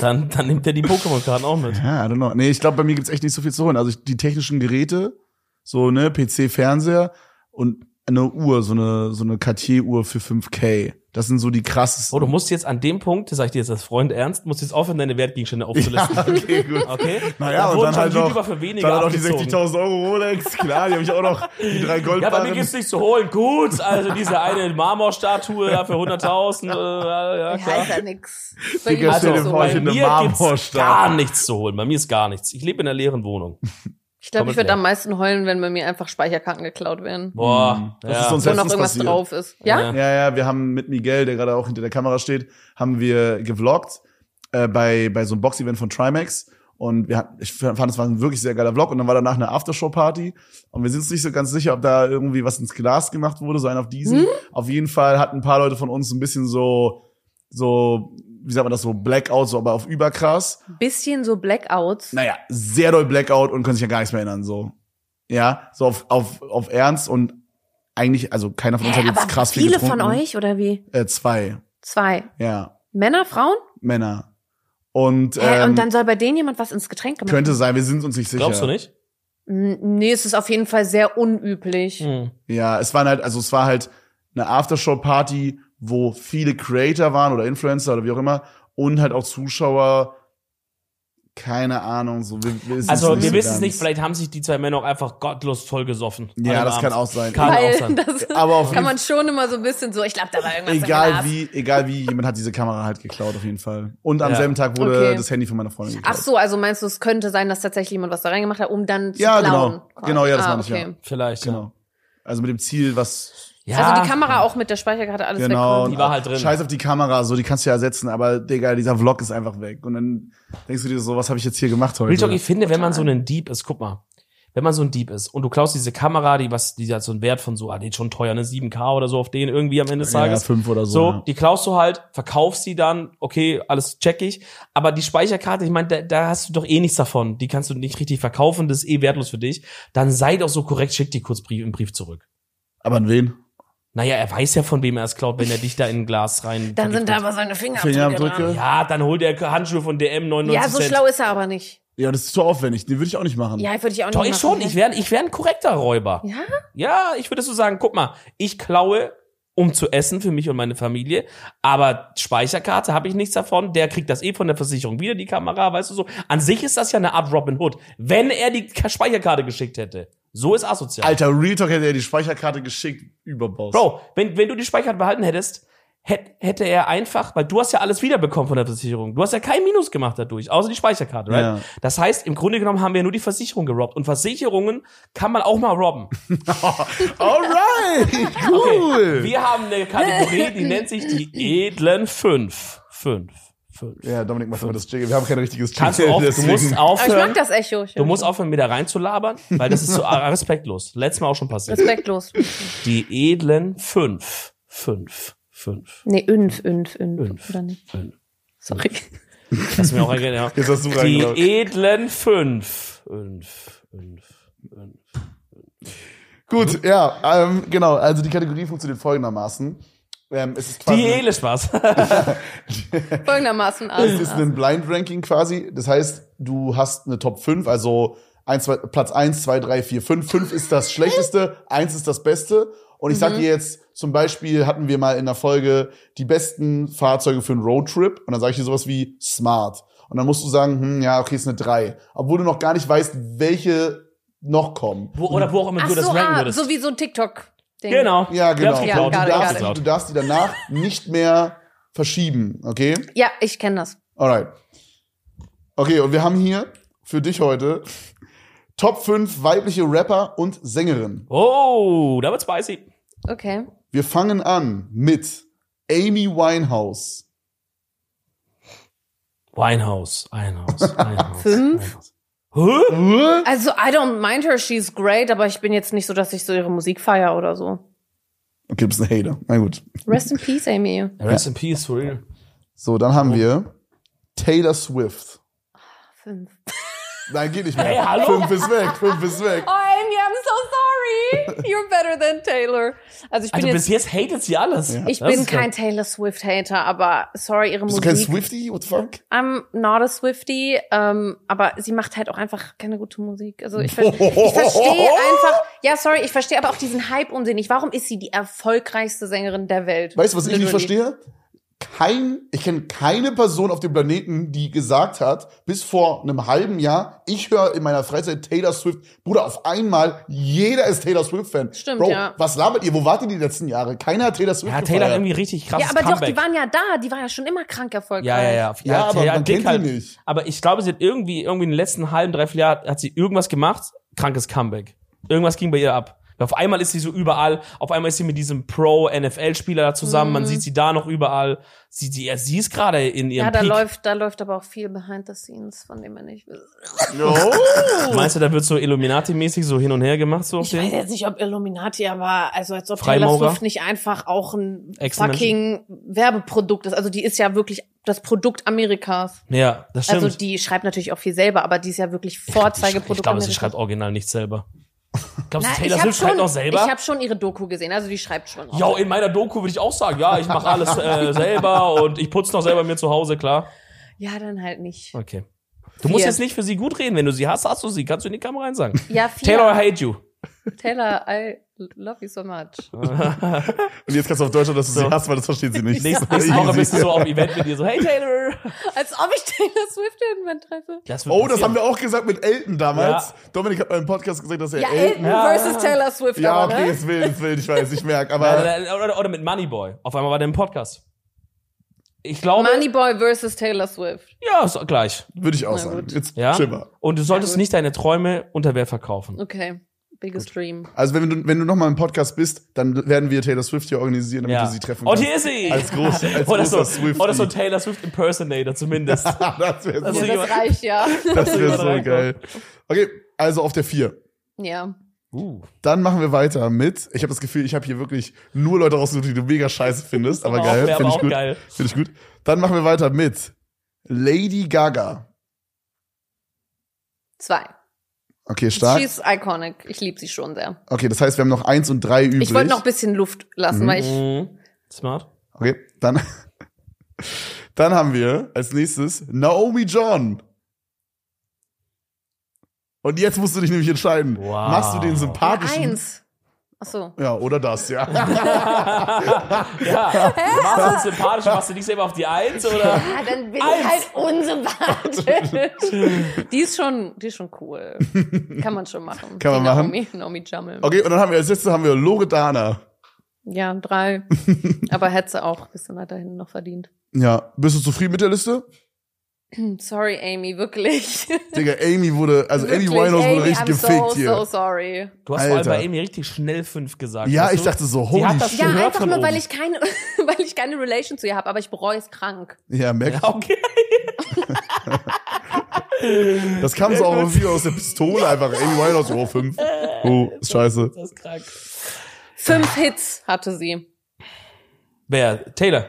Dann, dann nimmt er die Pokémon-Karten auch mit. Ja, I don't know. Nee, ich glaube, bei mir gibt's echt nicht so viel zu holen. Also ich, die technischen Geräte, so ne, PC, Fernseher und eine Uhr, so eine so eine Cartier-Uhr für 5K. Das sind so die Oh, krassesten. du musst jetzt an dem Punkt, das sage ich dir jetzt als Freund ernst, musst jetzt aufhören, deine Wertgegenstände aufzulisten. Ja, okay, gut. Okay? Naja, Da und wurden dann schon halt noch, YouTuber für weniger dann halt auch die abgezogen. 60.000 Euro Rolex, klar, die habe ich auch noch, die drei Ja, bei Goldbarren. mir gibt's nichts zu holen. Gut, also diese eine Marmorstatue da für 100.000. Äh, ja, Ja, klar. ist ja nix. Digga, Bei Also, stell ihm auch dir so. vor, ich in eine gibt's Marmorstatue. gar nichts zu holen. Bei mir ist gar nichts. Ich lebe in einer leeren Wohnung. Ich glaube, ich würde Komplett. am meisten heulen, wenn bei mir einfach Speicherkarten geklaut werden. Boah, Mhm. Das ja. ist uns Wo noch letztens irgendwas passiert. drauf ist. Ja? Ja. Ja, ja, wir haben mit Miguel, der gerade auch hinter der Kamera steht, haben wir gevloggt äh, bei, bei so einem Box-Event von Trimax. Und wir hatten, ich fand, es war ein wirklich sehr geiler Vlog. Und dann war danach eine Aftershow-Party. Und wir sind uns nicht so ganz sicher, ob da irgendwie was ins Glas gemacht wurde, so ein auf Hm? diesen. Auf jeden Fall hatten ein paar Leute von uns ein bisschen so, so, wie sagt man das, so Blackout, so aber auf überkrass. Bisschen so Blackouts. Naja, sehr doll Blackout und können sich ja gar nichts mehr erinnern, so. Ja, so auf, auf, auf Ernst und eigentlich, also keiner von uns hat Hä, jetzt aber krass viel viele getrunken. von euch oder wie? Äh, zwei, Zwei. ja, Männer, Frauen? Männer. Und, Hä, ähm, und dann soll bei denen jemand was ins Getränk gemacht könnte sein, wir sind uns nicht sicher. Glaubst du nicht? M- Nee, es ist auf jeden Fall sehr unüblich. Hm. Ja, es waren halt, also es war halt eine Aftershow-Party, wo viele Creator waren oder Influencer oder wie auch immer und halt auch Zuschauer. Keine Ahnung, so wir, wir wissen Also, es nicht wir so wissen es ganz. nicht. Vielleicht haben sich die zwei Männer auch einfach gottlos voll gesoffen. An Ja, das dem kann Abend. auch sein. Kann auch Weil sein. das Aber auf kann jeden man schon immer so ein bisschen so, ich glaube, da war irgendwas im Egal Glas. wie, egal wie, jemand hat diese Kamera halt geklaut auf jeden Fall. Und am Ja. selben Tag wurde Okay. das Handy von meiner Freundin Ach geklaut. so, also meinst du, es könnte sein, dass tatsächlich jemand was da reingemacht hat, um dann zu Ja, klauen? genau. Genau, ja, das ah, meine ich, ja. okay. Vielleicht, ja. Genau. Also mit dem Ziel, was ja. Also die Kamera auch mit der Speicherkarte alles genau. wegkommt. Die war halt drin. Scheiß auf die Kamera, so die kannst du ja ersetzen, aber Digga, dieser Vlog ist einfach weg. Und dann denkst du dir so, was habe ich jetzt hier gemacht heute? Real Talk, ich finde, wenn man so ein Dieb ist, guck mal, wenn man so ein Dieb ist und du klaust diese Kamera, die was, die hat so einen Wert von so, ah, die ist schon teuer, ne 7K oder so auf den irgendwie am Ende des ja, Tages. fünf oder so. So, ja. die klaust du halt, verkaufst sie dann, okay, alles check ich. Aber die Speicherkarte, ich meine, da, da hast du doch eh nichts davon. Die kannst du nicht richtig verkaufen, das ist eh wertlos für dich. Dann sei doch so korrekt, schick die kurz Brief, im Brief zurück. Aber an wen? Naja, er weiß ja, von wem er es klaut, wenn er dich da in ein Glas rein. Dann sind da vergiftet. aber seine Fingerabdrücke, Fingerabdrücke? dran. Ja, dann holt er Handschuhe von DM 99 Ja, so Cent. schlau ist er aber nicht. Ja, das ist zu aufwendig. Den würde ich auch nicht machen. Ja, würde ich auch nicht Doch, ich machen. ne? schon. Ich wäre ich wär ein korrekter Räuber. Ja? Ja, ich würde so sagen, guck mal, ich klaue, um zu essen für mich und meine Familie, aber Speicherkarte habe ich nichts davon, der kriegt das eh von der Versicherung wieder, die Kamera, weißt du so. An sich ist das ja eine Art Robin Hood, wenn er die Ka- Speicherkarte geschickt hätte. So ist asozial. Alter, Real Talk hätte er die Speicherkarte geschickt, überbaust. Bro, wenn, wenn du die Speicherkarte behalten hättest, hätt, hätte er einfach, weil du hast ja alles wiederbekommen von der Versicherung. Du hast ja kein Minus gemacht dadurch, außer die Speicherkarte, right? Ja. Das heißt, im Grunde genommen haben wir nur die Versicherung gerobbt. Und Versicherungen kann man auch mal robben. Alright, Okay, cool. wir haben eine Kategorie, die nennt sich die edlen fünf. Fünf. Fünf. Ja, Dominik, mach mal das Jingle. Wir haben kein richtiges Jingle. Kannst du, auf, du deswegen. musst Aber ich mag aufhören. das Echo. Ich Du musst auch aufhören, mir da reinzulabern, weil das ist so respektlos. Letztes Mal auch schon passiert. Respektlos. Die edlen fünf. Fünf. Fünf. Nee, Ünf, Ünf, Ünf. Ünf. Oder nicht? Fünf. Sorry. Lass mir auch reingehen, ja. Jetzt hast du Die E- reingelaufen. edlen fünf. Fünf. Fünf. Fünf. Gut, ja, ähm, genau. Also die Kategorie funktioniert folgendermaßen. Ähm, es ist Die quasi edle Spaß. Folgendermaßen. Es ist Also, ein Blind Ranking quasi. Das heißt, du hast eine Top 5, also eins, zwei, Platz eins, zwei, drei, vier, fünf. Fünf ist das Schlechteste, eins ist das Beste. Und ich sag Mhm. dir jetzt, zum Beispiel hatten wir mal in der Folge die besten Fahrzeuge für einen Roadtrip. Und dann sage ich dir sowas wie smart. Und dann musst du sagen, hm, ja, okay, ist eine drei, Obwohl du noch gar nicht weißt, welche noch kommen. Wo, oder wo auch immer Ach du das so, ranken ah, würdest. so wie so ein TikTok-Ding. genau. Ja, Wir genau. Ja, haben's geklaut. gerade, du, darfst, gerade. die- du darfst die danach nicht mehr verschieben, okay? Ja, ich kenne das. Alright. Okay, und wir haben hier für dich heute Top 5 weibliche Rapper und Sängerinnen. Oh, da wird spicy. Okay. Wir fangen an mit Amy Winehouse. Winehouse, Winehouse, Winehouse. Fünf? Winehouse. Hä? Also, I don't mind her, she's great, aber ich bin jetzt nicht so, dass ich so ihre Musik feier oder so. Okay, du bist ein Hater. Na gut. Rest in peace, Amy. Rest in peace, for real. So, dann haben wir Taylor Swift. Fünf. Nein, geht nicht mehr. Hey, hallo? Fünf ist weg, fünf ist weg. Oh, Amy, I'm so sorry. You're better than Taylor. Also, ich bin Also bis jetzt, jetzt hatet sie alles. ich Das bin ist kein Taylor Swift-Hater, aber sorry, ihre Bist du Musik. kein Swifty? What the fuck? I'm not a Swifty, ähm, aber sie macht halt auch einfach keine gute Musik. Also ich, ver ich verstehe einfach, ja, sorry, ich verstehe aber auch diesen Hype um sie nicht. Warum ist sie die erfolgreichste Sängerin der Welt? Weißt du, was ich nicht Literally. verstehe? Kein, ich kenne keine Person auf dem Planeten, die gesagt hat, bis vor einem halben Jahr, ich höre in meiner Freizeit Taylor Swift. Bruder, auf einmal, jeder ist Taylor Swift-Fan. Stimmt, Bro, ja. was labert ihr? Wo wart ihr die letzten Jahre? Keiner hat Taylor Swift Ja, Taylor hat gefeiert. irgendwie richtig krasses Ja, aber doch, Comeback. die waren ja da, die war ja schon immer krank erfolgreich. ja, ja, ja. Ja, aber Taylor man Dick kennt ihn nicht. Aber ich glaube, sie hat irgendwie, irgendwie in den letzten halben, dreiviertel Jahr hat sie irgendwas gemacht. Krankes Comeback. Irgendwas ging bei ihr ab. Auf einmal ist sie so überall. Auf einmal ist sie mit diesem Pro-NFL-Spieler da zusammen. Mhm. Man sieht sie da noch überall. Sie, sie, sie ist gerade in ihrem Ja, da Peak. läuft, da läuft aber auch viel behind the scenes, von dem man nicht will. Meinst du, da wird so Illuminati-mäßig so hin und her gemacht? So auf Ich weiß den? jetzt nicht, ob Illuminati, aber also als ob Freimaurer? Taylor Swift nicht einfach auch ein Ex-Menschen. fucking Werbeprodukt ist. Also die ist ja wirklich das Produkt Amerikas. Ja, das stimmt. Also die schreibt natürlich auch viel selber, aber die ist ja wirklich ich, ich Vorzeigeprodukt. glaube, sie Amerikas. schreibt original nicht selber. Glaubst du, Na, Taylor ich hab Swift schreibt schon- auch selber? Ich habe schon ihre Doku gesehen, also die schreibt schon. Auch. Ja, in meiner Doku würde ich auch sagen, ja, ich mache alles äh, selber und ich putze noch selber mir zu Hause, klar. Ja, dann halt nicht. Okay. Du musst Vier. jetzt nicht für sie gut reden. Wenn du sie hast, hast du sie. Kannst du in die Kamera einsagen. Ja, vier. Taylor, I hate you. Taylor, I love you so much. Und jetzt kannst du auf Deutschland, dass du sie hast, weil das versteht sie nicht. Nächste, nächste Woche bist du so auf Event mit dir so, hey Taylor. Als ob ich Taylor Swift irgendwann treffe. Das wird Oh, das passieren. haben wir auch gesagt mit Elton damals. Ja. Dominik hat mal im Podcast gesagt, dass er Ja, Elton Elton. Äh, Ja. versus Taylor Swift. Ja, aber, okay, ne? ist wild, ist wild, ich weiß, ich merk. Aber Oder, oder, oder mit Moneyboy. Auf einmal war der im Podcast. Ich glaube, Moneyboy versus Taylor Swift. ja, ist gleich. würde ich auch Na sagen. gut. Jetzt Ja? chill mal. Und du solltest Ja, gut. nicht deine Träume unter Wert verkaufen. Okay, biggest dream. Also wenn du, wenn du nochmal im Podcast bist, dann werden wir Taylor Swift hier organisieren, damit Ja. du sie treffen Und kannst. hier ist sie. Als groß- als oder, so, großer Swiftie. oder so ein Taylor Swift Impersonator zumindest. Ah, das wäre so, Ja, das jemand- reicht, ja. das wär jemand so reinkommt. geil. Okay, also auf der 4. ja. Uh, Dann machen wir weiter mit. Ich habe das Gefühl, ich habe hier wirklich nur Leute rausgesucht, die du mega scheiße findest, aber aber geil, auch, finde aber ich auch gut. geil. Finde ich gut. Dann machen wir weiter mit Lady Gaga. Zwei. Okay, stark. She's iconic. Ich liebe sie schon sehr. Okay, das heißt, wir haben noch eins und drei übrig. Ich wollte noch ein bisschen Luft lassen, weil ich. Mhm. Smart. Okay, dann dann haben wir als nächstes Naomi John. Und jetzt musst du dich nämlich entscheiden. Wow. Machst du den sympathischen Eins. Ach so. Ja, oder das, ja. Ja, machst du sympathisch, machst du dich selber auf die Eins oder? Ah, dann bin Eins. ich halt unsympathisch. die ist schon, die ist schon cool. Kann man schon machen. Kann man die machen. Naomi, Naomi Jammel. Okay, und dann haben wir als letztes haben wir Loredana. Ja, drei. Aber hätte sie auch ein bisschen weiterhin noch verdient. Ja, bist du zufrieden mit der Liste? Hm, Sorry, Amy, wirklich. Digga, Amy wurde, also wirklich, Amy Winehouse wurde richtig I'm gefickt so, hier. so sorry. Du hast vor allem Alter. bei Amy richtig schnell fünf gesagt. ja, weißt ich du? dachte so, Sie holy hat das shit. Ja, gehört einfach von nur, weil oben. ich keine, weil ich keine Relation zu ihr habe, aber ich bereue es krank. Ja, merk, Okay. das kam so auch wieder aus der Pistole einfach. Amy Winehouse, oh, fünf. Oh, ist scheiße. Das ist krank. Fünf Hits hatte sie. Wer? Taylor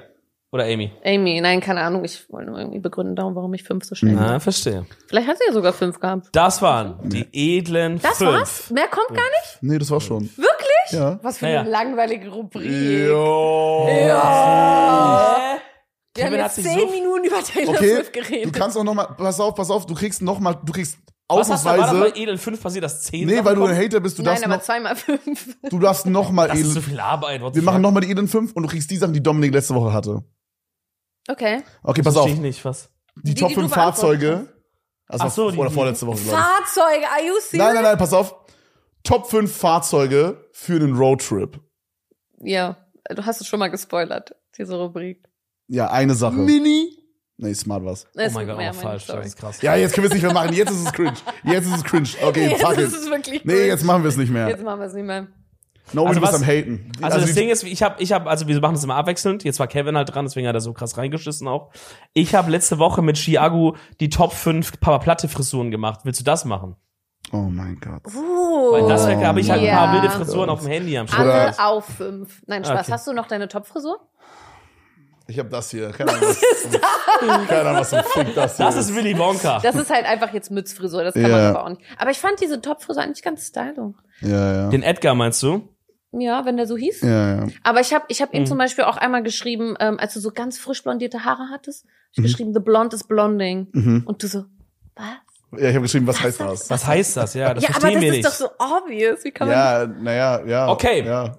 oder Amy? Amy, nein, keine Ahnung, ich wollte nur irgendwie begründen, darum, warum ich fünf so schnell. Mhm. Ah, verstehe. Vielleicht hat sie ja sogar fünf gehabt. Das waren die edlen Das fünf. war's? Mehr kommt gar nicht? Nee, das war schon. Wirklich? Ja. Was für Naja. eine langweilige Rubrik. Jo. Äh, Ja. Wir haben Kevin jetzt hat sich zehn so Minuten über Taylor Okay, Swift du geredet. kannst auch noch mal, pass auf, pass auf, du kriegst noch mal, du kriegst Was hast du war das ausnahmsweise. bei Edel 5 passiert, das 10? Nee, weil du ein Hater bist, du Nein, darfst aber noch, zweimal fünf. du darfst noch mal Das ist zu Edel. viel Arbeit. what the Wir machen fuck. noch mal die Edel 5 und du kriegst die Sachen, die Dominik letzte Woche hatte. Okay. Okay, Das pass auf. verstehe ich nicht, was? Die, die Top du 5 beantwortet Fahrzeuge. Also Ach so, die- oder vorletzte Woche, glaube ich. Fahrzeuge, are you serious? Nein, nein, nein, pass auf. Top 5 Fahrzeuge für einen Roadtrip. Ja, du hast es schon mal gespoilert, diese Rubrik. Oh Ja, eine Sache. Mini? Nee, smart was. Oh Es- mein Gott, ja, meine oh, falsch. Story. Das ist krass. Ja, jetzt können wir es nicht mehr machen. Jetzt ist es cringe. Jetzt ist es cringe. Okay, Jetzt fuck ist it. es wirklich Nee, jetzt machen wir es nicht mehr. Jetzt machen wir es nicht mehr. No, Also du bist was- am haten. Also, das die- Ding ist, ich habe, ich hab, also wir machen das immer abwechselnd. Jetzt war Kevin halt dran, deswegen hat er so krass reingeschissen auch. Ich habe letzte Woche mit Chiago die Top 5 Papa Platte Frisuren gemacht. Willst du das machen? Oh mein Gott. Uh, Weil das habe ich halt ein paar ja. wilde Frisuren auf dem Handy am Start. Alle auf fünf. Nein, Spaß. Okay. Hast du noch deine Topfrisur? Ich hab das hier. Keine Ahnung, was, keine Ahnung, was zum Fick das hier Das ist Willy Wonka. Das ist halt einfach jetzt Mützfrisur, das kann Ja. man aber auch nicht. Aber ich fand diese Topfrisur eigentlich ganz stylo. Ja, ja. Den Edgar meinst du? Ja, wenn der so hieß. Ja, ja. Aber ich habe ich Mhm. hab ihm zum Beispiel auch einmal geschrieben, ähm, als du so ganz frisch blondierte Haare hattest, hab ich Mhm. geschrieben, the blonde is blonding. Und du so, was? Ja, ich habe geschrieben, was heißt das? Was Mhm. heißt das? Ja, das ja, aber verstehen das wir ist nicht. doch so obvious. Wie kann man Ja, naja, ja. Okay. Ja.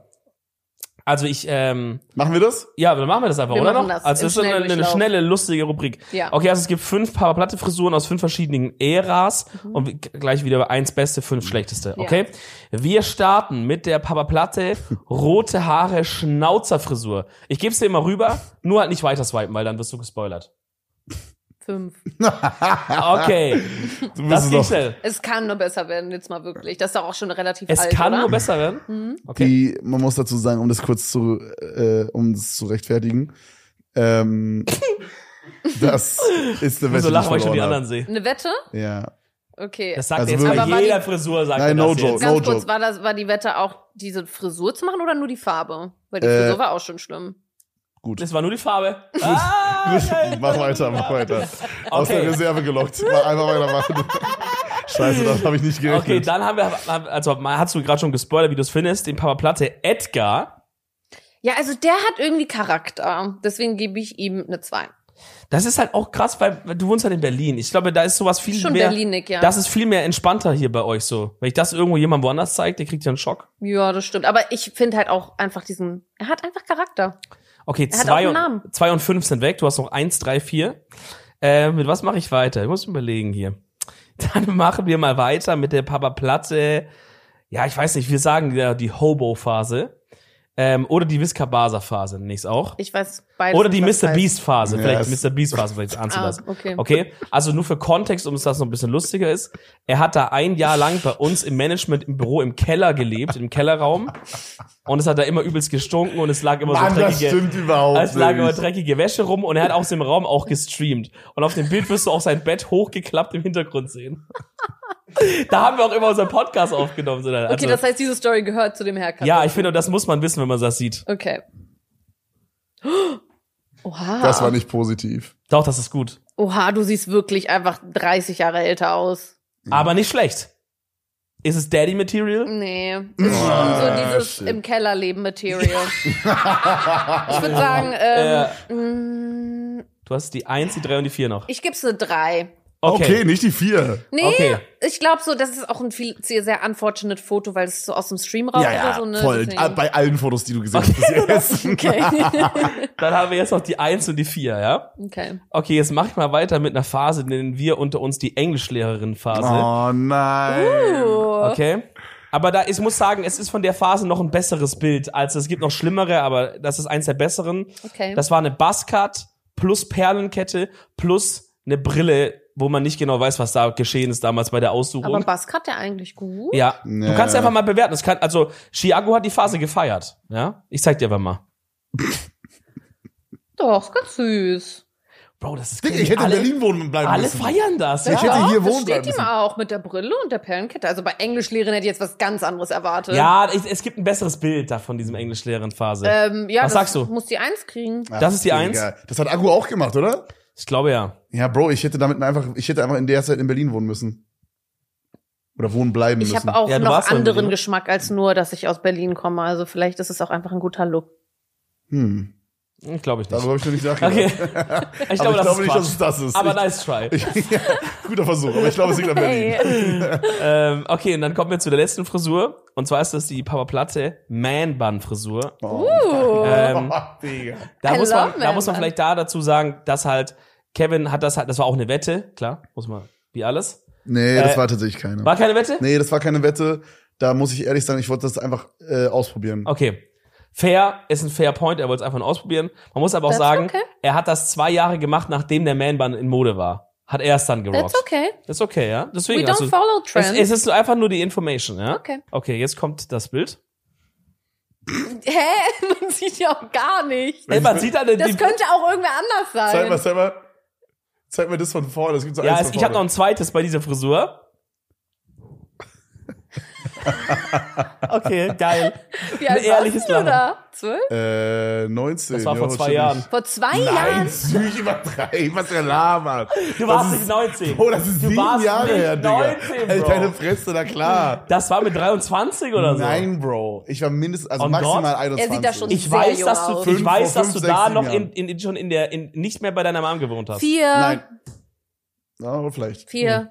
Also ich, ähm, Machen wir das? Ja, dann machen wir das einfach, Wir oder? machen noch? das also im es ist so eine, eine Schnelldurchlauf. schnelle, lustige Rubrik. Ja. Okay, also es gibt fünf Papa Platte Frisuren aus fünf verschiedenen Äras und wir- gleich wieder eins Beste, fünf Schlechteste. Mhm. Ja. Okay, wir starten mit der Papa Platte rote Haare Schnauzer Frisur. Ich gebe es dir immer rüber, nur halt nicht weiter swipen, weil dann wirst du gespoilert. fünf? Okay, Du das es geht doch. schnell. Es kann nur besser werden, jetzt mal wirklich. Das ist doch auch schon relativ Es alt, kann oder? Mhm. nur besser werden. Okay. die, man muss dazu sagen, um das kurz zu, äh, um das zu rechtfertigen, ähm, das ist Ich muss so eine Wette, die ich lachen, weil ich schon die verloren anderen sehe. Eine Wette? hab. Ja. Okay. Das sagt Also jetzt wirklich- bei Aber war jeder die- Frisur. Sagt Nein, er das no joke, jetzt. Ganz no kurz, joke. war, das, war die Wette auch, diese Frisur zu machen oder nur die Farbe? Weil die Äh, Frisur war auch schon schlimm. Das war nur die Farbe. Ah, geil. mach weiter, mach weiter. Aus Okay. der Reserve gelockt. Mach einfach weitermachen. Scheiße, das habe ich nicht Okay, gerechnet. dann haben wir, haben- also mal- hast du gerade schon gespoilert, wie du es findest, den Papa Platte Edgar. Ja, also der hat irgendwie Charakter. Deswegen gebe ich ihm eine zwei. Das ist halt auch krass, weil weil du wohnst halt in Berlin. Ich glaube, da ist sowas viel Schon mehr. berlinig, ja. Das ist viel mehr entspannter hier bei euch so. Wenn ich das irgendwo jemandem woanders zeige, der kriegt ja einen Schock. Ja, das stimmt. Aber ich finde halt auch einfach diesen. Er hat einfach Charakter. Okay, Er hat auch zwei einen und, Namen. zwei und fünf sind weg. Du hast noch eins, drei, vier. Äh, mit was mache ich weiter? Ich muss überlegen hier. Dann machen wir mal weiter mit der Papa Platte. Ja, ich weiß nicht, wir sagen ja die Hobo-Phase. Ähm, oder die Visca Basa-Phase, nächst auch. Ich weiß beides. Oder die nicht, was Mr. heißt. Beast Phase, Ja, vielleicht es- Mr. Beast Phase vielleicht anzulassen. halt? Ah, okay. okay, also nur für Kontext, um es das noch ein bisschen lustiger ist. Er hat da ein Jahr lang bei uns im Management im Büro im Keller gelebt, im Kellerraum. Und es hat da immer übelst gestunken und es lag immer Mann, so das dreckige, stimmt überhaupt es lag immer nicht. dreckige Wäsche rum und er hat aus dem Raum auch gestreamt. Und auf dem Bild wirst du auch sein Bett hochgeklappt im Hintergrund sehen. da haben wir auch immer unseren Podcast aufgenommen. so dann. Okay, Also, das heißt, diese Story gehört zu dem Haircut. ja, ich finde, das muss man wissen, wenn man das sieht. Okay. Oha. Das war nicht positiv. Doch, das ist gut. Oha, du siehst wirklich einfach 30 Jahre älter aus. Mhm. Aber nicht schlecht. Ist es Daddy Material? Nee, ist schon so dieses shit. im Keller leben Material. ich würde sagen, ähm, mh, Du hast die 1, die 3 und die 4 noch. ich geb's eine 3. Okay, nicht die vier. Nee, Okay. ich glaube so, das ist auch ein viel, sehr, sehr unfortunate Foto, weil es so aus dem Stream raus Ja, oder ja, so, ne? voll. Deswegen- Ah, Bei allen Fotos, die du gesehen hast. bis jetzt. okay. Dann haben wir jetzt noch die 1 und die 4, ja? okay. Okay, jetzt mach ich mal weiter mit einer Phase, nennen wir unter uns die Englischlehrerin-Phase. Oh Uh. nein. Okay? Aber da, ich muss sagen, es ist von der Phase noch ein besseres Bild. Also es gibt noch schlimmere, aber das ist eins der besseren. Okay. Das war eine Buzzcut plus Perlenkette plus eine Brille, wo man nicht genau weiß, was da geschehen ist damals bei der Aussuchung. Aber Bask hat der eigentlich gut. Ja, du Ja. kannst einfach mal bewerten. Es kann, also, Chiago hat die Phase gefeiert. Ja, ich zeig dir aber mal. Doch, ganz süß. Bro, das ist Digga, ich hätte alle, in Berlin wohnen bleiben alle müssen. feiern das. Ich ja. hätte hier das wohnen steht bleiben ihm müssen. auch mit der Brille und der Perlenkette. Also bei Englischlehrerin hätte ich jetzt was ganz anderes erwartet. ja, ich, es gibt ein besseres Bild da von diesem Englischlehrerin-Phase. Ähm, ja Was das sagst du? Muss die eins kriegen. Das ist die Ach, Eins. Digga. Das hat Akku auch gemacht, oder? Ich glaube ja. Ja, Bro, ich hätte damit einfach, ich hätte einfach in der Zeit in Berlin wohnen müssen. Oder wohnen bleiben Ich müssen. habe auch Ja, du noch warst mal in anderen Berlin. Geschmack als nur, dass ich aus Berlin komme. Also vielleicht ist es auch einfach ein guter Look. Hm. Ich glaube ich nicht. Darüber habe ich noch nicht nachgedacht. Okay. Ich glaube, ich das glaube ist nicht, dass es Quatsch. das ist. Aber nice try. Ich, ja, guter Versuch, aber ich glaube, es liegt an Berlin. Hey. Ähm, okay, und dann kommen wir zu der letzten Frisur. Und zwar ist das die Papa Platte Man-Bun-Frisur. Oh. Uh. Ähm, Digga. da, I muss man, love da muss man Man-Bun. vielleicht da dazu sagen, dass halt Kevin hat das halt, das war auch eine Wette, klar, muss man, wie alles. Nee, Äh, das war tatsächlich keine. War keine Wette? Nee, das war keine Wette. Da muss ich ehrlich sagen, ich wollte das einfach äh, ausprobieren. Okay. Fair ist ein fair point, er wollte es einfach nur ausprobieren. Man muss aber auch That's sagen, okay. er hat das zwei Jahre gemacht, nachdem der Man-Bun in Mode war. Hat er es dann gerockt. That's okay. Ist okay, ja? Deswegen We don't also- follow es, trends. es ist einfach nur die Information, ja? Okay. Okay, jetzt kommt das Bild. Hä? Man sieht ja auch gar nicht. Ey, man sieht alle Das die, könnte auch irgendwer anders Zeig mal, sein. zeig mal. Zeig mir das von vorne. Das gibt so Ja, eins es, von ich habe noch vorne. ein zweites bei dieser Frisur. okay, geil. Wie alt Ein warst ehrliches du Lachen. da? Zwölf? Äh, 19. Das war vor ja, zwei Jahren. Vor zwei Nein, Jahren? Psych übertreiben, was der Lama. Du warst nicht 19. Oh, das ist Du sieben warst Jahre nicht her, Digga. 19, Ey, Halt Bro. deine Fresse, na klar. Das war mit 23 oder so. Nein, Bro. Ich war mindestens, also Oh Gott. maximal Er 21. Er sieht da schon Ich sehr weiß, jung dass aus. du, ich Fünf- weiß, vor dass du fünf, da sechs, noch in, sieben in, schon in der, in, nicht mehr bei deiner Mom gewohnt hast. Vier. Nein. Ja, aber vielleicht. Vier.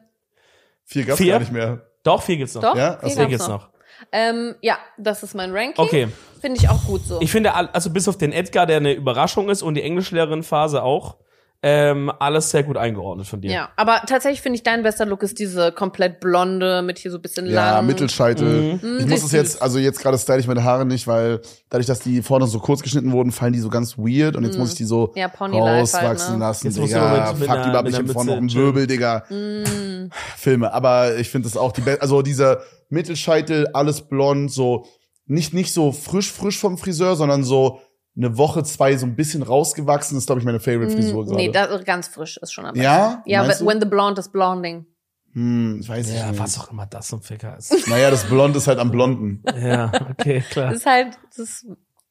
Vier gab's Vier? gar nicht mehr. Doch, vier gibt's noch. Doch? Ja, vier Vier gab's gibt's noch. Ähm, ja, das ist mein Ranking. Okay. Finde ich auch gut so. Ich finde, all- also bis auf den Edgar, der eine Überraschung ist und die Englischlehrerin-Phase auch, ähm, alles sehr gut eingeordnet von dir. ja, aber tatsächlich finde ich dein bester Look ist diese komplett blonde mit hier so ein bisschen Ja, lang. Mittelscheitel. Mhm. Ich muss es süß. jetzt, also jetzt gerade style ich meine Haare nicht, weil dadurch, dass die vorne so kurz geschnitten wurden, fallen die so ganz weird und jetzt muss ich die so Mhm. Ja, Pony-Life halt, rauswachsen ne? lassen, Jetzt musst du Digga. mit- mit Fuck, einer- lieber hab mit ich einer hab vorne noch einen Mütze, Wirbel, Digga. Mm. Filme. Aber ich finde das auch die beste, also dieser Mittelscheitel, alles blond, so nicht, nicht so frisch, frisch vom Friseur, sondern so eine Woche, zwei so ein bisschen rausgewachsen, ist, glaube ich, meine Favorite-Frisur gerade. Mm, Nee, da, ganz frisch ist schon am besten. ja? Ja, Meinst but du? when the blonde is blonding. Hm, ich weiß Ja, nicht. was auch immer das so ein Ficker ist. Naja, das Blond ist halt am Blonden. ja, okay, klar. Das ist halt das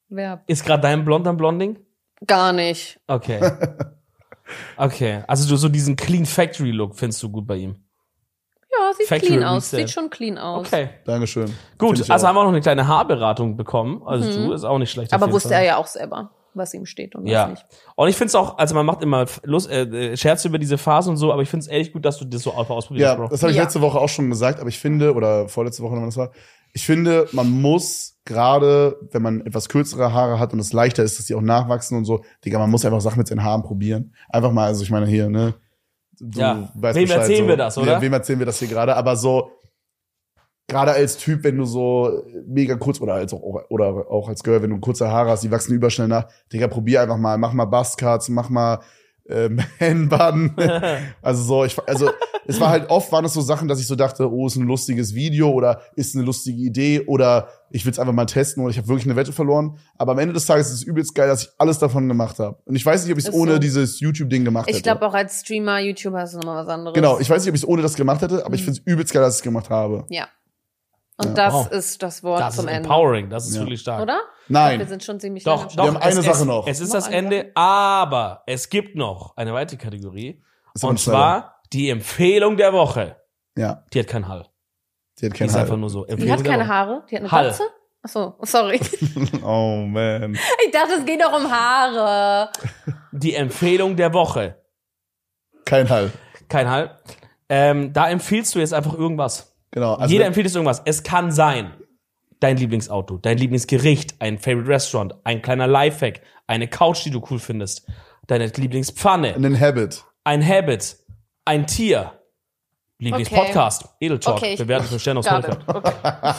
Verb. Ist gerade dein Blond am Blonding? Gar nicht. Okay. Okay, also du so diesen Clean Factory Look findest du gut bei ihm. Ja, sieht Factory clean aus. Reset. Sieht schon clean aus. Okay. Dankeschön. Find Gut, ich also auch. haben wir auch noch eine kleine Haarberatung bekommen. Also Mhm. du ist auch nicht schlecht. auf Aber jeden wusste Fall. er ja auch selber, was ihm steht und was Ja. nicht. Und ich finde es auch, also man macht immer Lust, äh, äh, Scherze über diese Phase und so, aber ich finde es ehrlich gut, dass du das so einfach ausprobierst, Ja, Bro. das habe ich Ja. letzte Woche auch schon gesagt, aber ich finde, oder vorletzte Woche, wenn das war, ich finde, man muss gerade, wenn man etwas kürzere Haare hat und es leichter ist, dass die auch nachwachsen und so, Digga, man muss einfach Sachen mit seinen Haaren probieren. Einfach mal, also ich meine hier, ne? Du Ja. Wem erzählen so. wir das, oder? Ja, wem erzählen wir das hier gerade? Aber so, gerade als Typ, wenn du so mega kurz, oder als auch, oder auch als Girl, wenn du kurze Haare hast, die wachsen überschnell nach, Digga, probier einfach mal, mach mal Buzzcuts, mach mal ähm, Handbun. Also so, ich, also es war halt oft waren es so Sachen, dass ich so dachte, oh, ist ein lustiges Video oder ist eine lustige Idee oder ich will es einfach mal testen oder ich habe wirklich eine Wette verloren. Aber am Ende des Tages ist es übelst geil, dass ich alles davon gemacht habe. Und ich weiß nicht, ob ich es Ist so. ohne dieses YouTube-Ding gemacht hätte. Ich glaube auch als Streamer, YouTuber ist es nochmal was anderes. genau, ich weiß nicht, ob ich es ohne das gemacht hätte, aber ich Hm. finde es übelst geil, dass ich es gemacht habe. Ja. Und Ja. das Wow. ist das Wort das ist zum Ende. empowering, das ist Ja. wirklich stark. Oder? Wir Nein, sind schon ziemlich Doch, lange doch. am haben eine es, Sache es, noch. Es ist Noch das eine Ende, Sache? aber es gibt noch eine weitere Kategorie. Ist aber Und ein Trailer. zwar die Empfehlung der Woche. ja, Die hat keinen Hall. die hat Die keinen Halt. ist einfach Haare. nur so. Start. Die hat keine Haare, die hat eine Hall. Glatze. Achso, sorry. Ich Oh man. dachte, es geht doch um Haare. Die Empfehlung der Woche. Kein Halt. Hall. Kein Hall. Ähm, da empfiehlst du jetzt einfach irgendwas. Genau. Also Jeder wenn- empfiehlt jetzt irgendwas. Es kann sein. Dein Lieblingsauto, dein Lieblingsgericht, ein Favorite Restaurant, ein kleiner Lifehack, eine Couch, die du cool findest, deine Lieblingspfanne, einen Habit. ein Habit, ein Tier, Lieblingspodcast, Edeltalk, Okay, ich- bewerten für Sterne auf Got it. Spotify.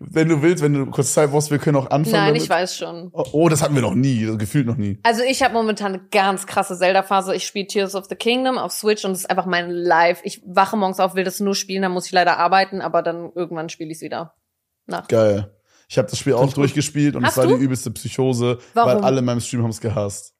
Wenn du willst, wenn du kurz Zeit brauchst, wir können auch anfangen. Nein, damit. ich weiß schon. Oh, oh, das hatten wir noch nie, das gefühlt noch nie. Also ich habe momentan eine ganz krasse Zelda-Phase. Ich spiele Tears of the Kingdom auf Switch und das ist einfach mein Life. Ich wache morgens auf, will das nur spielen, dann muss ich leider arbeiten, aber dann irgendwann spiele ich es wieder. Nach. Geil. Ich habe das Spiel auch durchgespielt und Hast es war du? die übelste Psychose, Warum? weil alle in meinem Stream haben es gehasst.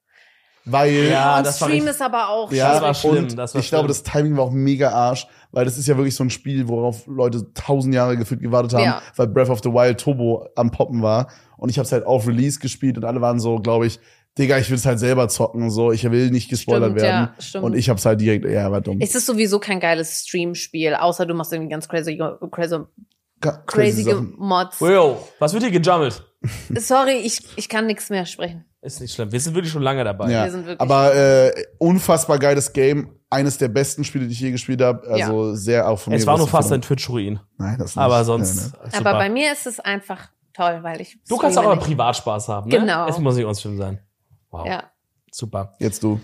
Weil Ja, und das war Stream richtig- ist aber auch das war schwierig. schlimm, und das war ich glaube, schlimm. das Timing war auch mega arsch, weil das ist ja wirklich so ein Spiel, worauf Leute tausend Jahre gefühlt gewartet haben, Ja. weil Breath of the Wild Turbo am Poppen war und ich habe es halt auf Release gespielt und alle waren so, glaube ich, Digga, ich will es halt selber zocken, so, ich will nicht gespoilert Stimmt, werden. ja, stimmt. und ich habe es halt direkt, ja, war dumm. Es ist sowieso kein geiles Stream-Spiel, außer du machst irgendwie ganz crazy, crazy, Ka- crazy Sachen. Mods. Wow, was wird hier gejummelt? Sorry, ich, ich kann nichts mehr sprechen. Ist nicht schlimm. Wir sind wirklich schon lange dabei. Ja. Wir sind wirklich- Aber äh, unfassbar geiles Game. Eines der besten Spiele, die ich je gespielt habe. Also sehr auch von mir. Es war nur große fast ein Empfehlung. Twitch-Ruin. Nein, das nicht. Aber sonst. Nein, nein. Aber super. bei mir ist es einfach toll, weil ich. du kannst auch mal streame Privatspaß haben, ne? Genau. Es muss nicht uns Film sein. Wow. nicht. Ja. Super. Jetzt du.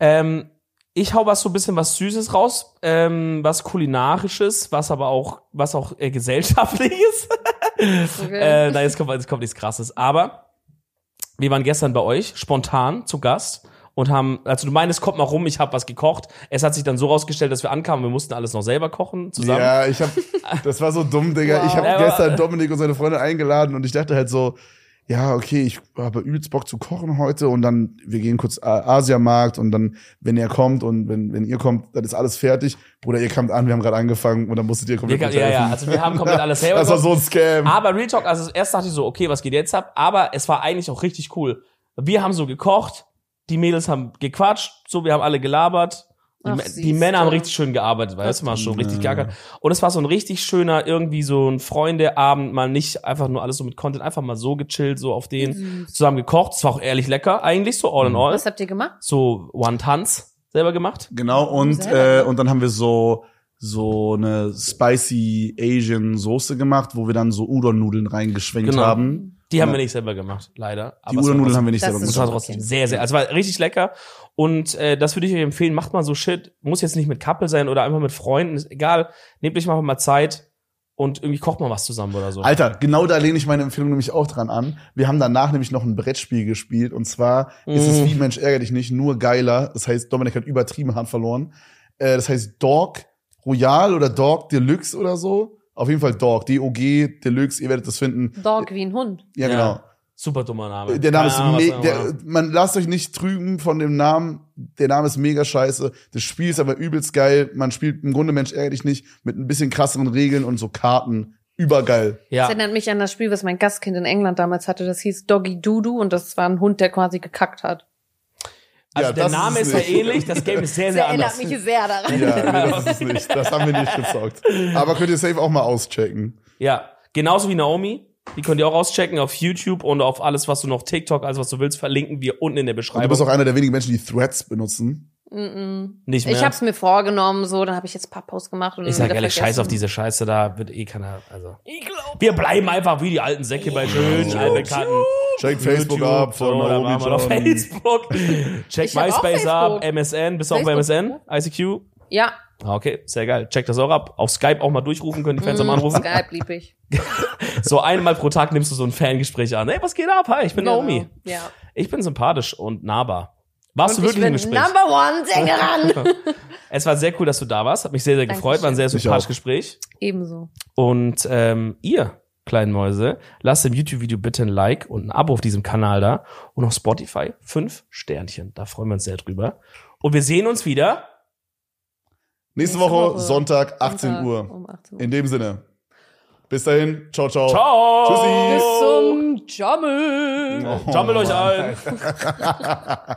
Ähm, ich hau was so ein bisschen was Süßes raus, ähm, was kulinarisches, was aber auch, was auch äh, gesellschaftliches. Okay. Äh, nein, jetzt kommt, jetzt kommt nichts Krasses. Aber wir waren gestern bei euch spontan zu Gast und haben, also du meinst, kommt mal rum, ich habe was gekocht. Es hat sich dann so rausgestellt, dass wir ankamen, wir mussten alles noch selber kochen zusammen. Ja, ich hab. Das war so dumm, Digga. Ich Wow. hab gestern Dominik und seine Freunde eingeladen und ich dachte halt so, ja, okay, ich habe übelst Bock zu kochen heute und dann, wir gehen kurz A- Asiamarkt und dann, wenn er kommt und wenn, wenn ihr kommt, dann ist alles fertig. Bruder, ihr kamt an, wir haben gerade angefangen und dann musstet ihr Wir, komplett ja, ja, also wir haben komplett alles selber Das war gemacht. so ein Scam. Aber Real Talk, also erst dachte ich so, okay, was geht jetzt ab? Aber es war eigentlich auch richtig cool. Wir haben so gekocht, die Mädels haben gequatscht, so, wir haben alle gelabert. Die, Ach, Mä- siehst die Männer haben du. richtig schön gearbeitet, weißt du, war schon richtig Ja. gacker. Und es war so ein richtig schöner, irgendwie so ein Freundeabend, mal nicht einfach nur alles so mit Content, einfach mal so gechillt, so auf Mhm. den, zusammen gekocht. Es war auch ehrlich lecker, eigentlich so all in all. Was habt ihr gemacht? So Wontons selber gemacht. Genau, und, Selber. äh, und dann haben wir so, so eine spicy Asian Soße gemacht, wo wir dann so Udon-Nudeln reingeschwenkt Genau. haben. Die haben Ja. wir nicht selber gemacht, leider. Die Aber es war Udon-Nudeln trotzdem- haben wir nicht Das selber ist Das gemacht. war Okay. trotzdem sehr, sehr, also war richtig lecker. Und äh, das würde ich euch empfehlen. Macht mal so Shit. Muss jetzt nicht mit Couple sein oder einfach mit Freunden. Ist egal. Nehmt euch mal mal Zeit und irgendwie kocht mal was zusammen oder so. Alter, genau da lehne ich meine Empfehlung nämlich auch dran an. Wir haben danach nämlich noch ein Brettspiel gespielt und zwar ist es Mm. wie Mensch ärger dich nicht, nur geiler. Das heißt, Dominik hat übertrieben hart verloren. Äh, das heißt Dog Royal oder Dog Deluxe oder so. Auf jeden Fall Dog, D-O-G, Deluxe, ihr werdet das finden. Dog wie ein Hund. Ja, Ja. genau. Super dummer Name. Der Name Keine Ahnung, was ist da me war. der, man lasst euch nicht trügen von dem Namen. Der Name ist mega scheiße. Das Spiel ist aber übelst geil. Man spielt im Grunde Mensch ärger dich nicht mit ein bisschen krasseren Regeln und so Karten. Übergeil. ja. Das erinnert mich an das Spiel, was mein Gastkind in England damals hatte. Das hieß Doggy Doodoo und das war ein Hund, der quasi gekackt hat. Also Ja, der das Name ist ist es ja nicht. ähnlich. Das Game ist sehr, Das sehr erinnert anders. mich sehr daran. Ja, nee, das ist es nicht. Das haben wir nicht gezockt. Aber könnt ihr safe auch mal auschecken. Ja. Genauso wie Naomi. Die könnt ihr auch auschecken auf YouTube und auf alles, was du noch TikTok, alles, was du willst, verlinken wir unten in der Und du bist Beschreibung. auch einer der wenigen Menschen, die Threads benutzen. Mhm. Nicht mehr. Ich hab's mir vorgenommen, so, dann habe ich jetzt ein paar Posts gemacht und ich dann sag wieder ehrlich, scheiß vergessen. auf diese Scheiße, da wird eh keiner, also. Wir bleiben einfach wie die alten Säcke bei schönen, altbekannten. Checkt Oh, Facebook ab von so, da Naomi waren wir auf John. Facebook. Check Ich hab auch MySpace ab, Facebook. MSN, bist du auch bei MSN? Facebook. ICQ? Ja, Ah, Okay, sehr geil. Check das auch ab. Auf Skype auch mal durchrufen können, die Fans am Mhm, Anrufen. Skype lieb ich. So einmal pro Tag nimmst du so ein Fangespräch an. Hey, was geht ab? Hi, ich bin Genau. Naomi. Ja. Ich bin sympathisch und nahbar. Warst Und du ich wirklich im bin Gespräch? Number One Sängerin. Es war sehr cool, dass du da warst. Hat mich sehr, sehr gefreut. War ein sehr Mich sympathisches auch. Gespräch. Ebenso. Und ähm, ihr, kleinen Mäuse, lasst dem YouTube-Video bitte ein Like und ein Abo auf diesem Kanal da. Und auf Spotify fünf Sternchen. Da freuen wir uns sehr drüber. Und wir sehen uns wieder. Nächste Nächste Woche, Woche. Sonntag, 18 Sonntag Uhr. Um 18 Uhr. In dem Sinne. Bis dahin. Ciao, ciao. Ciao. Oh. Oh. Tschüssi. Bis zum Jammel. Jammelt euch ein.